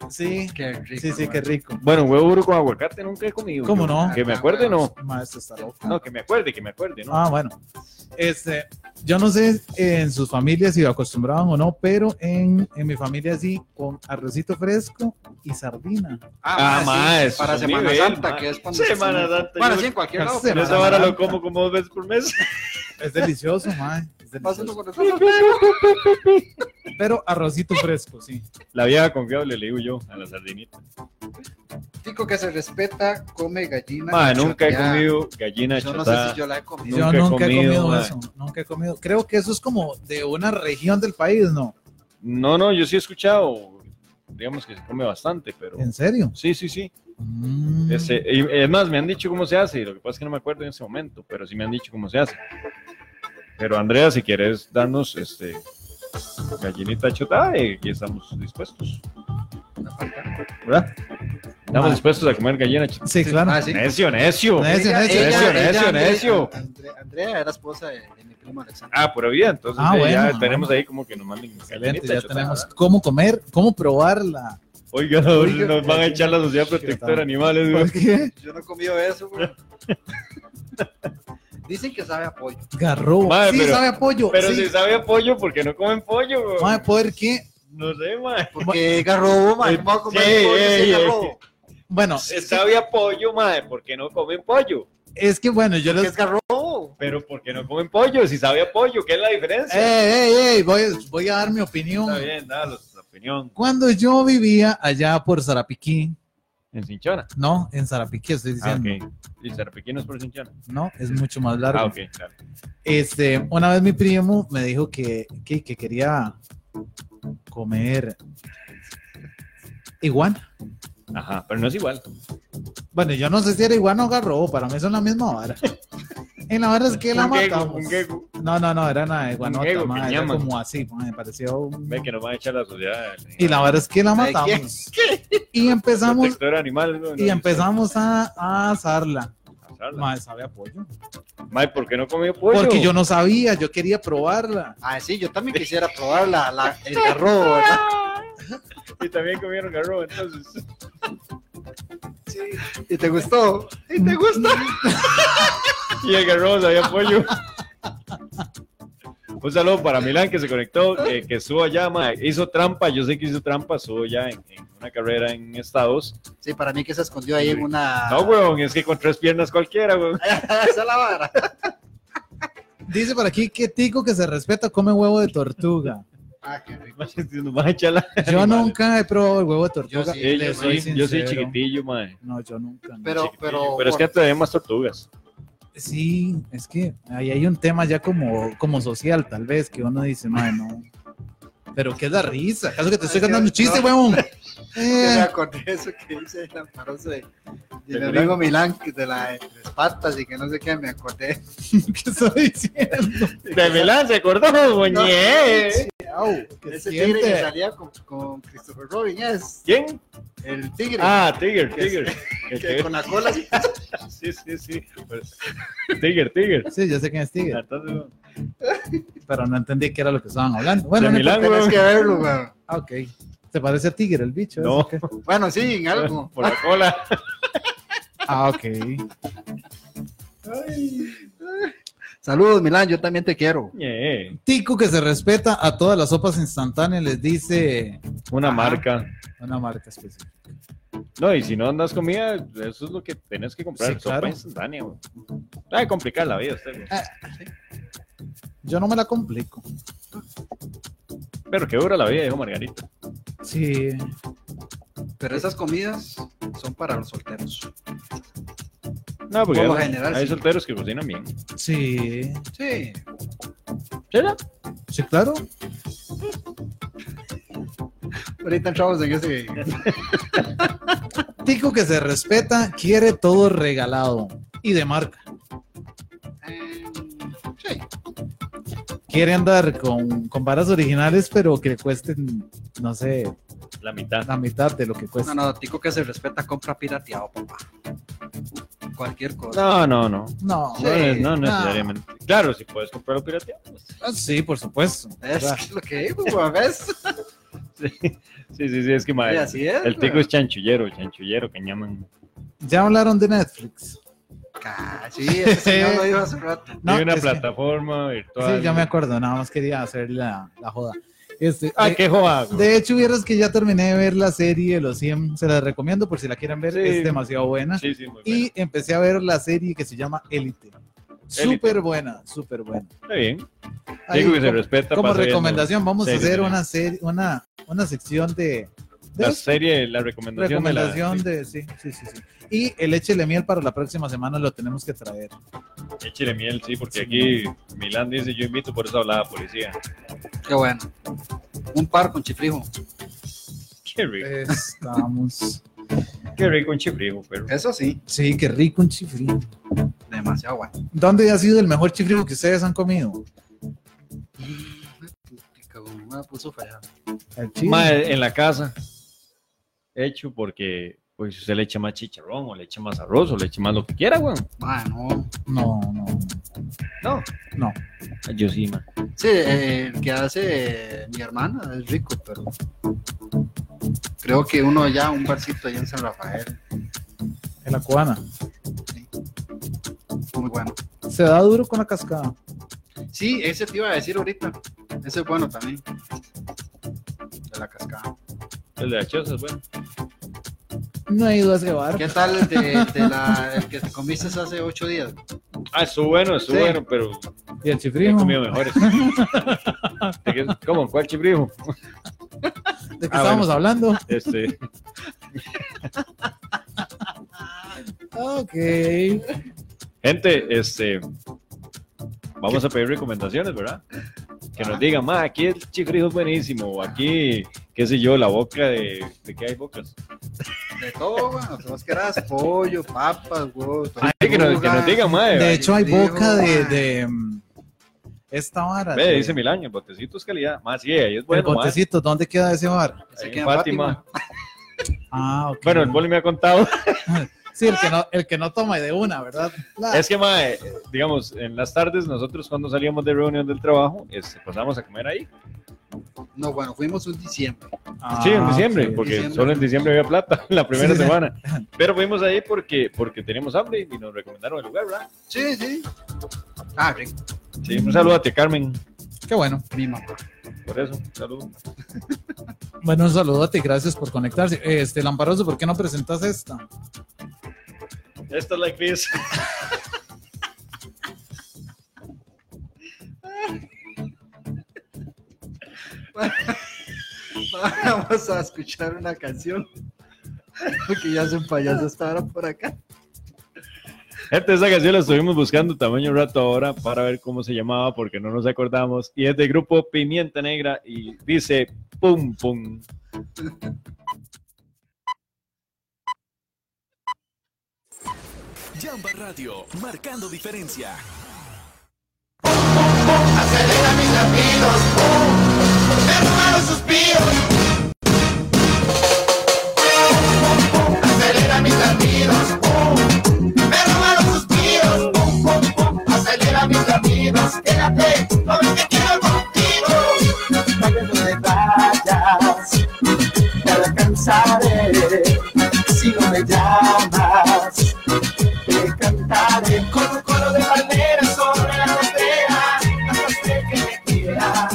Ah, sí, Qué rico. sí, sí, ma. qué rico. Bueno, huevo duro con aguacate nunca he comido. ¿Cómo yo. no? Que Ah, me acuerde, no. Mae, esto está loco. No, que me acuerde, que me acuerde, ¿no? Ah, bueno. Este, yo no sé eh, en sus familias si lo acostumbraban o no, pero en, en mi familia sí, con arrocito fresco y sardina. Ah, ma, ma, sí, eso Para es un Semana nivel, Santa, ma. que es cuando. Semana Santa. Bueno, yo- sí, en cualquier lado. En Semana esa vara lo Santa. como como dos veces por mes. Es delicioso, mae. es Pásenlo delicioso. con nosotros. Pero arrocito fresco, sí. La vieja confiable le digo yo a la sardinita. Tico que se respeta, come gallina. Ma, nunca he choteada. comido gallina Yo no sé chotada. si yo la he comido. Nunca he yo nunca he comido, comido, mae. eso, nunca he comido. Creo que eso es como de una región del país, ¿no? No, no, yo sí he escuchado, digamos que se come bastante, pero... ¿En serio? Sí, sí, sí. Mm. Este, y es más, me han dicho cómo se hace, y lo que pasa es que no me acuerdo en ese momento, pero sí me han dicho cómo se hace. Pero Andrea, si quieres darnos este gallinita chotada, eh, aquí estamos dispuestos. ¿Verdad? Estamos Ah. dispuestos a comer gallina chotada. Sí, claro. Ah, sí. Necio, necio. Ne- Necio, necio, necio, necio, Andrea- necio. Andre- Andrea era esposa de, de mi primo Alexander. Ah, por vida, entonces Ah, eh, ya bueno. tenemos ahí como que nos manden Excelente, gallinita ya chotada. tenemos cómo comer, cómo probarla. Oiga, Oiga, nos van a gallina echar la sociedad chotada. protectora de animales. güey. ¿Por qué? Yo no he comido eso, güey. Dicen que sabe a pollo. Garro. Mae, sí, pero- sabe a pollo. Pero sí. si sabe a pollo, ¿por qué no comen pollo? güey? Mae, ¿por qué? No sé, man. Porque garrobo, man. ¿Cómo va a comer Eh, Sí, eh, pollo sí, si sí. es garrobo? Bueno, Sabe a pollo, madre, ¿por qué no comen pollo? es que bueno, yo ¿Qué les... es garrobo? Pero ¿por qué no comen pollo? Si sabe a pollo, ¿qué es la Ey, diferencia? ey, ey, voy, voy a dar mi opinión. Está bien, da los- la opinión. Cuando yo vivía allá por Zarapiquí, En Cinchona. no, en Zarapiquí estoy Ah, diciendo, ok. ¿Y Sarapiquí no es por Cinchona? no, es mucho más largo. Ah, ok, claro. Este, una vez mi primo me dijo que, que, que quería comer iguana. Ajá, pero no es igual. Bueno, yo no sé si era iguana o garrobo, para mí son la misma vara. En la vara es que la Un gego, matamos. un gego. No, no, no, era una gego iguanota, que mae, era llaman. como así, me pareció un- Ve que nos van a echar la sociedad. Y la verdad es que la ¿Sabe quién? matamos. Y empezamos Protectora de animales. ¿no? y empezamos a, a asarla. A usarla. Mae, sabe a pollo. Mae, ¿por qué no comió pollo? Porque yo no sabía, yo quería probarla. Ah, sí, yo también quisiera probar la, la- el garrobo, ¿verdad? Y también comieron garrobo, entonces. ¿Y te gustó? ¿Y te gustó? Y el garrobo sabía a pollo. Un saludo para Milán que se conectó, eh, que estuvo allá, mae. hizo trampa, yo sé que hizo trampa, estuvo ya en, en una carrera en Estados. Sí, para mí que se escondió ahí en una... No, weón, es que con tres piernas cualquiera, weón. Esa es la vara. Dice por aquí que tico que se respeta come huevo de tortuga. Ah, qué rico. Diciendo, "Mae, chala". Yo nunca he probado el huevo de tortuga. Yo sí, Eh, yo, les soy, yo soy sincero. chiquitillo, mae. No, yo nunca. no. Pero, Chiquitillo. pero... es que antes había más tortugas. Sí, es que ahí hay un tema ya como, como social, tal vez, que uno dice, "Mae, no. Pero qué es la risa. ¿Acaso que te estoy Ay, contando un no. chiste, huevón? Yo me Eh, acordé de eso que dice el amparoso de, de mi Milán. amigo Milán, que de la de tres patas y que no sé qué, me acordé. Eh, ¿Qué estoy diciendo? De Milán se acordó, boñé. ¿Qué Ese siente? tigre que salía con, con Christopher Robin, es ¿Quién? el tigre Ah, Tiger, Que- Tiger. Que- que con la cola así, Sí, sí, sí. Tiger, Tiger. Sí, yo sé quién es tigre, Entonces, weón. pero no entendí qué era lo que estaban hablando. Bueno, De no Milán, importa. tenés weón. que verlo, weón. Ah, ok. ¿Te parece a tigre el bicho? No. ese, o qué? Bueno, sí, en algo. Por la cola. Ah, ok. Saludos, Milán, yo también te quiero. Ñe. Tico que se respeta a todas las sopas instantáneas, les dice Una Ajá. marca. una marca específica. No, y si no andas comida, eso es lo que tenés que comprar. Sí, claro. Sopa instantánea, güey. Va a complicar la vida, usted, güey. Yo no me la complico. Pero que dura la vida, dijo Margarita. Sí. Pero esas comidas son para los solteros. No, porque Por lo hay- general, hay sí. solteros que cocinan bien. Sí. Sí. ¿Será? Sí, claro. Ahorita entramos en ese. Tico que se respeta, quiere todo regalado y de marca. Eh, quiere andar con, con varas originales, pero que le cuesten, no sé, La mitad. la mitad de lo que No, cuesta. no, tico que se respeta, compra pirateado, papá. Cualquier cosa. No, no, no. No, No, es- no, no. necesariamente. Claro, si puedes comprarlo pirateado. pues. Ah, Sí, por supuesto. Es Ah, lo que digo, güey, ¿ves? Sí, sí, sí, sí, es que Y madre. así es. El tico güey. es chanchullero, chanchullero, que llaman. Ya hablaron de Netflix. Ca- Sí, ese señor lo dijo hace rato. No, Hay una es que- plataforma virtual. Sí, ya me acuerdo, nada más quería hacer la, la joda. Este, Ah, de, qué joda. güey. de hecho, vieras que ya terminé de ver la serie de los 100, se la recomiendo por si la quieren ver, Sí. es demasiado buena. Sí, sí, muy Y empecé a ver la serie que se llama Elite. Súper buena, súper buena. bueno. Está bien. Ahí, Digo que se como- respeta. como pasa bien, recomendación, vamos serie, a hacer serie. una, serie, una, una sección de, ¿no? de La serie, la recomendación. de la- recomendación de, sí, sí, sí, sí. Y el échele miel para la próxima semana lo tenemos que traer. Sí, échele miel, sí, porque aquí Milán dice: Yo invito, por eso hablaba policía. Qué bueno. Un par con chifrijo. Qué rico, Estamos. qué rico un chifrijo, pero. Eso sí, Sí, qué rico un chifrijo. demasiado bueno. ¿Dónde ha sido el mejor chifrijo que ustedes han comido? Tico, me puso fallado. El chile. Ma, en la casa. Hecho porque, pues, usted le echa más chicharrón, o le echa más arroz, o le echa más lo que quiera, weón. Bueno, No, no. No. No. Yo sí, man. sí, eh, el que hace eh, mi hermana es rico, pero creo que uno allá, un barcito allá en San Rafael, En la cubana. muy bueno. Se da duro con la cascada. Sí, ese te iba a decir ahorita. Ese es bueno también. De la cascada. El de la choza es bueno. No he ido a ese bar. ¿Qué tal el, de, de la, el que te comiste hace ocho días? Ah, estuvo bueno, estuvo Sí. bueno, pero Y el he chifrijo. comido mejores. ¿De qué- ¿Cómo? ¿Cuál chifrijo? ¿De qué Ah, estábamos bueno. hablando? Este, Ok. gente, este. Vamos a pedir recomendaciones, ¿verdad? Que nos digan, ma, aquí el chifrijo es buenísimo, o aquí, qué sé yo, la boca de. ¿De qué hay bocas? De todo, bueno, te vas que eras pollo, papas, huevos. Ah, que, nos, que nos digan, ma. De hecho, hay chifrijo, boca de, man. de, mm, esta vara. Ve, de- dice Milán, el botecito es calidad. Más sí, ahí Ah, es el bueno. ma. botecito, ¿dónde queda ese bar? Ese Ahí queda en en Fátima. Ah, ok. Bueno, el poli me ha contado. Sí, el que no, el que no toma de una, ¿verdad? La- Es que, mae, digamos, en las tardes nosotros cuando salíamos de reunión del trabajo, este, pasábamos a comer ahí. No, bueno, fuimos un diciembre. Ah, sí, en diciembre, ok. porque Diciembre. solo en diciembre había plata, la primera Sí, sí, sí. semana. Pero fuimos ahí porque, porque teníamos hambre y nos recomendaron el lugar, ¿verdad? Sí, sí. Ah, rico. Sí, un saludo a tía Carmen, Qué bueno. Mi mamá. por eso, un saludo. Bueno, un saludote y gracias por conectarse. Este, Lamparoso, ¿por qué no presentas esta? Esta es la Cris. Vamos a escuchar una canción. Porque ya es un payaso hasta ahora por acá. Gente, esa canción la estuvimos buscando tamaño rato ahora para ver cómo se llamaba porque no nos acordamos. Y es del grupo Pimienta Negra y dice Pum Pum. Jamba Radio, marcando diferencia. Tal vez no me vayas, te alcanzaré. Si no me llamas, te cantaré con un coro de palmeras sobre la bandera. Hasta sé que me quieras,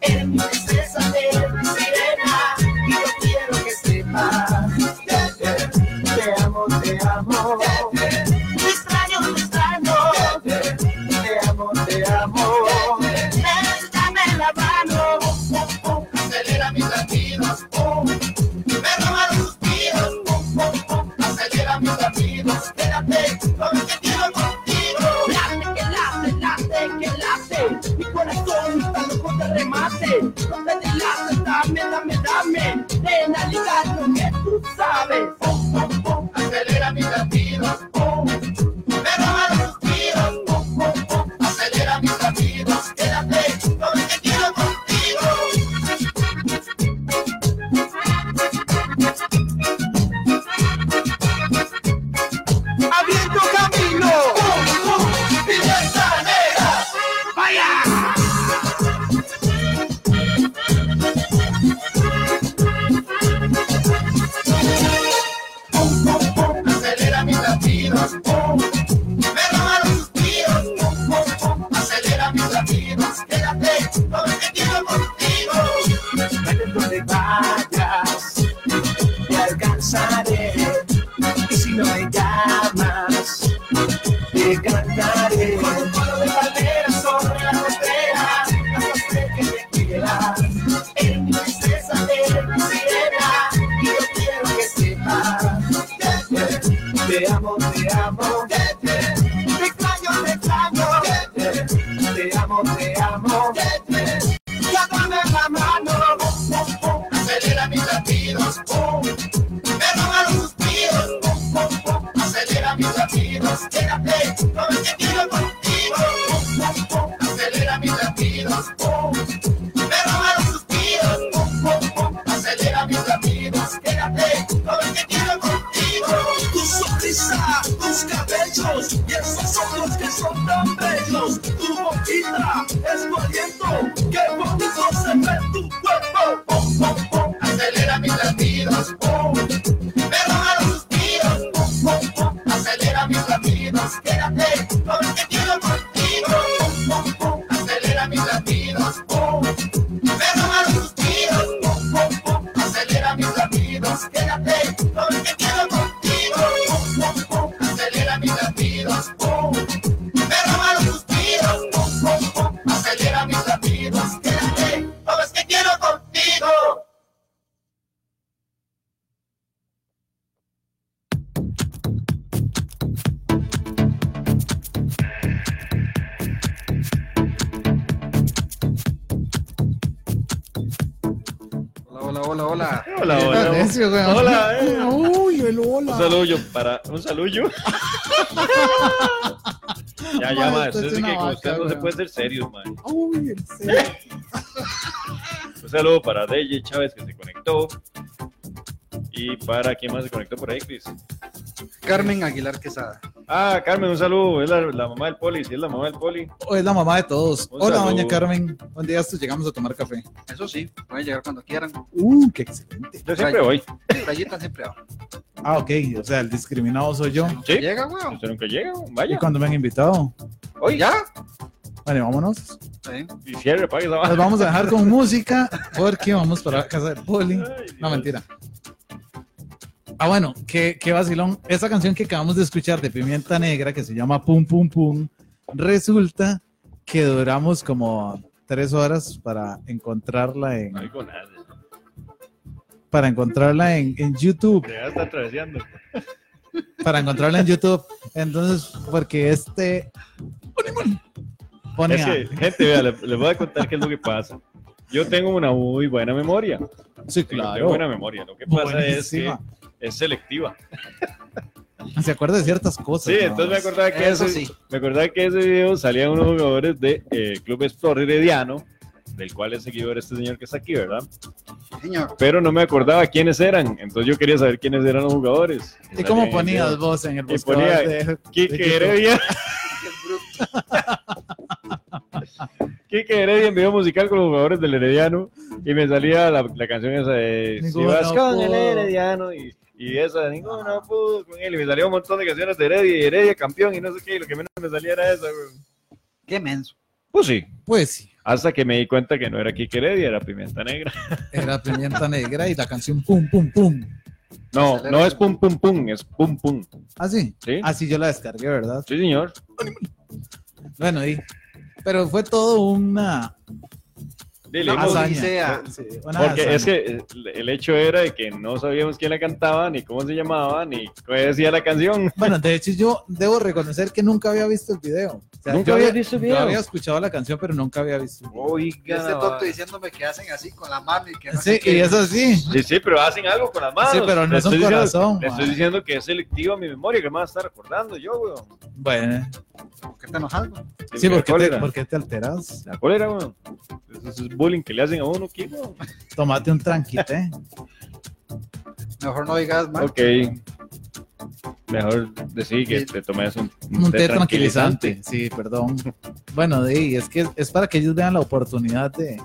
eres mi princesa, eres mi sirena. Y yo quiero que sepas, te amo, te amo. Te extraño, te extraño. Te amo, te amo. Dame la mano. Acelera mis latidos. Me robaron sus tiros. Acelera mis latidos. Quédate con que quiero contigo. Late, que late, late, que late. Mi corazón está loco de remate. No te delates, dame, dame, dame. Nena, ligar lo que tú sabes. Acelera mis latidos. Me robaron sus tiros. Acelera mis latidos. Quédate te amo. Ya dame la mano, acelera mis latidos, me roba los suspiros, acelera mis latidos, quédate con el que quiero contigo, acelera mis latidos, me roba los suspiros, acelera mis latidos, quédate con el que quiero contigo tu sonrisa, tus cabellos y esos ojos que son tan bellos. Tu boquita es tu aliento, qué bonito se ve tu cuerpo. Pum, pum, pum, acelera mis latidos, pum. Me roba los suspiros, pum, pum, pum, Oh, acelera mis latidos. Quédate porque quiero contigo, pum, pum, pum, acelera mis latidos, pum. Me roba los suspiros, pum, pum, pum, Oh, acelera mis latidos. Quédate porque quiero contigo, pum, pum, pum, acelera mis latidos, pum. Me roba los suspiros, pum, pum, pum, acelera mis latidos. Quédate porque es que quiero contigo. Hola, hola, hola, hola. Hola, hola. Necio, güey. Hola, eh. Uy, el Un hola. saludo para. Un saludo. ya, Madre, ya, ma. esto es Usted sí una que con usted vaca, no se weón. puede ser serio, ma. Uy, el serio. Un saludo para DJ Chávez que se conectó. Y para quién más se conectó por ahí, Cris. Carmen Aguilar Quesada. Ah, Carmen, un saludo. Es la, la mamá del poli, sí, es la mamá del poli. O Oh, es la mamá de todos. Un Hola, saludo. doña Carmen. Un día estos llegamos a tomar café. Eso sí, pueden llegar cuando quieran. Uh, qué excelente. Yo siempre voy. Rayita siempre va. Ah, ok. O sea, el discriminado soy yo. Sí. pues, Llega, weón. Usted nunca llega, Y vaya. cuando me han invitado. Hoy ya. Vale, vámonos. Sí. Y cierre, apague esa Nos vaca. vamos a dejar con música porque vamos para la casa de Poli. Ay, Dios. No, mentira. Ah, bueno, qué, qué vacilón. Esa canción que acabamos de escuchar de Pimienta Negra, que se llama Pum Pum Pum, resulta que duramos como tres horas para encontrarla en, No digo nada. para encontrarla en, en YouTube. Ya está atravesando. Para encontrarla en YouTube. Entonces, porque este. Pone Es a- que, gente, vea, le- les voy a contar qué es lo que pasa. Yo tengo una muy buena memoria. Sí, Yo tengo claro. buena memoria. Lo que pasa Buenísima. es que es selectiva. Se acuerda de ciertas cosas. Sí, ¿no? entonces me acordaba que Eso ese, sí. me acordaba que ese video salían unos jugadores de eh, Club Explorer Herediano, del cual es seguidor este señor que está aquí, ¿verdad? Señor. Pero no me acordaba quiénes eran, entonces yo quería saber quiénes eran los jugadores. ¿Y cómo Salían en el ponías video. vos en el Y buscador ponía de- Quique Heredia. Quique Heredia en video musical con los jugadores del Herediano y me salía la, la canción esa de Si Ninguno vas con el pudo. Herediano y, y esa de Ninguno pudo con él y me salía un montón de canciones de Heredia y Heredia campeón y no sé qué y lo que menos me salía era esa. güey. Qué menso. Pues sí, Pues sí, hasta que me di cuenta que no era Quique Heredia, era Pimienta Negra. era Pimienta Negra y la canción Pum Pum Pum. No, no es pum pum pum, es pum pum. Ah, sí. Sí. Ah, sí, yo la descargué, ¿verdad? Sí, señor. Bueno, y. Pero fue todo una. Ah, Dile, No, hemos- hazaña. odisea. Sí, una Porque hazaña. es que eh, el hecho era de que no sabíamos quién la cantaba, ni cómo se llamaba, ni qué decía la canción. Bueno, de hecho, yo debo reconocer que nunca había visto el video. O sea, Nunca yo había visto el yo video. había escuchado la canción, pero nunca había visto. el video. Y este Oiga. tonto diciéndome que hacen así con la mano y que no Sí, sé qué. y eso sí. Sí, sí, pero hacen algo con las manos. Sí, pero no Le es un estoy diciendo- corazón, Le estoy man. diciendo que es selectiva mi memoria, que me va a estar recordando yo, weón. Bueno, ¿Por qué te enojas? güey? sí, porque ¿Cuál te, era? porque te alteras. La cólera, weón. Eso es bullying que le hacen a uno, ¿qué, weón? Tómate un tranquite. Mejor no digas más. Ok. Mejor decir que te tomes un, Un té tranquilizante. Sí, perdón. Bueno, de ahí, es que es para que ellos vean la oportunidad de.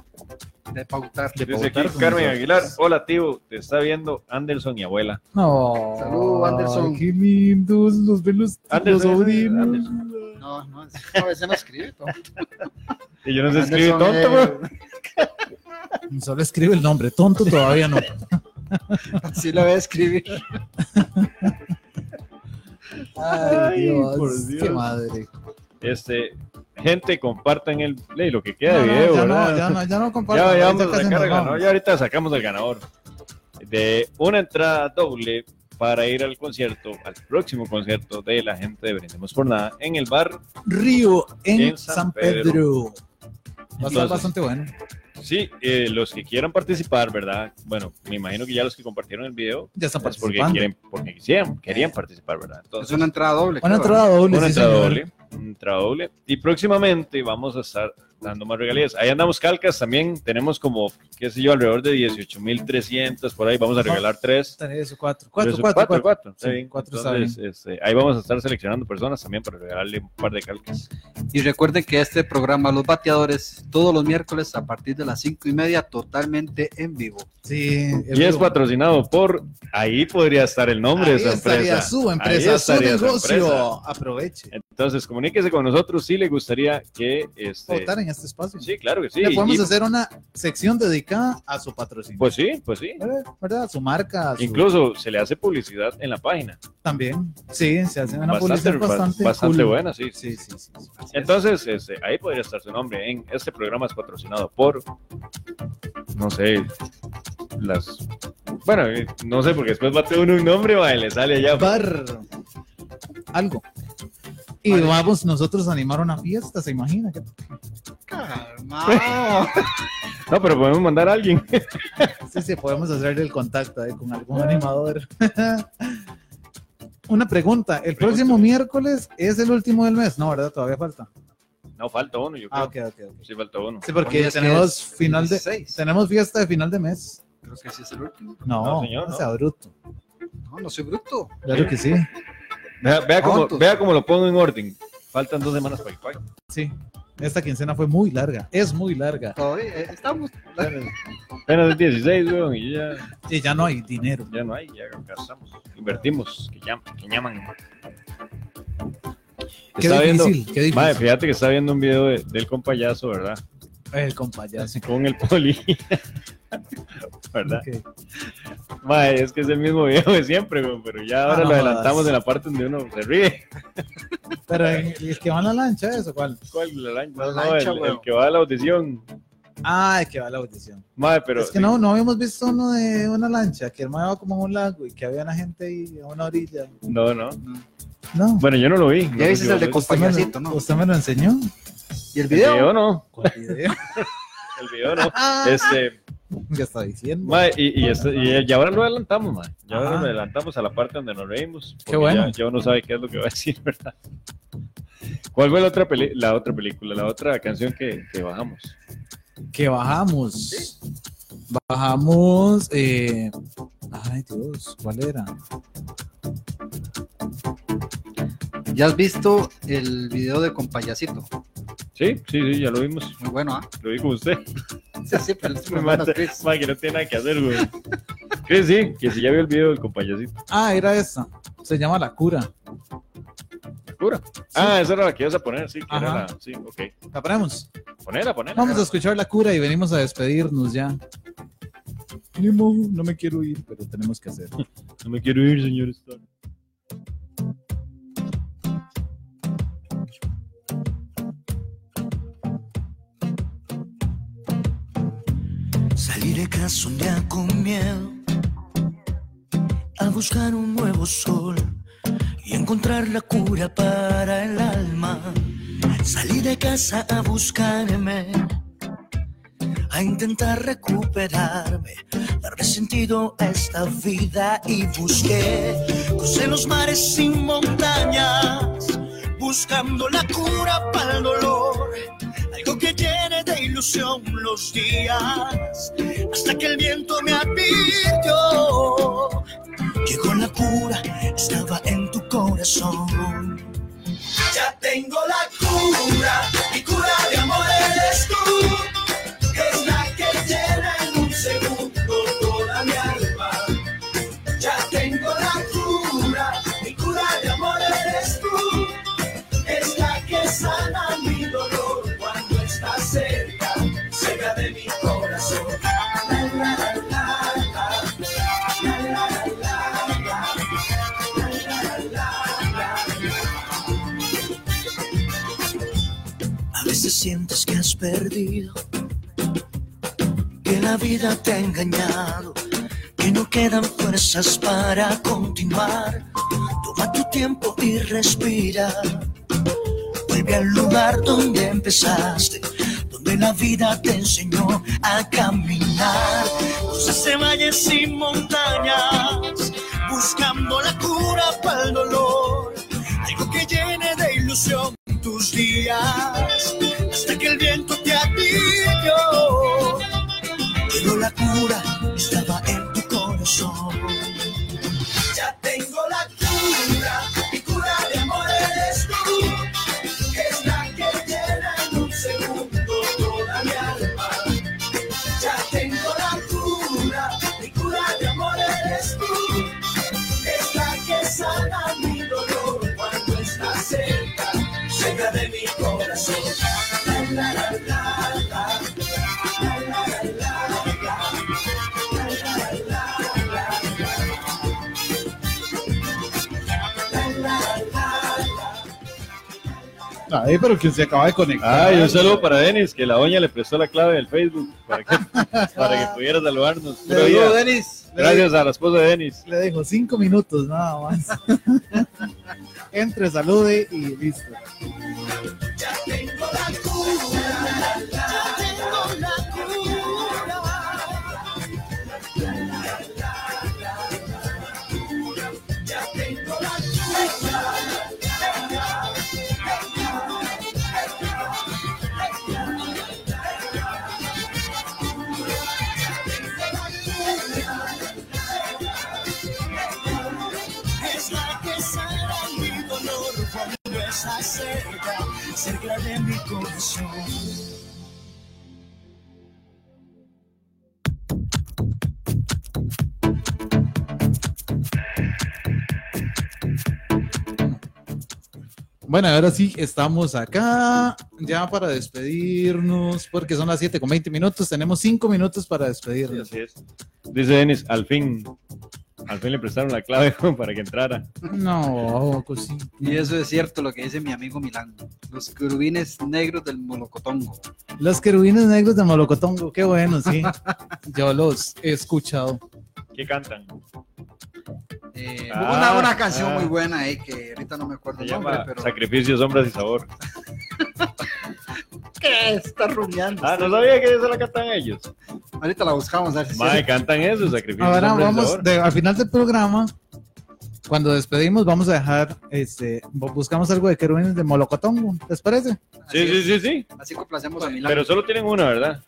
De pautar. de Dice aquí pautar con Carmen nosotros. Aguilar, hola tío, te está viendo Anderson y abuela. No. Salud, Anderson. Qué lindos los velos. Los Anderson, sobrinos. Anderson. No, no, es- no, ese no escribe. tonto. Y yo no sé escribir Anderson, tonto, eh, weón. Solo escribe el nombre. Tonto todavía no. Sí lo voy a escribir. Ay, Dios, por Dios. Qué madre. Este, gente, compartan el play, lo que queda No, de no, video, ya, ¿verdad? no, ya no, ya no comparto. ya, ya ahorita vamos casi a sacar nos el ganador, vamos. ya ahorita sacamos el ganador de una entrada doble para ir al concierto, al próximo concierto de la gente de Brindemos por Nada en el bar. Río en, En San San Pedro. Va a estar Entonces- bastante bueno. Sí, eh, los que quieran participar, ¿verdad? Bueno, me imagino que ya los que compartieron el video Ya están es porque participando. quieren, porque quisieran, querían participar, ¿verdad? Es Entonces, una entrada doble. Una claro. entrada doble. una sí, entrada señor. doble, una entrada doble. Y próximamente vamos a estar dando más regalías. Ahí andamos calcas también, tenemos como, qué sé yo, alrededor de 18.300 por ahí, vamos a regalar tres. Tres o cuatro. Pero Cuatro, eso, cuatro, cuatro. está Sí, bien. cuatro está Entonces, este, ahí vamos a estar seleccionando personas también para regalarle un par de calcas. Y recuerden que este programa Los Bateadores, todos los miércoles a partir de las cinco y media, totalmente en vivo. Sí, el Y es grupo. patrocinado por, ahí podría estar el nombre de Ahí esa estaría empresa. su Ahí empresa, su estaría su negocio. empresa. Aproveche. Entonces, comuníquese con nosotros si le gustaría que... Este, Votar en este espacio. sí, claro que sí. Le podemos Y- hacer una sección dedicada a su patrocinio. Pues sí, pues sí. ¿Verdad? ¿Verdad? A su marca. a su- Incluso se le hace publicidad en la página. También. Sí, se hace una bastante publicidad bastante, bastante cool. buena, sí. Sí, sí, sí. sí. Entonces, este, ahí podría estar su nombre. En este programa es patrocinado por, no sé, las... Bueno, eh, no sé, porque después bate uno un nombre, va, y le sale allá. Bar. Algo. Y vamos nosotros a animar una fiesta, ¿se imagina? ¿Qué- Pues, No, pero podemos mandar a alguien. Sí, sí, podemos hacerle el contacto ahí con algún animador. Una pregunta, ¿el próximo miércoles es el último del mes? No, ¿verdad? Todavía falta. No, falta uno, yo creo. Ah, ok, ok, ok. Sí, falta uno. Sí, Hoy porque es que tenemos es final de 16. tenemos fiesta de final de mes. Creo que sí es el último. No, No, señor, no sea bruto. No, no soy bruto. Claro que sí. Vea, Ah, vea, cómo, Tontos. vea cómo lo pongo en orden. Faltan dos semanas para el pague. Sí. Esta quincena fue muy larga, es muy larga. Todavía eh, estamos. Apenas es 16, weón, y ya... Y ya no hay dinero. Ya no hay, ya gastamos, invertimos, que llaman. Que llaman. Qué Está viendo- difícil, qué difícil. Madre, fíjate que está viendo un video de- del compayazo, ¿verdad? El compa ya sí. Con el poli. ¿Verdad? Ok. Madre, es que es el mismo video de siempre, güey, pero ya ahora Ah, no lo adelantamos jodas. en la parte donde uno se ríe. Pero en- el que va en la lancha, ¿eso cuál? ¿Cuál? La lancha, La no, lancha, el, güey. el que va a la audición. Ah, el que va a la audición. Madre, pero. es que no, no habíamos visto uno de una lancha que armaba como un lago y que había una gente ahí a una orilla. No, no. No. Bueno, yo no lo vi. no Ya sé viste si el vos de lo Costa usted, me Payasito, lo, ¿no? usted me lo enseñó. ¿Y el viste. El video? video no. ¿Cuál video? El video no. Ah. Este, ¿Qué está diciendo? madre, y, y, este- y ya ahora lo adelantamos, madre. Ya ahora Ajá. lo adelantamos a la parte donde nos reímos. porque bueno. Ya, ya uno sabe qué es lo que va a decir, ¿verdad? ¿Cuál fue la otra, peli- la otra película, la otra canción que, que bajamos? Que bajamos. Bajamos. eh, Ay, Dios, ¿cuál era? ¿Ya has visto el video de Compayacito? Sí, sí, sí, ya lo vimos. Muy bueno, ¿ah? Lo vi con usted. Sí, sí, pero es muy bueno, Mata- Chris. madre, que no tiene nada que hacer, güey. Chris, sí, que si ya vio el video del compañerito. Ah, era esa. Se llama La Cura. Cura. Ah, esa era la que ibas a poner, sí. Que era Ajá. la- sí, ok. ¿La paramos? Ponela, ponela. Vamos a escuchar La Cura y venimos a despedirnos ya. Ni modo, no me quiero ir, pero tenemos que hacerlo. No me quiero ir, señor Stark. Salí de casa un día con miedo a buscar un nuevo sol y encontrar la cura para el alma. Salí de casa a buscarme, a intentar recuperarme, darle sentido a esta vida y busqué crucé los mares sin montañas, buscando la cura para el dolor algo que llene de ilusión los días, hasta que el viento me advirtió. Llegó la cura, estaba en tu corazón. Ya tengo la cura, mi cura de amor eres tú. Es la que llena en un segundo toda mi alma. Ya tengo la cura, mi cura de amor eres tú es la que sana mi dolor cuando está cerca, cerca de mi corazón. La, la, la, la, la. La, la, la, la, la. La, la, la, la, la. A veces sientes que has perdido, que la vida te ha engañado, que no quedan fuerzas para continuar. Toma tu tiempo y respira. Vuelve al lugar donde empezaste, donde que la vida te enseñó a caminar. Cruzaste valles y montañas, buscando la cura para el dolor. Algo que llene de ilusión tus días, hasta que el viento te atilló. Pero la cura estaba en tu corazón. Ya tengo la cura, mi cura de amor eres tú. Es la que llena en un segundo toda mi alma. Ya tengo la cura, mi cura de amor eres tú. Es la que sana mi dolor cuando estás cerca, cerca de mi corazón. La, la, la, la, la. La, la, la, la, la. La, la, la, la, la. La, la, la, la. Ay, pero quien se acaba de conectar. Ay, un saludo para Denis, que la doña le prestó la clave del Facebook para que, para que pudiera saludarnos. Le Puro digo, día. Denis, le Gracias a la esposa de Denis. Le dejo cinco minutos nada más. Entre, salude y listo. Ya tengo la cura, ya tengo la cura. Ya tengo la cura. es la que sana mi dolor cuando estás cerca, cerca de mi corazón. Bueno, ahora sí, estamos acá ya para despedirnos, porque son las 7 con 20 minutos. Tenemos 5 minutos para despedirnos. Así es. Dice Denis, al fin, al fin le prestaron la clave para que entrara. No, cosí. Y eso es cierto lo que dice mi amigo Milán. Los querubines negros del molocotongo. Los querubines negros de Molocotongo, qué bueno, sí. Yo los he escuchado. ¿Qué cantan? Eh, Ah, una, una canción ah. muy buena ahí que ahorita no me acuerdo Se el llama nombre, pero. Sacrificios, Sombras y Sabor. ¿Qué? Está rumiando. Ah, no sabía que eso la cantan ellos. Ahorita la buscamos a ver si Mae, cantan eso, Sacrificios, Ahora Sombras y vamos, Sabor. de- al final del programa, cuando despedimos, vamos a dejar, este, bu- buscamos algo de querubines de Molocotongo, ¿les parece? así, Sí, sí, es. sí, sí. Así complacemos a Milán. Pero solo tienen una, ¿verdad?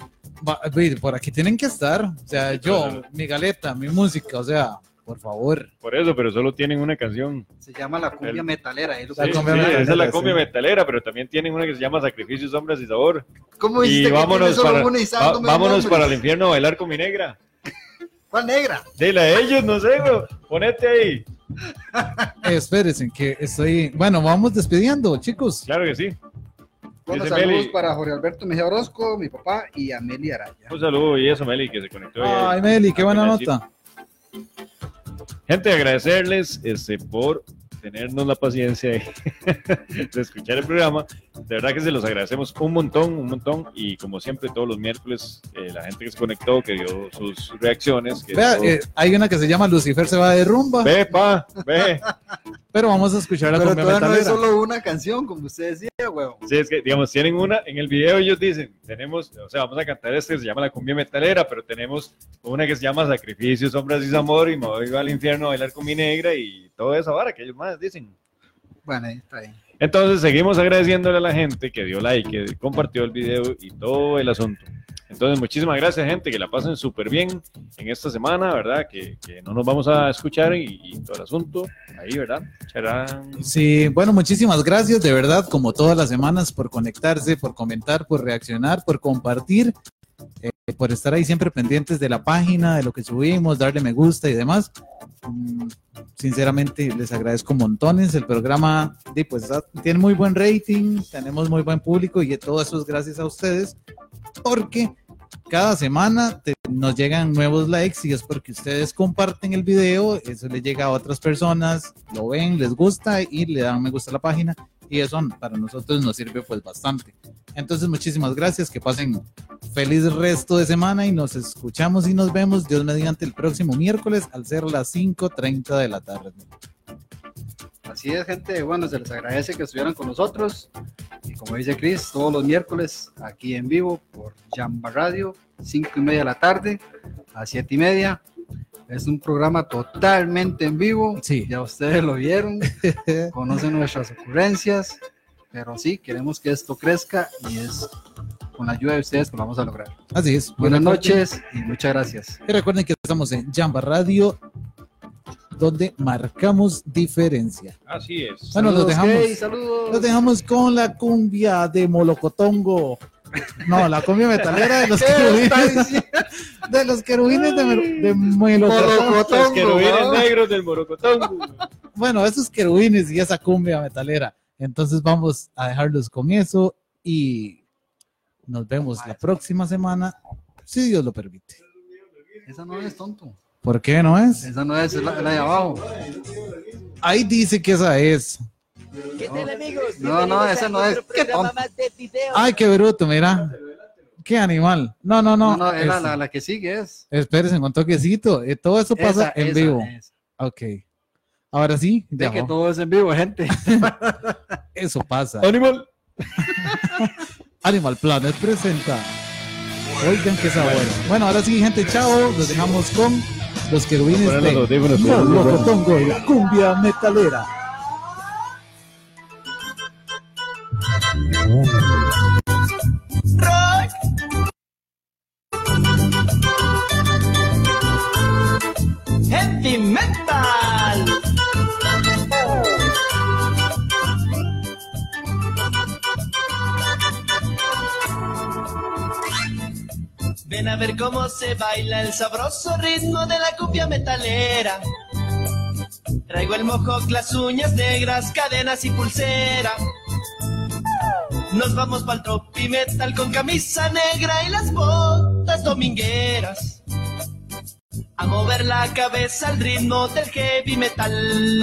Va- ve, por aquí tienen que estar, o sea, yo, claro. mi galeta, mi música, o sea, por favor. Por eso, pero solo tienen una canción. Se llama la cumbia El- metalera. ahí lo Sí, La buscamos. cumbia sí, metalera, esa es la sí. cumbia metalera, pero también tienen una que se llama Sacrificios, Sombras y Sabor. ¿Cómo Y hiciste que vámonos tiene solo para- una y sabe Va- nombre y vámonos nombre? para el infierno a bailar con mi negra. ¿Cuál negra? De la de ellos, no sé, bro. Ponete ahí. Eh, espérense, que estoy, bueno, vamos despidiendo, chicos. Claro que sí. Bueno, Dice saludos Meli. para Jorge Alberto Mejía Orozco, mi papá y Amelia Araya. Un saludo y eso, Meli, que se conectó. ahí. Ay, Meli, qué buena Apenas sí. nota. Gente, agradecerles este, por tenernos la paciencia de, de escuchar el programa. De verdad que se los agradecemos un montón, un montón. Y como siempre, todos los miércoles, eh, la gente que se conectó, que dio sus reacciones. Que Vea, dio- eh, hay una que se llama Lucifer se va de rumba, Ve, pa, ve. pero vamos a escuchar la Pero cumbia todavía no es metalera. solo una canción, como usted decía, huevo. Sí, es que, digamos, tienen una, en el video ellos dicen, tenemos, o sea, vamos a cantar este que se llama La Cumbia Metalera, pero tenemos una que se llama Sacrificios, Sombras y Amor, y me voy al infierno a bailar con mi negra y toda esa vara que ellos más dicen. Bueno, ahí está ahí. Entonces, seguimos agradeciéndole a la gente que dio like, que compartió el video y todo el asunto. Entonces, muchísimas gracias, gente, que la pasen súper bien en esta semana, ¿verdad? Que, que no nos vamos a escuchar y, y todo el asunto. Ahí, ¿verdad? Charán. Sí, bueno, muchísimas gracias de verdad, como todas las semanas, por conectarse, por comentar, por reaccionar, por compartir, eh, por estar ahí siempre pendientes de la página, de lo que subimos, darle me gusta y demás. Mm, Sinceramente, les agradezco montones. El programa di, pues, da- tiene muy buen rating, tenemos muy buen público y todo eso es gracias a ustedes, porque cada semana te- nos llegan nuevos likes y es porque ustedes comparten el video, eso le llega a otras personas, lo ven, les gusta y le dan me gusta a la página y eso para nosotros nos sirve pues bastante. Entonces muchísimas gracias, que pasen feliz resto de semana y nos escuchamos y nos vemos Dios mediante el próximo miércoles al ser las 5.30 de la tarde. Así es, gente. Bueno, se les agradece que estuvieran con nosotros. Y como dice Chris, todos los miércoles aquí en vivo por Jamba Radio, 5 y media de la tarde a 7 y media. Es un programa totalmente en vivo. Sí. Ya ustedes lo vieron, conocen nuestras ocurrencias. Pero sí, queremos que esto crezca y es con la ayuda de ustedes que lo vamos a lograr. Así es. Buenas Y recuerden- noches y muchas gracias. Y recuerden que estamos en Jamba Radio, donde marcamos diferencia. Así es. Bueno, nos Saludos, dejamos. Key, saludos. Nos dejamos con la cumbia de Molocotongo. No, la cumbia metalera de los querubines. De los querubines de, Mer- de Molocotongo. Los querubines ¿no? negros del Morocotongo. Bueno, esos querubines y esa cumbia metalera. Entonces vamos a dejarlos con eso y nos vemos la próxima semana, si Dios lo permite. Esa no es tonto. ¿Por qué no es? Esa no es, es la, la de abajo. Ahí dice que esa es. ¿Qué tal, amigos? No, no, Bienvenidos ese a no es. otro Qué programa tonto. más de video. Ay, qué bruto, mira. Qué animal. No, no, No, no. no, es la, esa. la- la que sigue es. Espérense con toquecito. eh, todo eso pasa Esa, en esa eh. vivo. es. Ok. Ahora sí, De ya que va. todo es en vivo, gente. eso pasa. Animal. Animal Planet presenta. Oigan que sabor. Bueno, ahora sí, gente, chao. Los dejamos con los querubines Poner los de audífonos, pero- Molocotongo y la cumbia metalera. Heavy Metal. Ven a ver cómo se baila el sabroso ritmo de la cumbia metalera. Traigo el mojoc, las uñas negras, cadenas y pulsera. Nos vamos pa'l tropi metal con camisa negra y las botas domingueras a mover la cabeza al ritmo del heavy metal.